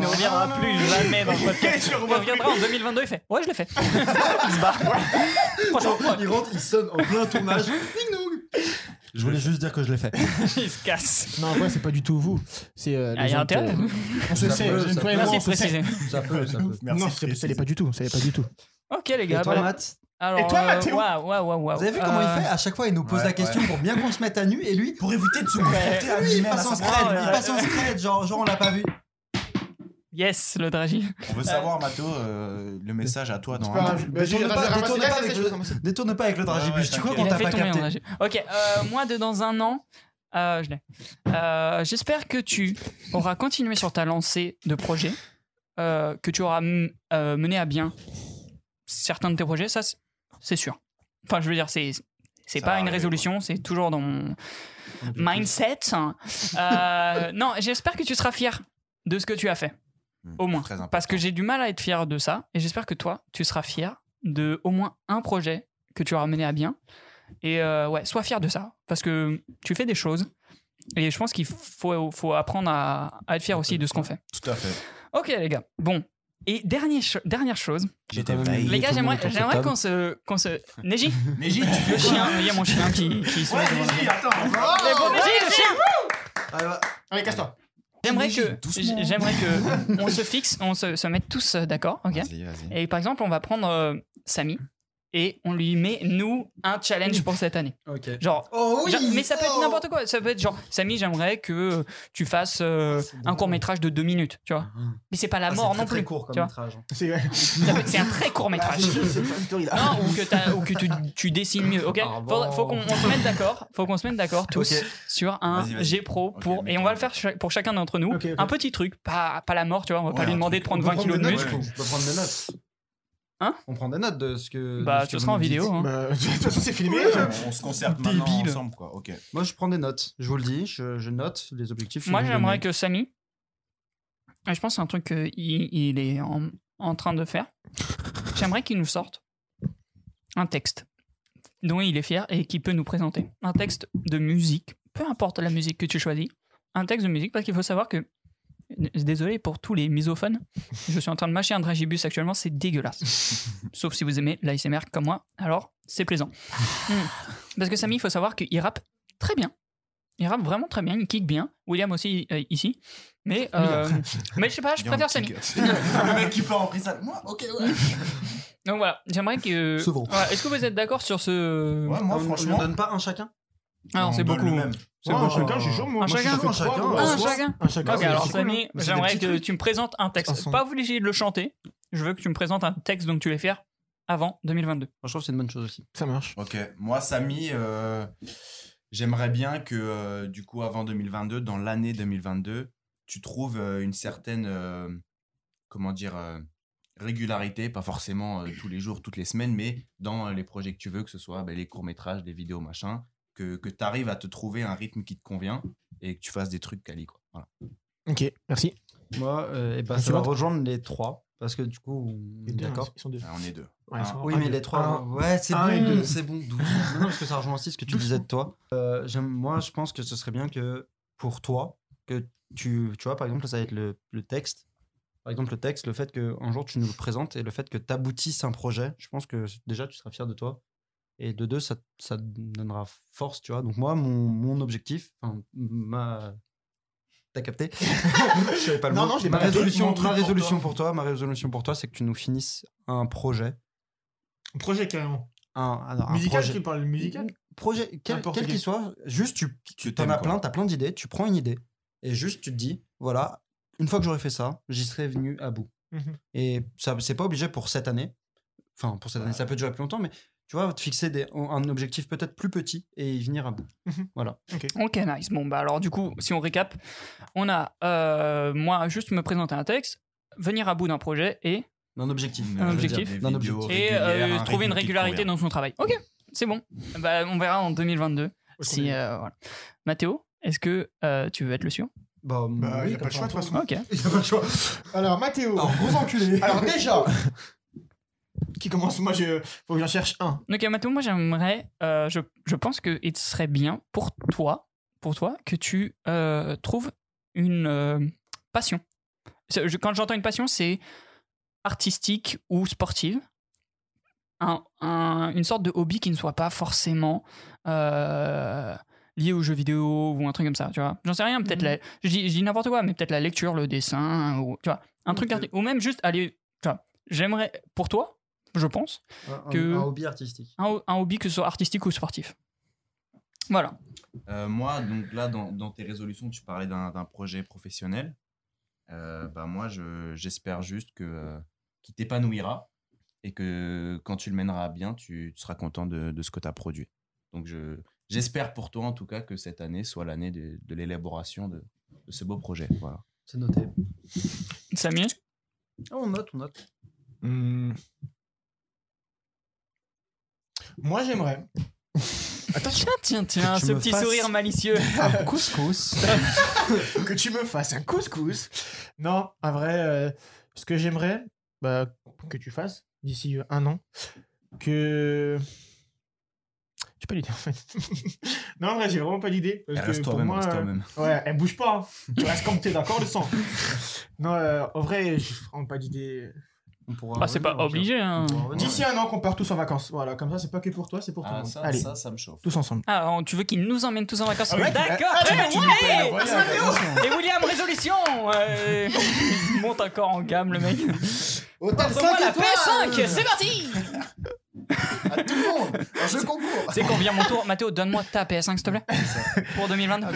Speaker 1: ne reviendra plus jamais
Speaker 4: *laughs*
Speaker 1: dans le podcast. Il reviendra en 2022 et fait Ouais, je l'ai fait. Il se barre. Franchement,
Speaker 6: Il rentre, il sonne en plein tournage.
Speaker 4: Je voulais juste dire que je l'ai fait.
Speaker 1: il se casse.
Speaker 3: Non, en vrai, c'est pas du tout vous. C'est euh,
Speaker 1: Ah,
Speaker 3: les
Speaker 1: il y a
Speaker 3: gens que-
Speaker 1: intérêt.
Speaker 3: On se
Speaker 4: Ça
Speaker 3: sait.
Speaker 4: peut,
Speaker 3: je-
Speaker 4: ça
Speaker 3: toi et moi,
Speaker 1: Merci
Speaker 3: on
Speaker 1: de
Speaker 3: se sait.
Speaker 1: préciser.
Speaker 4: *laughs* Ça peut, ça peut.
Speaker 3: Non, c'est- ça l'est pas du tout. Ça l'est pas du tout.
Speaker 1: Ok, les
Speaker 4: Et
Speaker 1: gars.
Speaker 4: toi,
Speaker 1: bah,
Speaker 4: Matt,
Speaker 1: alors,
Speaker 3: Et toi,
Speaker 1: euh,
Speaker 3: Mathéo
Speaker 1: waouh, waouh, waouh, waouh.
Speaker 4: vous avez vu comment
Speaker 1: Euh,
Speaker 4: il fait À chaque fois, il nous pose
Speaker 2: ouais,
Speaker 4: la question pour bien qu'on se mette à nu, et lui,
Speaker 8: Pour éviter de se confronter à
Speaker 4: lui, il
Speaker 8: lui-même. à
Speaker 4: passe en
Speaker 8: sa-
Speaker 4: scred,
Speaker 1: ouais,
Speaker 4: il
Speaker 1: ouais.
Speaker 4: passe en scred, genre, genre on l'a pas vu.
Speaker 1: Yes, le dragi.
Speaker 2: On veut savoir, Mathéo, euh, le message à toi
Speaker 4: Ah,
Speaker 2: dans
Speaker 3: C'est
Speaker 2: un
Speaker 3: pas
Speaker 2: an.
Speaker 3: grave. Bah, j'ai-
Speaker 4: Détourne
Speaker 3: j'ai
Speaker 4: pas,
Speaker 3: ramassé-
Speaker 4: détourne
Speaker 3: ouais,
Speaker 4: pas
Speaker 3: c'est
Speaker 4: avec
Speaker 3: ce que
Speaker 4: le-
Speaker 3: j'ai ramassé.
Speaker 4: détourne pas avec le
Speaker 2: Ouais, ouais,
Speaker 4: dragibus. Tu crois
Speaker 2: t'inquiète.
Speaker 4: qu'on
Speaker 1: Il a
Speaker 4: t'a
Speaker 1: fait
Speaker 4: pas
Speaker 1: tomber hein. en
Speaker 4: capté
Speaker 1: dragi. Ok, euh, moi, de dans un an. euh, je l'ai. Euh, J'espère que tu auras continué sur ta lancée de projets, euh, que tu auras mm, euh, mené à bien certains de tes projets, ça, c'est- c'est sûr. Enfin, je veux dire, c'est. C'est
Speaker 2: Ça
Speaker 1: pas
Speaker 2: va
Speaker 1: une
Speaker 2: arriver,
Speaker 1: résolution, c'est toujours dans mon mindset. hein. Euh, non, j'espère que tu seras fier de ce que tu as fait. Au moins.
Speaker 2: Mmh, Très important.
Speaker 1: Parce que j'ai du mal à être fier de ça, et j'espère que toi, tu seras fier de au moins un projet que tu auras mené à bien. Et euh, ouais, sois fier de ça, parce que tu fais des choses, et je pense qu'il faut, faut apprendre à, à être fier aussi de ce qu'on fait.
Speaker 2: Tout à fait.
Speaker 1: Ok, les gars, bon. Et dernière, cho- dernière chose,
Speaker 2: J'étais
Speaker 4: même
Speaker 2: vaillé.
Speaker 4: Il
Speaker 1: les
Speaker 4: est
Speaker 1: gars,
Speaker 4: tout le monde
Speaker 1: j'aimerais
Speaker 4: autour de cette
Speaker 1: j'aimerais
Speaker 4: table.
Speaker 1: qu'on se, qu'on se. Neji,
Speaker 2: *laughs* Neji,
Speaker 1: le
Speaker 2: tu fais
Speaker 1: chien, il y a mon chien
Speaker 2: *laughs*
Speaker 1: qui, qui se met devant la-
Speaker 8: Vas-y, attends.
Speaker 4: Ah,
Speaker 1: Eh, bon, Neji, le chien
Speaker 4: *laughs*
Speaker 3: Allez, casse-toi.
Speaker 1: J'aimerais que,
Speaker 2: doucement.
Speaker 1: j'aimerais que on se fixe, on se, se mette tous euh, d'accord, ok
Speaker 2: Vas-y, vas-y.
Speaker 1: Et par exemple, on va prendre euh, Samy et on lui met nous un challenge pour cette année.
Speaker 4: Ok.
Speaker 1: Genre,
Speaker 6: Oh oui
Speaker 1: genre- mais ça peut être
Speaker 6: oh.
Speaker 1: n'importe quoi. Ça peut être genre, Samy, j'aimerais que tu fasses euh, un court métrage de deux minutes, tu vois. Mais c'est pas la
Speaker 6: Ah,
Speaker 1: mort
Speaker 6: c'est
Speaker 1: non
Speaker 6: très, Très
Speaker 1: plus.
Speaker 6: court comme
Speaker 1: tu vois.
Speaker 6: métrage.
Speaker 4: hein.
Speaker 3: C'est vrai.
Speaker 1: Ça peut- C'est un très court métrage. Non, ou que, t'as- ou que tu, tu dessines mieux, ok
Speaker 6: Ah bon.
Speaker 1: Faudra- Faut qu'on on se mette d'accord, faut qu'on se mette d'accord tous
Speaker 2: Ok.
Speaker 1: sur un
Speaker 2: Vas-y, vas-y.
Speaker 1: G Pro
Speaker 2: Ok,
Speaker 1: pour
Speaker 2: mets
Speaker 1: et on
Speaker 2: ton-
Speaker 1: va le faire ch- pour chacun d'entre nous.
Speaker 3: Ok, ok.
Speaker 1: Un petit truc, pas pas la mort, tu vois. On va pas
Speaker 2: Ouais,
Speaker 1: lui
Speaker 2: un
Speaker 1: demander de prendre 20 kilos de
Speaker 6: notes,
Speaker 1: muscle.
Speaker 6: du coup. On peut prendre des notes.
Speaker 1: Hein
Speaker 6: On prend des notes de ce
Speaker 4: euh,
Speaker 6: que.
Speaker 1: Bah,
Speaker 6: de ce
Speaker 1: ce
Speaker 6: que
Speaker 1: sera
Speaker 6: vous
Speaker 1: en
Speaker 6: nous
Speaker 1: vidéo.
Speaker 6: dites.
Speaker 1: hein.
Speaker 3: *laughs* Bah, de toute façon, c'est filmé. hein.
Speaker 2: On on se concerte maintenant
Speaker 1: Débile.
Speaker 2: ensemble, quoi. Ok.
Speaker 4: Moi, je prends des notes. Je vous le dis, je, je note les objectifs.
Speaker 1: Moi,
Speaker 4: je vais
Speaker 1: j'aimerais
Speaker 4: donner.
Speaker 1: que Samy. Je pense que c'est un truc qu'il il est en, en train de faire. J'aimerais qu'il nous sorte un texte dont il est fier et qu'il peut nous présenter. Un texte de musique, peu importe la musique que tu choisis, un texte de musique, parce qu'il faut savoir que. Désolé pour tous les misophones, je suis en train de mâcher un dragibus actuellement, c'est dégueulasse. Sauf si vous aimez l'ASMR comme moi, alors c'est plaisant. Hmm. Parce que Samy, il faut savoir qu'il rappe très bien. Il rappe vraiment très bien, il kick bien. William aussi euh, ici. Mais, euh, mais je sais pas, je préfère Samy.
Speaker 2: *laughs* Le mec qui part en prison. Moi, ok, ouais.
Speaker 1: Donc voilà, j'aimerais que.
Speaker 4: C'est bon.
Speaker 1: Voilà, Est-ce que vous êtes d'accord sur ce.
Speaker 2: Ouais, moi,
Speaker 4: On- On
Speaker 2: franchement.
Speaker 4: ne donne pas un chacun
Speaker 1: Ah non,
Speaker 2: on
Speaker 1: c'est
Speaker 2: donne
Speaker 1: beaucoup.
Speaker 2: le même.
Speaker 3: C'est
Speaker 4: Ah.
Speaker 3: bon, chacun, j'ai chaud, moi.
Speaker 1: Un
Speaker 3: Moi,
Speaker 1: chacun,
Speaker 3: je fais
Speaker 6: un
Speaker 3: trois,
Speaker 6: chacun.
Speaker 3: donc,
Speaker 1: Ah,
Speaker 3: euh,
Speaker 1: un
Speaker 3: soit-
Speaker 1: chacun.
Speaker 3: Un chacun.
Speaker 1: Ok,
Speaker 3: c'est-
Speaker 1: alors
Speaker 3: c'est cool, hein.
Speaker 1: Samy,
Speaker 3: Mais c'est des
Speaker 1: j'aimerais
Speaker 3: petits
Speaker 1: que
Speaker 3: trucs.
Speaker 1: tu me présentes un
Speaker 3: Un
Speaker 1: texte.
Speaker 3: son.
Speaker 1: Pas obligé de le chanter. Je veux que tu me présentes un texte dont tu les fier avant 2022.
Speaker 4: Moi, je trouve que c'est une bonne chose aussi.
Speaker 3: Ça marche.
Speaker 2: Ok. Moi, Samy, euh, j'aimerais bien que, euh, du coup, avant 2022, dans l'année 2022, tu trouves euh, une certaine. euh, comment dire euh, régularité, pas forcément euh, tous les jours, toutes les semaines, mais dans euh, les projets que tu veux, que ce soit ben, les courts-métrages, les vidéos, machin, que, que tu arrives à te trouver un rythme qui te convient et que tu fasses des trucs quali. Quoi. Voilà.
Speaker 3: Ok, merci.
Speaker 4: Moi, euh, eh ben,
Speaker 3: Parce
Speaker 4: ça
Speaker 3: que
Speaker 4: va
Speaker 3: l'autre-
Speaker 4: rejoindre les trois. Parce que du coup, on est d'accord.
Speaker 3: Ils sont deux.
Speaker 2: Ah, on est deux.
Speaker 3: Ouais, ils sont-
Speaker 4: Oui,
Speaker 3: un,
Speaker 4: mais
Speaker 3: deux.
Speaker 4: les trois.
Speaker 3: Un.
Speaker 4: Ouais, c'est
Speaker 3: un et
Speaker 4: bon,
Speaker 3: deux.
Speaker 4: c'est bon. doucement. Non, non, parce que ça rejoint aussi ce que tu disais de toi. Euh, j'aime- moi, je pense que ce serait bien que pour toi, que tu, tu vois, par exemple, ça va être le, le texte. Par exemple, le texte, le fait qu'un jour tu nous le présentes et le fait que tu aboutisses un projet, je pense que déjà tu seras fier de toi. Et de deux, ça, ça te donnera force, tu vois. Donc, moi, mon, mon objectif, enfin, ma. T'as capté *laughs* Je savais pas le
Speaker 3: Non,
Speaker 4: mot.
Speaker 3: non, j'ai
Speaker 4: ma
Speaker 3: pas capté.
Speaker 4: résolution,
Speaker 3: Mon
Speaker 4: ma
Speaker 3: truc pour
Speaker 4: résolution
Speaker 3: toi.
Speaker 4: pour toi, ma résolution pour toi, c'est que tu nous finisses un projet
Speaker 3: Projet carrément.
Speaker 4: un, alors, un
Speaker 3: Musical,
Speaker 4: projet,
Speaker 3: tu parles musical
Speaker 4: projet quel
Speaker 3: N'importe
Speaker 4: quel
Speaker 3: quel.
Speaker 4: qu'il soit, juste tu,
Speaker 2: Tu
Speaker 4: t'en
Speaker 2: t'aimes,
Speaker 4: as
Speaker 2: quoi.
Speaker 4: plein, t'as plein d'idées, tu prends une idée et juste tu te dis, voilà, une fois que j'aurai fait ça, j'y serai venu à bout.
Speaker 3: Mhm.
Speaker 4: Et ça, c'est pas obligé pour cette année, enfin pour cette année, ça peut durer plus longtemps, mais tu vois, te fixer des, un objectif peut-être plus petit et y venir à bout.
Speaker 1: Ok, nice. Bon, bah alors, du coup, si on récap, on a euh, moi juste me présenter un texte, venir à bout d'un projet et
Speaker 4: Un objectif.
Speaker 2: Une-
Speaker 1: Un
Speaker 2: je veux
Speaker 1: objectif.
Speaker 2: dire, des
Speaker 4: Un
Speaker 2: vidéos
Speaker 1: et
Speaker 2: régulières,
Speaker 1: euh,
Speaker 2: un
Speaker 1: trouver une
Speaker 2: rythme qui te
Speaker 1: régularité
Speaker 2: convient.
Speaker 1: dans son travail. Ok, c'est bon. Bah, on verra en 2022 si. euh, voilà. Mathéo, est-ce que euh, tu veux être le suivant
Speaker 4: Bah,
Speaker 3: Bah,
Speaker 4: oui,
Speaker 3: y a pas
Speaker 4: comme
Speaker 3: le
Speaker 4: ça,
Speaker 3: choix de
Speaker 4: on
Speaker 3: toute façon.
Speaker 1: Ok.
Speaker 6: Il y a pas le choix.
Speaker 3: Alors, Mathéo.
Speaker 4: Alors, gros enculé.
Speaker 3: Oh. *laughs* Alors, déjà. Qui commence Moi, je. Faut que j'en cherche un.
Speaker 1: Donc, Mathéo, moi j'aimerais, euh, je, je pense que il serait bien pour toi, pour toi, que tu euh, trouves une euh, passion. C'est- je- quand j'entends une passion, c'est artistique ou sportive. Un- un- une sorte de hobby qui ne soit pas forcément euh, lié aux jeux vidéo ou un truc comme ça, tu vois. J'en sais rien, peut-être la- je dis, je dis n'importe quoi, mais peut-être la lecture, le dessin, ou, tu vois, un truc, arti- ou même juste aller, tu vois, j'aimerais, pour toi, je pense,
Speaker 4: Un- un-
Speaker 1: que-
Speaker 4: un hobby artistique.
Speaker 1: un, ho- un hobby, que ce soit artistique ou sportif. Voilà.
Speaker 2: Euh, moi, donc là, dans, dans tes résolutions, tu parlais d'un d'un projet professionnel. Euh, bah, moi, je- j'espère juste que euh, qu'il t'épanouira et que quand tu le mèneras à bien, tu, tu seras content de, de ce que tu as produit. Donc, je- j'espère pour toi, en tout cas, que cette année soit l'année de, de l'élaboration de, de ce beau projet. Voilà.
Speaker 4: C'est noté.
Speaker 1: Samy
Speaker 4: Ah, on note, on note.
Speaker 3: Hmm. Moi, j'aimerais.
Speaker 1: Tiens, tiens, tiens,
Speaker 4: tu
Speaker 1: ce
Speaker 4: me
Speaker 1: petit
Speaker 4: fasses-
Speaker 1: sourire malicieux.
Speaker 4: Un Ah, couscous.
Speaker 3: que tu me fasses un couscous. Non, en vrai, euh, ce que j'aimerais bah, que tu fasses d'ici euh, un an, que. J'ai pas l'idée en fait. *laughs* non, en vrai, j'ai vraiment pas l'idée. parce
Speaker 2: Et
Speaker 3: que
Speaker 2: Reste
Speaker 3: pour
Speaker 2: toi-même,
Speaker 3: moi,
Speaker 2: reste
Speaker 3: euh,
Speaker 2: toi-même.
Speaker 3: Ouais, elle bouge pas. hein. Tu restes comme t'es, d'accord, le sang Non, euh, en vrai, j'ai vraiment pas d'idée.
Speaker 6: On pourra
Speaker 1: Ah, c'est pas
Speaker 6: revenir,
Speaker 1: obligé. hein.
Speaker 6: on pourra revenir.
Speaker 3: D'ici un an qu'on part tous en vacances. Voilà, comme ça, c'est pas que pour toi, c'est pour tout le
Speaker 8: Ah,
Speaker 3: monde.
Speaker 8: ça,
Speaker 3: Allez,
Speaker 8: ça, ça me chauffe.
Speaker 3: tous ensemble.
Speaker 1: Ah, alors, tu veux qu'il nous emmène tous en vacances
Speaker 8: Ah ouais,
Speaker 1: D'accord,
Speaker 3: Ah,
Speaker 1: très
Speaker 3: mais
Speaker 1: bien.
Speaker 3: tu nous plais, le voyage.
Speaker 1: Et William, résolution euh, Il monte encore en gamme, le mec.
Speaker 8: Autant
Speaker 1: Offre-moi la PS5 C'est
Speaker 3: *laughs*
Speaker 1: parti
Speaker 8: À tout le monde Un jeu concours
Speaker 1: C'est quand vient mon tour. Mathéo, donne-moi ta PS5, s'il te plaît. Pour 2022.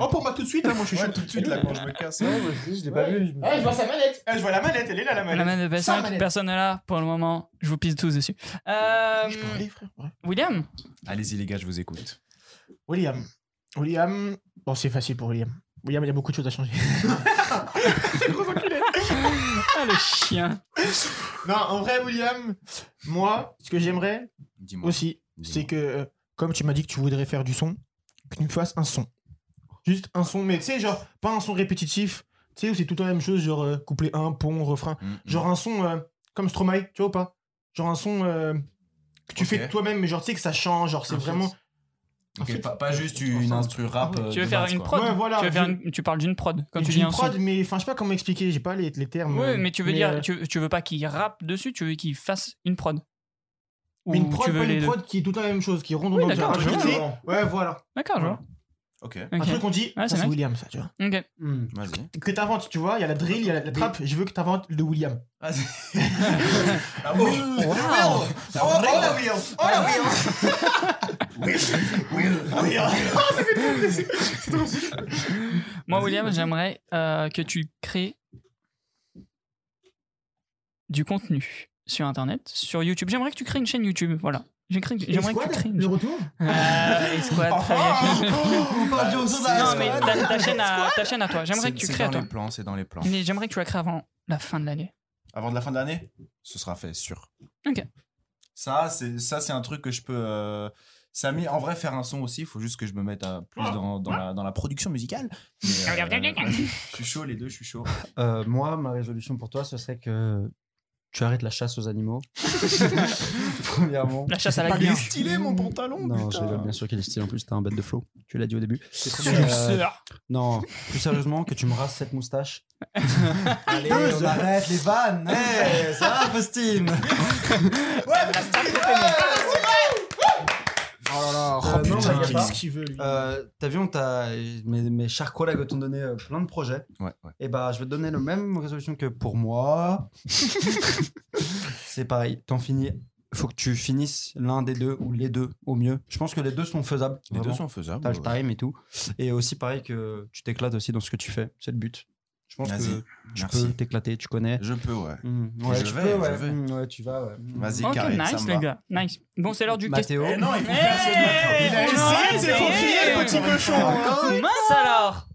Speaker 3: Oh, pour moi tout de suite, hein, moi je suis chaud.
Speaker 8: Ouais, tout de suite, là, quand je me casse.
Speaker 6: Je l'ai pas vu. je me-
Speaker 3: Eh, je vois sa manette. Eh, je vois la manette, elle est là la
Speaker 1: La
Speaker 3: manette.
Speaker 1: main de
Speaker 3: Sans
Speaker 1: PS5,
Speaker 3: manette.
Speaker 1: personne n'est là pour le moment. Je vous pisse tous dessus. Euh,
Speaker 3: Je peux aller, frère. Ouais.
Speaker 1: William
Speaker 2: Allez-y, les gars, je vous écoute.
Speaker 3: William. William. Bon, c'est facile pour William. William, il y a beaucoup de choses à changer.
Speaker 1: Ah, le chien
Speaker 3: *laughs* non, en vrai, William, moi, ce que j'aimerais
Speaker 2: Dis-moi.
Speaker 3: aussi, c'est
Speaker 2: Dis-moi.
Speaker 3: que, euh, comme tu m'as dit que tu voudrais faire du son, que tu me fasses un son. Juste un son, mais tu sais, genre, pas un son répétitif, tu sais, où c'est tout le temps la même chose, genre euh, couplet 1, pont, refrain.
Speaker 8: Mmh,
Speaker 2: Mm, mm.
Speaker 3: Genre un son euh, comme Stromae, tu vois ou pas Genre un son euh, que tu
Speaker 2: Ok.
Speaker 3: fais toi-même, mais genre, tu sais, que ça change, genre, c'est
Speaker 6: Un
Speaker 3: vraiment.
Speaker 6: feat.
Speaker 3: Un feat.
Speaker 2: Ok, pas, pas juste une instru rap. euh,
Speaker 1: Tu veux
Speaker 2: de
Speaker 1: faire
Speaker 2: base,
Speaker 1: une
Speaker 2: quoi.
Speaker 1: prod
Speaker 3: Ouais, voilà,
Speaker 1: tu, veux faire
Speaker 3: je-
Speaker 1: une- tu parles d'une prod quand
Speaker 3: Mais
Speaker 1: tu
Speaker 3: d'une
Speaker 1: dis un son.
Speaker 3: prod, mais enfin, je sais pas comment expliquer, j'ai pas les, les termes.
Speaker 1: Oui,
Speaker 3: euh,
Speaker 1: mais tu veux dire,
Speaker 3: euh,
Speaker 1: tu, tu veux pas qu'il rappe dessus, tu veux qu'il fasse une prod.
Speaker 3: euh, mais une prod,
Speaker 1: tu veux
Speaker 3: pas
Speaker 1: les
Speaker 3: une
Speaker 1: deux.
Speaker 3: prod qui est tout le temps la même chose, qui ronde
Speaker 1: Oui,
Speaker 3: dans
Speaker 1: d'accord,
Speaker 3: un truc,
Speaker 1: je
Speaker 3: tu sais, Ouais, voilà.
Speaker 1: D'accord, je vois.
Speaker 2: Ok,
Speaker 3: Un
Speaker 1: Ok.
Speaker 3: truc qu'on dit,
Speaker 1: Ouais,
Speaker 3: ça,
Speaker 1: c'est
Speaker 3: c'est
Speaker 1: nice.
Speaker 3: William, ça, tu vois.
Speaker 1: Ok.
Speaker 6: Hmm.
Speaker 2: vas-y.
Speaker 3: Que t'inventes, tu vois, il y a la drill, il y a la, la trappe, je veux que t'inventes le William.
Speaker 8: Ah oui
Speaker 1: Wow.
Speaker 8: Oh, oh, la William Oh,
Speaker 3: Ah,
Speaker 8: la William
Speaker 1: Moi, William, j'aimerais euh, que tu crées du contenu sur Internet, sur YouTube. J'aimerais que tu crées une chaîne YouTube. Voilà. J'ai créé- J'aimerais que tu
Speaker 3: Squad,
Speaker 1: crées une Oh, *laughs*
Speaker 3: le retour Oh,
Speaker 1: Ah, les squads, *laughs* très bien.
Speaker 8: On parle du Hosoda,
Speaker 1: Non,
Speaker 8: Bah, c'est
Speaker 1: mais
Speaker 8: vrai.
Speaker 1: ta, ta chaîne à, ta chaîne à toi. J'aimerais
Speaker 2: C'est-
Speaker 1: que tu
Speaker 2: c'est
Speaker 1: crées à
Speaker 2: dans
Speaker 1: toi.
Speaker 2: les plans, c'est dans les plans.
Speaker 1: Mais j'aimerais que tu la crées avant la fin de l'année.
Speaker 8: Avant de la fin de l'année
Speaker 2: Ce sera fait, sûr.
Speaker 8: Ça, c'est ça, c'est un truc que je peux. euh, Samy, en vrai, faire un son aussi, il faut juste que je me mette à plus dans, dans, la, dans la production musicale. Mais, euh, je suis chaud, les deux, je suis chaud.
Speaker 4: Euh, moi, ma résolution pour toi, ce serait que tu arrêtes la chasse aux *laughs* animaux. Premièrement.
Speaker 1: La chasse à la glu.
Speaker 8: stylé, mon pantalon,
Speaker 4: Non, je rigole, bien sûr qu'il est stylé en plus, t'es un bête de flow. Tu l'as dit au début. Euh,
Speaker 1: Suceur.
Speaker 4: non, plus sérieusement, que tu me rases cette *laughs* moustache.
Speaker 6: Allez,
Speaker 4: Deux
Speaker 6: on
Speaker 4: heures.
Speaker 6: arrête les
Speaker 4: *laughs*
Speaker 6: vannes. hey, ça va, Faustine
Speaker 3: Oh là là,
Speaker 4: Euh, non,
Speaker 6: mais y a pas.
Speaker 3: qu'est-ce qu'il veut, lui
Speaker 4: Euh, T'as vu, on t'a- mes, mes chers collègues t'ont donné euh, plein de projets.
Speaker 2: Ouais, ouais.
Speaker 4: Et bah, je vais te donner la même résolution que pour
Speaker 2: *laughs*
Speaker 4: moi. C'est pareil, t'en finis. Faut que tu finisses l'un des deux ou les deux au mieux. Je pense que les deux sont faisables.
Speaker 2: Les deux
Speaker 4: vraiment.
Speaker 2: sont faisables.
Speaker 4: T'as le
Speaker 2: ouais.
Speaker 4: time et tout. Et aussi, pareil, que tu t'éclates aussi dans ce que tu fais. C'est le but. Je pense
Speaker 2: Vas-y.
Speaker 4: que tu
Speaker 2: Merci.
Speaker 4: peux t'éclater, tu connais.
Speaker 2: Je peux, ouais.
Speaker 4: Mm,
Speaker 2: Je
Speaker 4: tu
Speaker 2: vais,
Speaker 4: peux,
Speaker 2: je
Speaker 4: ouais.
Speaker 2: vais.
Speaker 4: Mm, ouais, tu vas, ouais. Mmh.
Speaker 2: Vas-y,
Speaker 1: Ok,
Speaker 2: carré, ça
Speaker 1: nice,
Speaker 2: me
Speaker 1: les
Speaker 2: va.
Speaker 1: gars. Nice. Bon, c'est l'heure du question.
Speaker 4: Mathéo,
Speaker 8: Eh non, il faut
Speaker 1: Hey,
Speaker 8: faire ça.
Speaker 1: on aurait
Speaker 3: essayé de
Speaker 1: essayé.
Speaker 3: s'enfiler,
Speaker 1: eh,
Speaker 3: le petit cochon, hein.
Speaker 1: Mince alors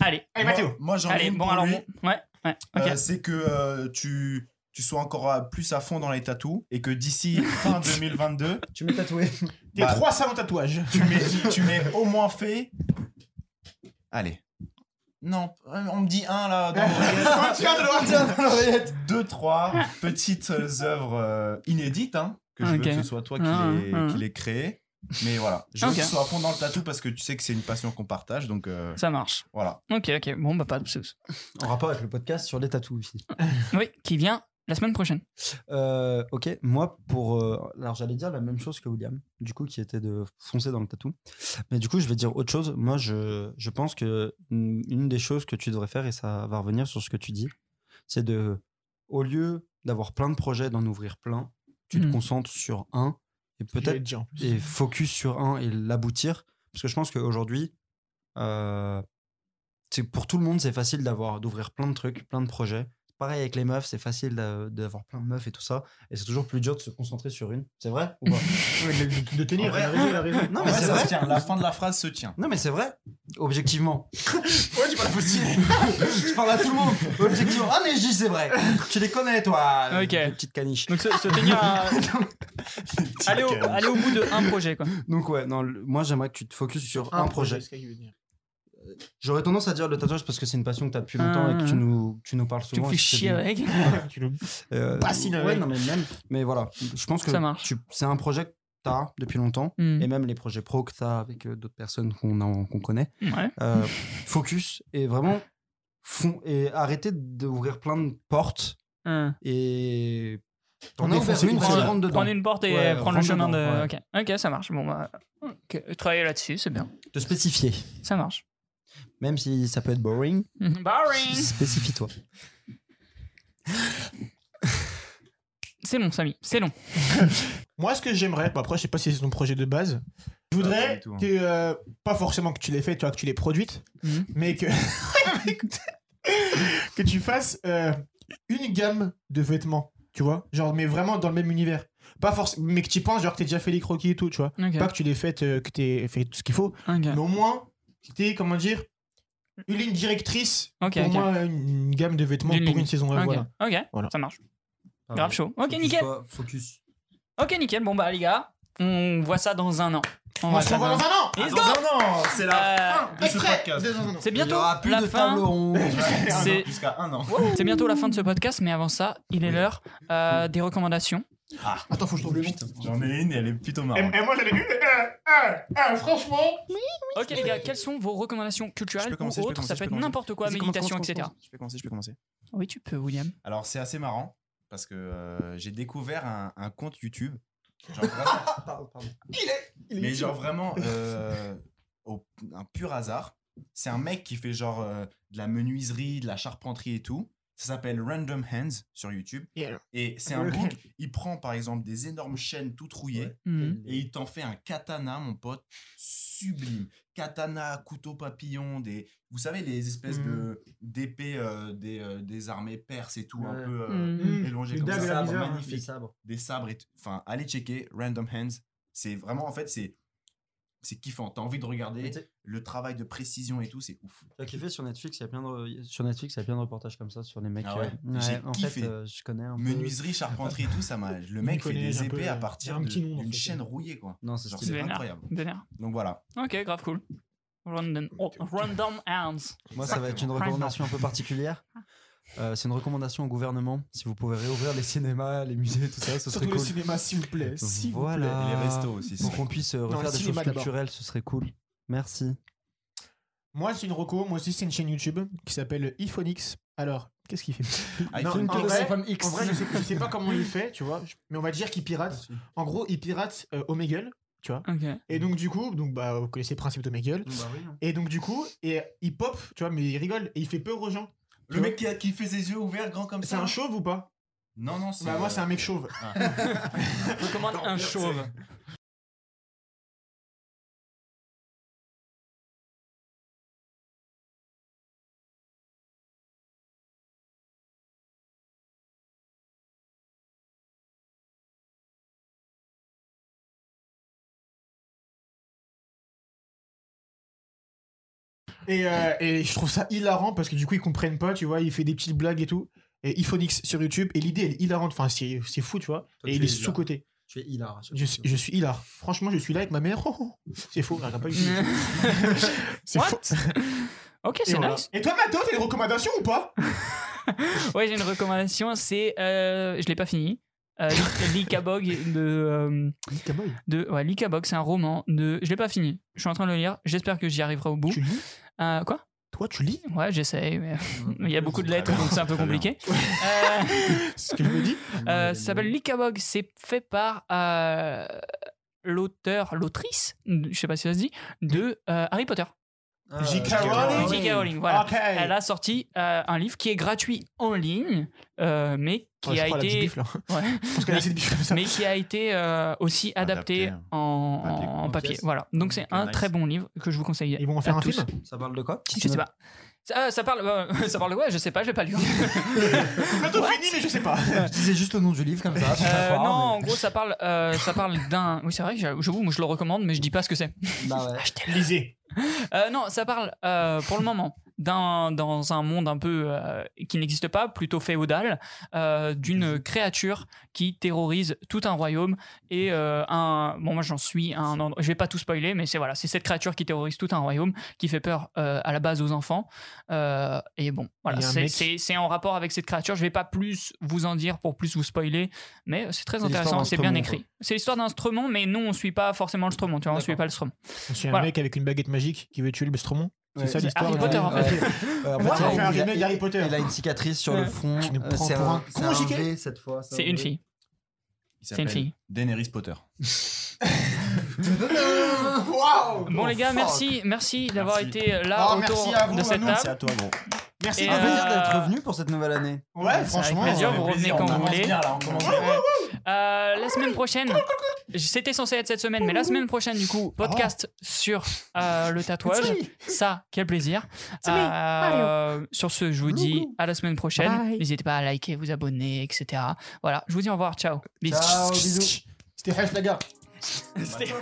Speaker 1: Allez,
Speaker 3: Allez, Mathéo
Speaker 8: Moi, j'en ai
Speaker 1: allez,
Speaker 8: une
Speaker 1: bon
Speaker 8: pour
Speaker 1: alors,
Speaker 8: lui.
Speaker 1: bon, ouais, ouais, ok.
Speaker 8: Euh, c'est que euh, tu, tu sois encore à- plus à fond dans les tatous et que
Speaker 1: *laughs*
Speaker 8: d'ici fin 2022,
Speaker 4: tu m'es tatoué. *laughs*
Speaker 3: T'es
Speaker 8: bah,
Speaker 3: 300 tatouages.
Speaker 8: tu m'es, tu m'es au moins fait.
Speaker 2: Allez.
Speaker 8: Non, on me dit un là. Dans
Speaker 3: Tiens,
Speaker 8: l'oreillette.
Speaker 1: *laughs*
Speaker 3: tiens, de loin, tiens.
Speaker 8: Dans l'oreillette. Deux, trois petites euh, œuvres euh, inédites hein, que je
Speaker 1: Ok.
Speaker 8: veux que ce soit toi qui
Speaker 1: Ah,
Speaker 8: les,
Speaker 1: ah.
Speaker 8: qui les crées. Mais voilà, je veux
Speaker 1: Ok.
Speaker 8: que tu sois à fond dans le tatou parce que tu sais que c'est une passion qu'on partage. Donc euh,
Speaker 1: Ça marche.
Speaker 8: voilà.
Speaker 1: Ok, ok. Bon, bah, pas de soucis.
Speaker 4: En rapport avec le podcast sur les tatous ici.
Speaker 1: Oui, qui vient la semaine prochaine.
Speaker 4: Euh, ok, moi pour. euh, alors j'allais dire la même chose que William, du coup, qui était de foncer dans le tatou. Mais du coup, je vais dire autre chose. Moi, je, je pense que une une des choses que tu devrais faire, et ça va revenir sur ce que tu dis, c'est de. Au lieu d'avoir plein de projets, d'en ouvrir plein, tu
Speaker 1: Mhm.
Speaker 4: te concentres sur un et
Speaker 3: J'allais
Speaker 4: peut-être
Speaker 3: te dire.
Speaker 4: et focus sur un et l'aboutir. Parce que je pense qu'aujourd'hui, euh, c'est- pour tout le monde, c'est facile d'avoir d'ouvrir plein de trucs, plein de projets. Pareil avec les meufs, c'est facile d'a- d'avoir plein de meufs et tout ça. Et c'est toujours plus dur de se concentrer sur une. C'est vrai ou pas
Speaker 3: Ouais, de- de- De tenir,
Speaker 8: En vrai,
Speaker 3: elle a raison, elle *laughs* a raison.
Speaker 4: Non,
Speaker 8: En
Speaker 4: mais
Speaker 8: vrai,
Speaker 4: c'est
Speaker 8: ça se
Speaker 4: vrai.
Speaker 8: tient. La fin de la phrase se tient.
Speaker 4: Non, mais c'est vrai. Objectivement.
Speaker 8: Ouais, tu la
Speaker 4: *laughs* Je parle à tout le monde. Objectivement. Ah, mais je dis c'est vrai. Tu les connais, toi.
Speaker 1: Ok.
Speaker 4: les petites caniches.
Speaker 1: Donc, se, se tenir à. *laughs* aller, au, aller au bout de un projet, quoi.
Speaker 4: Donc, ouais, non, le- moi, j'aimerais que tu te focuses sur un projet.
Speaker 3: c'est ce qu'il veut *laughs* dire.
Speaker 4: J'aurais tendance à dire le tatouage parce que c'est une passion que tu as depuis longtemps et que tu
Speaker 1: Ah.
Speaker 4: nous, tu nous parles
Speaker 1: Tu me
Speaker 4: souvent.
Speaker 1: fais
Speaker 4: et c'est
Speaker 1: chier
Speaker 4: bien.
Speaker 1: avec.
Speaker 3: Tu le-
Speaker 4: Euh,
Speaker 3: Pas si
Speaker 4: ouais,
Speaker 3: navet.
Speaker 4: non, mais même. Mais voilà, je pense que
Speaker 1: Ça marche.
Speaker 4: tu- c'est un projet que tu as depuis longtemps,
Speaker 1: Hmm.
Speaker 4: et même les projets pro que tu as avec euh, d'autres personnes qu'on a- qu'on connaît.
Speaker 1: Ouais. *laughs*
Speaker 4: Euh, focus et vraiment fond, et arrêter d'ouvrir plein de portes
Speaker 1: Hum.
Speaker 4: Et.
Speaker 3: On
Speaker 4: On
Speaker 3: a
Speaker 4: est
Speaker 3: ouvert
Speaker 4: foncé
Speaker 3: une
Speaker 4: une
Speaker 3: seule.
Speaker 4: seule rentre dedans.
Speaker 1: Prendre une porte et
Speaker 4: Ouais,
Speaker 1: prendre le
Speaker 4: rentre
Speaker 1: chemin
Speaker 4: dedans,
Speaker 1: de.
Speaker 4: ouais.
Speaker 1: Ok, ok, ça marche. Bon, bah, ok. travailler là-dessus, c'est bien.
Speaker 4: De spécifier.
Speaker 1: Ça marche.
Speaker 4: Même si ça peut être boring,
Speaker 1: Mhm. Boring.
Speaker 4: spécifie-toi.
Speaker 1: C'est long, Samy. C'est long.
Speaker 3: Moi, ce que j'aimerais, bah, après, je sais pas si c'est ton projet de base. Je
Speaker 2: Ah, pas
Speaker 3: voudrais
Speaker 2: du tout, hein.
Speaker 3: que, euh, pas forcément que tu l'aies fait, tu vois, que tu l'aies produite,
Speaker 1: Mhm.
Speaker 3: mais que, *laughs* Écoute. *laughs* que tu fasses euh, une gamme de vêtements, tu vois, genre, mais vraiment dans le même univers. Pas forcément, mais que tu y penses, genre, que t'aies déjà fait les croquis et tout, tu vois.
Speaker 1: Ok.
Speaker 3: Pas que tu l'aies fait, euh, que t'aies fait tout ce qu'il faut,
Speaker 1: Ok.
Speaker 3: mais au moins, que t'aies, comment dire, une ligne directrice,
Speaker 1: Ok,
Speaker 3: pour
Speaker 1: ok.
Speaker 3: moi, une, une gamme de vêtements
Speaker 1: D'une
Speaker 3: pour
Speaker 1: ligne.
Speaker 3: une saison. ouais,
Speaker 1: Ok,
Speaker 3: voilà.
Speaker 1: ok,
Speaker 3: Voilà.
Speaker 1: ça marche. Grave chaud. Ok,
Speaker 9: Focus,
Speaker 1: nickel.
Speaker 9: toi, Focus.
Speaker 1: Ok, nickel. Bon, bah, les gars, on voit ça dans un an. On
Speaker 3: On
Speaker 1: voit
Speaker 3: se
Speaker 1: ça
Speaker 3: revoit dans un an!
Speaker 1: Let's
Speaker 2: Dans
Speaker 1: go
Speaker 2: un an, c'est la
Speaker 1: Euh,
Speaker 2: fin de ce
Speaker 3: Extrait
Speaker 2: podcast.
Speaker 3: de dans un an.
Speaker 1: C'est
Speaker 9: Il y
Speaker 1: bientôt
Speaker 9: aura plus
Speaker 1: la
Speaker 9: de
Speaker 1: fin.
Speaker 9: table
Speaker 1: *laughs*
Speaker 9: ronde.
Speaker 1: C'est-
Speaker 2: Jusqu'à un an.
Speaker 1: C'est bientôt la fin de ce podcast, mais avant ça, il est l'heure euh, des recommandations.
Speaker 3: Attends, faut que je trouve le vite.
Speaker 2: J'en ai une et elle est plutôt
Speaker 3: Et,
Speaker 2: marrante.
Speaker 3: et moi, j'en ai une. Eh, et- et- et- eh, franchement.
Speaker 1: Ok, les gars, quelles sont vos recommandations culturelles
Speaker 10: Je peux commencer,
Speaker 1: ou
Speaker 10: je peux
Speaker 1: autres
Speaker 10: commencer,
Speaker 1: Ça peut
Speaker 10: je
Speaker 1: être
Speaker 10: peux
Speaker 1: n'importe quoi,
Speaker 10: Vas-y, commence,
Speaker 1: méditation,
Speaker 10: commence,
Speaker 1: etc.
Speaker 10: commence. Je peux commencer, je peux commencer.
Speaker 1: Oui, tu peux, William.
Speaker 2: Alors, c'est assez marrant parce que euh, j'ai découvert un, un compte YouTube. Genre vraiment, mais genre vraiment euh, au- un pur hasard. C'est un mec qui fait genre euh, de la menuiserie, de la charpenterie et tout. Ça s'appelle Random Hands sur YouTube.
Speaker 3: Et alors
Speaker 2: Et c'est un bouc. Il prend par exemple des énormes chaînes tout trouillées
Speaker 1: Mhm.
Speaker 2: et il t'en fait un katana, mon pote, sublime. Katana, couteau papillon, des, vous savez, les espèces de
Speaker 3: Mm.
Speaker 2: d'épées euh, des, euh, des armées perses et tout, un
Speaker 9: Ouais.
Speaker 2: peu euh,
Speaker 3: Mm.
Speaker 1: Mhm.
Speaker 2: mélangées
Speaker 3: Les
Speaker 2: comme
Speaker 3: dagues
Speaker 2: ça,
Speaker 3: et la
Speaker 2: sabres
Speaker 3: misère, hein,
Speaker 2: magnifiques,
Speaker 9: Les sabres.
Speaker 2: des sabres et tout. Enfin, allez checker Random Hands. C'est vraiment, en fait, c'est c'est kiffant. T'as envie de regarder
Speaker 9: Mais t'sais-
Speaker 2: le travail de précision et tout, c'est ouf.
Speaker 4: T'as kiffé sur Netflix, il y a plein de sur Netflix, il y a plein de reportages comme ça sur les mecs.
Speaker 2: Ah ouais
Speaker 4: euh,
Speaker 2: J'ai
Speaker 4: en
Speaker 2: kiffé.
Speaker 4: fait, euh, je connais un peu.
Speaker 3: *laughs*
Speaker 2: Menuiserie, charpenterie et tout, ça m'a. Le mec fait
Speaker 3: connaît,
Speaker 2: des
Speaker 3: j'ai un
Speaker 2: épées
Speaker 3: peu,
Speaker 2: à
Speaker 3: euh,
Speaker 2: partir
Speaker 3: j'ai un
Speaker 2: de-
Speaker 3: petit nom, en
Speaker 2: d'une
Speaker 3: fait.
Speaker 2: chaîne rouillée, quoi.
Speaker 4: Non, c'est
Speaker 2: Genre,
Speaker 4: stylé.
Speaker 2: c'est
Speaker 1: Vénère.
Speaker 2: incroyable.
Speaker 1: Vénère.
Speaker 2: Donc voilà.
Speaker 1: Ok, grave cool. Random, oh, random hands.
Speaker 4: Moi, ça va être une
Speaker 1: Exactement.
Speaker 4: recommandation un peu particulière. Euh, c'est une recommandation au gouvernement. Si vous pouvez réouvrir les cinémas, les musées, tout ça, ce serait
Speaker 3: Surtout
Speaker 4: cool.
Speaker 3: le cinéma, s'il vous plaît. s'il vous plaît.
Speaker 4: voilà.
Speaker 2: Et les restos aussi. c'est
Speaker 4: Pour qu'on puisse euh,
Speaker 3: le
Speaker 4: refaire des
Speaker 3: cinéma
Speaker 4: choses
Speaker 3: d'abord.
Speaker 4: culturelles, ce serait cool. Merci.
Speaker 3: Moi, c'est une reco. Moi aussi, c'est une chaîne YouTube qui s'appelle Iphonix. Alors, qu'est-ce qu'il fait
Speaker 2: iPhone
Speaker 3: en vrai,
Speaker 9: iPhone X.
Speaker 3: en vrai, je sais, je sais pas comment il fait, tu vois. je- Mais on va dire qu'il pirate. En gros, il pirate euh, Omegle.
Speaker 1: Ok.
Speaker 3: Et donc, du coup, donc, bah, vous connaissez le principe d'Omegle.
Speaker 2: Bah hein.
Speaker 3: Et donc, du coup, et il pop, tu vois, mais il rigole et il fait peur aux gens.
Speaker 2: Le mec qui, a- qui fait ses yeux ouverts, grands comme
Speaker 3: C'est
Speaker 2: ça.
Speaker 3: un chauve ou pas
Speaker 2: Non, non, c'est. euh,
Speaker 3: Bah, moi,
Speaker 2: *laughs*
Speaker 3: c'est un mec chauve.
Speaker 1: Je recommande un chauve.
Speaker 3: Et, euh, et je trouve ça hilarant parce que du coup ils comprennent pas, tu vois, il fait des petites blagues et tout. Et Iphonix sur YouTube, et l'idée elle est hilarante, enfin c'est c'est fou, tu vois.
Speaker 9: Toi,
Speaker 3: et
Speaker 9: tu
Speaker 3: il est
Speaker 9: es hilar.
Speaker 3: sous-côté.
Speaker 9: Tu es hilar.
Speaker 3: Je, suis- je suis hilar. Franchement, je suis là avec ma mère. *laughs* Oh, oh, oh. C'est faux, elle regarde pas YouTube.
Speaker 1: *laughs*
Speaker 3: C'est
Speaker 1: What
Speaker 3: faux.
Speaker 1: Ok,
Speaker 3: Et,
Speaker 1: c'est
Speaker 3: voilà.
Speaker 1: nice.
Speaker 3: Et toi, Mato, t'as une recommandation ou pas
Speaker 1: Ouais, j'ai une recommandation, c'est. euh, je l'ai pas fini. Euh, L'Ikabog de. euh, de ouais, L'Ikabog, c'est un roman de. Je l'ai pas fini. Je suis en train de le lire. J'espère que j'y arriverai au bout.
Speaker 3: Tu lis
Speaker 1: Euh, quoi
Speaker 3: Toi, tu lis
Speaker 1: Ouais, j'essaye, mais
Speaker 2: *laughs*
Speaker 1: il y a beaucoup de
Speaker 2: Très
Speaker 1: lettres,
Speaker 2: bien.
Speaker 1: donc c'est un peu
Speaker 2: Très bien.
Speaker 1: compliqué. Euh,
Speaker 3: C'est ce que je me dis.
Speaker 1: euh, ça s'appelle L'Ikabog. C'est fait par euh, l'auteur, l'autrice, je sais pas si ça se dit, de euh, Harry Potter.
Speaker 4: Ah, Euh,
Speaker 3: J.K.
Speaker 1: J.K.
Speaker 3: Rowling.
Speaker 1: Rowling, voilà.
Speaker 3: Ok. Oh,
Speaker 1: Elle a sorti euh, un livre qui est gratuit en ligne, euh, mais qui
Speaker 3: Ouais, je
Speaker 1: a
Speaker 3: crois qu'elle a du
Speaker 1: été
Speaker 3: bif, là.
Speaker 1: Ouais.
Speaker 3: Je pense qu'elle a assez de bif comme ça.
Speaker 1: mais qui a été euh, aussi adapté, hein.
Speaker 10: Adapté
Speaker 1: en,
Speaker 10: Papier.
Speaker 1: en
Speaker 9: En
Speaker 1: papier.
Speaker 9: pièce.
Speaker 1: Voilà. Donc euh, c'est
Speaker 2: Ok,
Speaker 1: un
Speaker 2: nice.
Speaker 1: très bon livre que je vous conseille.
Speaker 3: Ils vont en faire
Speaker 1: à
Speaker 3: un
Speaker 1: tous.
Speaker 3: film
Speaker 4: Ça parle de quoi
Speaker 1: Je sais pas. Ça, ça parle, euh, *laughs* ça parle de quoi Je sais pas, *laughs* je vais pas lu.
Speaker 3: Mato fini, mais je sais pas.
Speaker 4: Je disais juste le nom du livre comme ça. pour
Speaker 1: Euh,
Speaker 4: pas
Speaker 1: non,
Speaker 4: croire,
Speaker 1: en gros, ça parle, euh, ça parle d'un. Oui, c'est vrai. que J'avoue, moi, je le recommande, mais je dis pas ce que c'est.
Speaker 4: mais- Bah ouais.
Speaker 3: Lisez.
Speaker 1: Euh, non, ça parle euh, pour le moment d'un dans un monde un peu euh, qui n'existe pas, plutôt féodal, euh, d'une créature qui terrorise tout un royaume et euh, un. Bon, moi j'en suis à un endroit. Je vais pas tout spoiler, mais c'est voilà, c'est cette créature qui terrorise tout un royaume qui fait peur euh, à la base aux enfants. Euh, et bon, voilà,
Speaker 3: Il y a un
Speaker 1: c'est-
Speaker 3: mec-
Speaker 1: c'est c'est en rapport avec cette créature. Je vais pas plus vous en dire pour plus vous spoiler, mais c'est très
Speaker 4: C'est l'histoire
Speaker 1: intéressant,
Speaker 4: d'un
Speaker 1: c'est bien
Speaker 4: stromon,
Speaker 1: écrit. C'est l'histoire d'un stromon, mais nous on suit pas forcément le stromon. Tu vois, on
Speaker 4: D'accord.
Speaker 1: suit pas le stromon.
Speaker 3: C'est un
Speaker 1: Voilà.
Speaker 3: mec avec une baguette magique qui veut tuer le Stromon. C'est
Speaker 4: Ouais.
Speaker 3: ça
Speaker 1: C'est
Speaker 3: l'histoire.
Speaker 1: Harry
Speaker 3: de-
Speaker 1: Potter, en fait.
Speaker 3: Ouais.
Speaker 4: Ouais, en
Speaker 3: Wow.
Speaker 4: il a-
Speaker 3: Faire un
Speaker 4: il a-
Speaker 3: remake d'Harry Potter.
Speaker 4: Il a une cicatrice sur le front.
Speaker 3: Tu nous
Speaker 4: euh,
Speaker 3: prends
Speaker 4: C'est
Speaker 3: pour
Speaker 4: un,
Speaker 3: un
Speaker 4: c'est
Speaker 3: con,
Speaker 4: un
Speaker 3: JK.
Speaker 4: V cette fois.
Speaker 1: C'est une fille.
Speaker 8: Il
Speaker 1: C'est
Speaker 8: s'appelle
Speaker 1: une fille.
Speaker 8: Daenerys
Speaker 3: *laughs*
Speaker 8: Potter.
Speaker 3: Waouh
Speaker 1: Bon, les gars, merci, merci d'avoir
Speaker 8: Merci.
Speaker 1: été euh, là
Speaker 2: Ah,
Speaker 3: Oh, merci
Speaker 1: autour
Speaker 3: à vous,
Speaker 1: de cette
Speaker 3: Manon,
Speaker 1: table.
Speaker 8: C'est à toi, gros.
Speaker 3: Merci
Speaker 1: Et,
Speaker 3: de
Speaker 1: euh,
Speaker 4: Un plaisir d'être venu pour cette nouvelle année.
Speaker 3: Ouais, franchement.
Speaker 1: plaisir,
Speaker 3: euh,
Speaker 1: vous revenez
Speaker 8: Plaisir,
Speaker 1: quand
Speaker 8: on
Speaker 1: vous
Speaker 8: commence
Speaker 1: voulez.
Speaker 8: bien, là, on commence bien.
Speaker 1: Euh, la semaine prochaine, c'était censé être cette semaine, mais la semaine prochaine, du coup, podcast sur euh, le tatouage. Ça, quel plaisir. Euh, sur ce, je vous dis à la semaine prochaine. N'hésitez pas à liker, vous abonner, etc. Voilà, je vous dis au revoir. Ciao. Ah, oh, Bisous.
Speaker 4: Ciao, bisous.
Speaker 3: C'était Hash, la gars.
Speaker 1: C'était-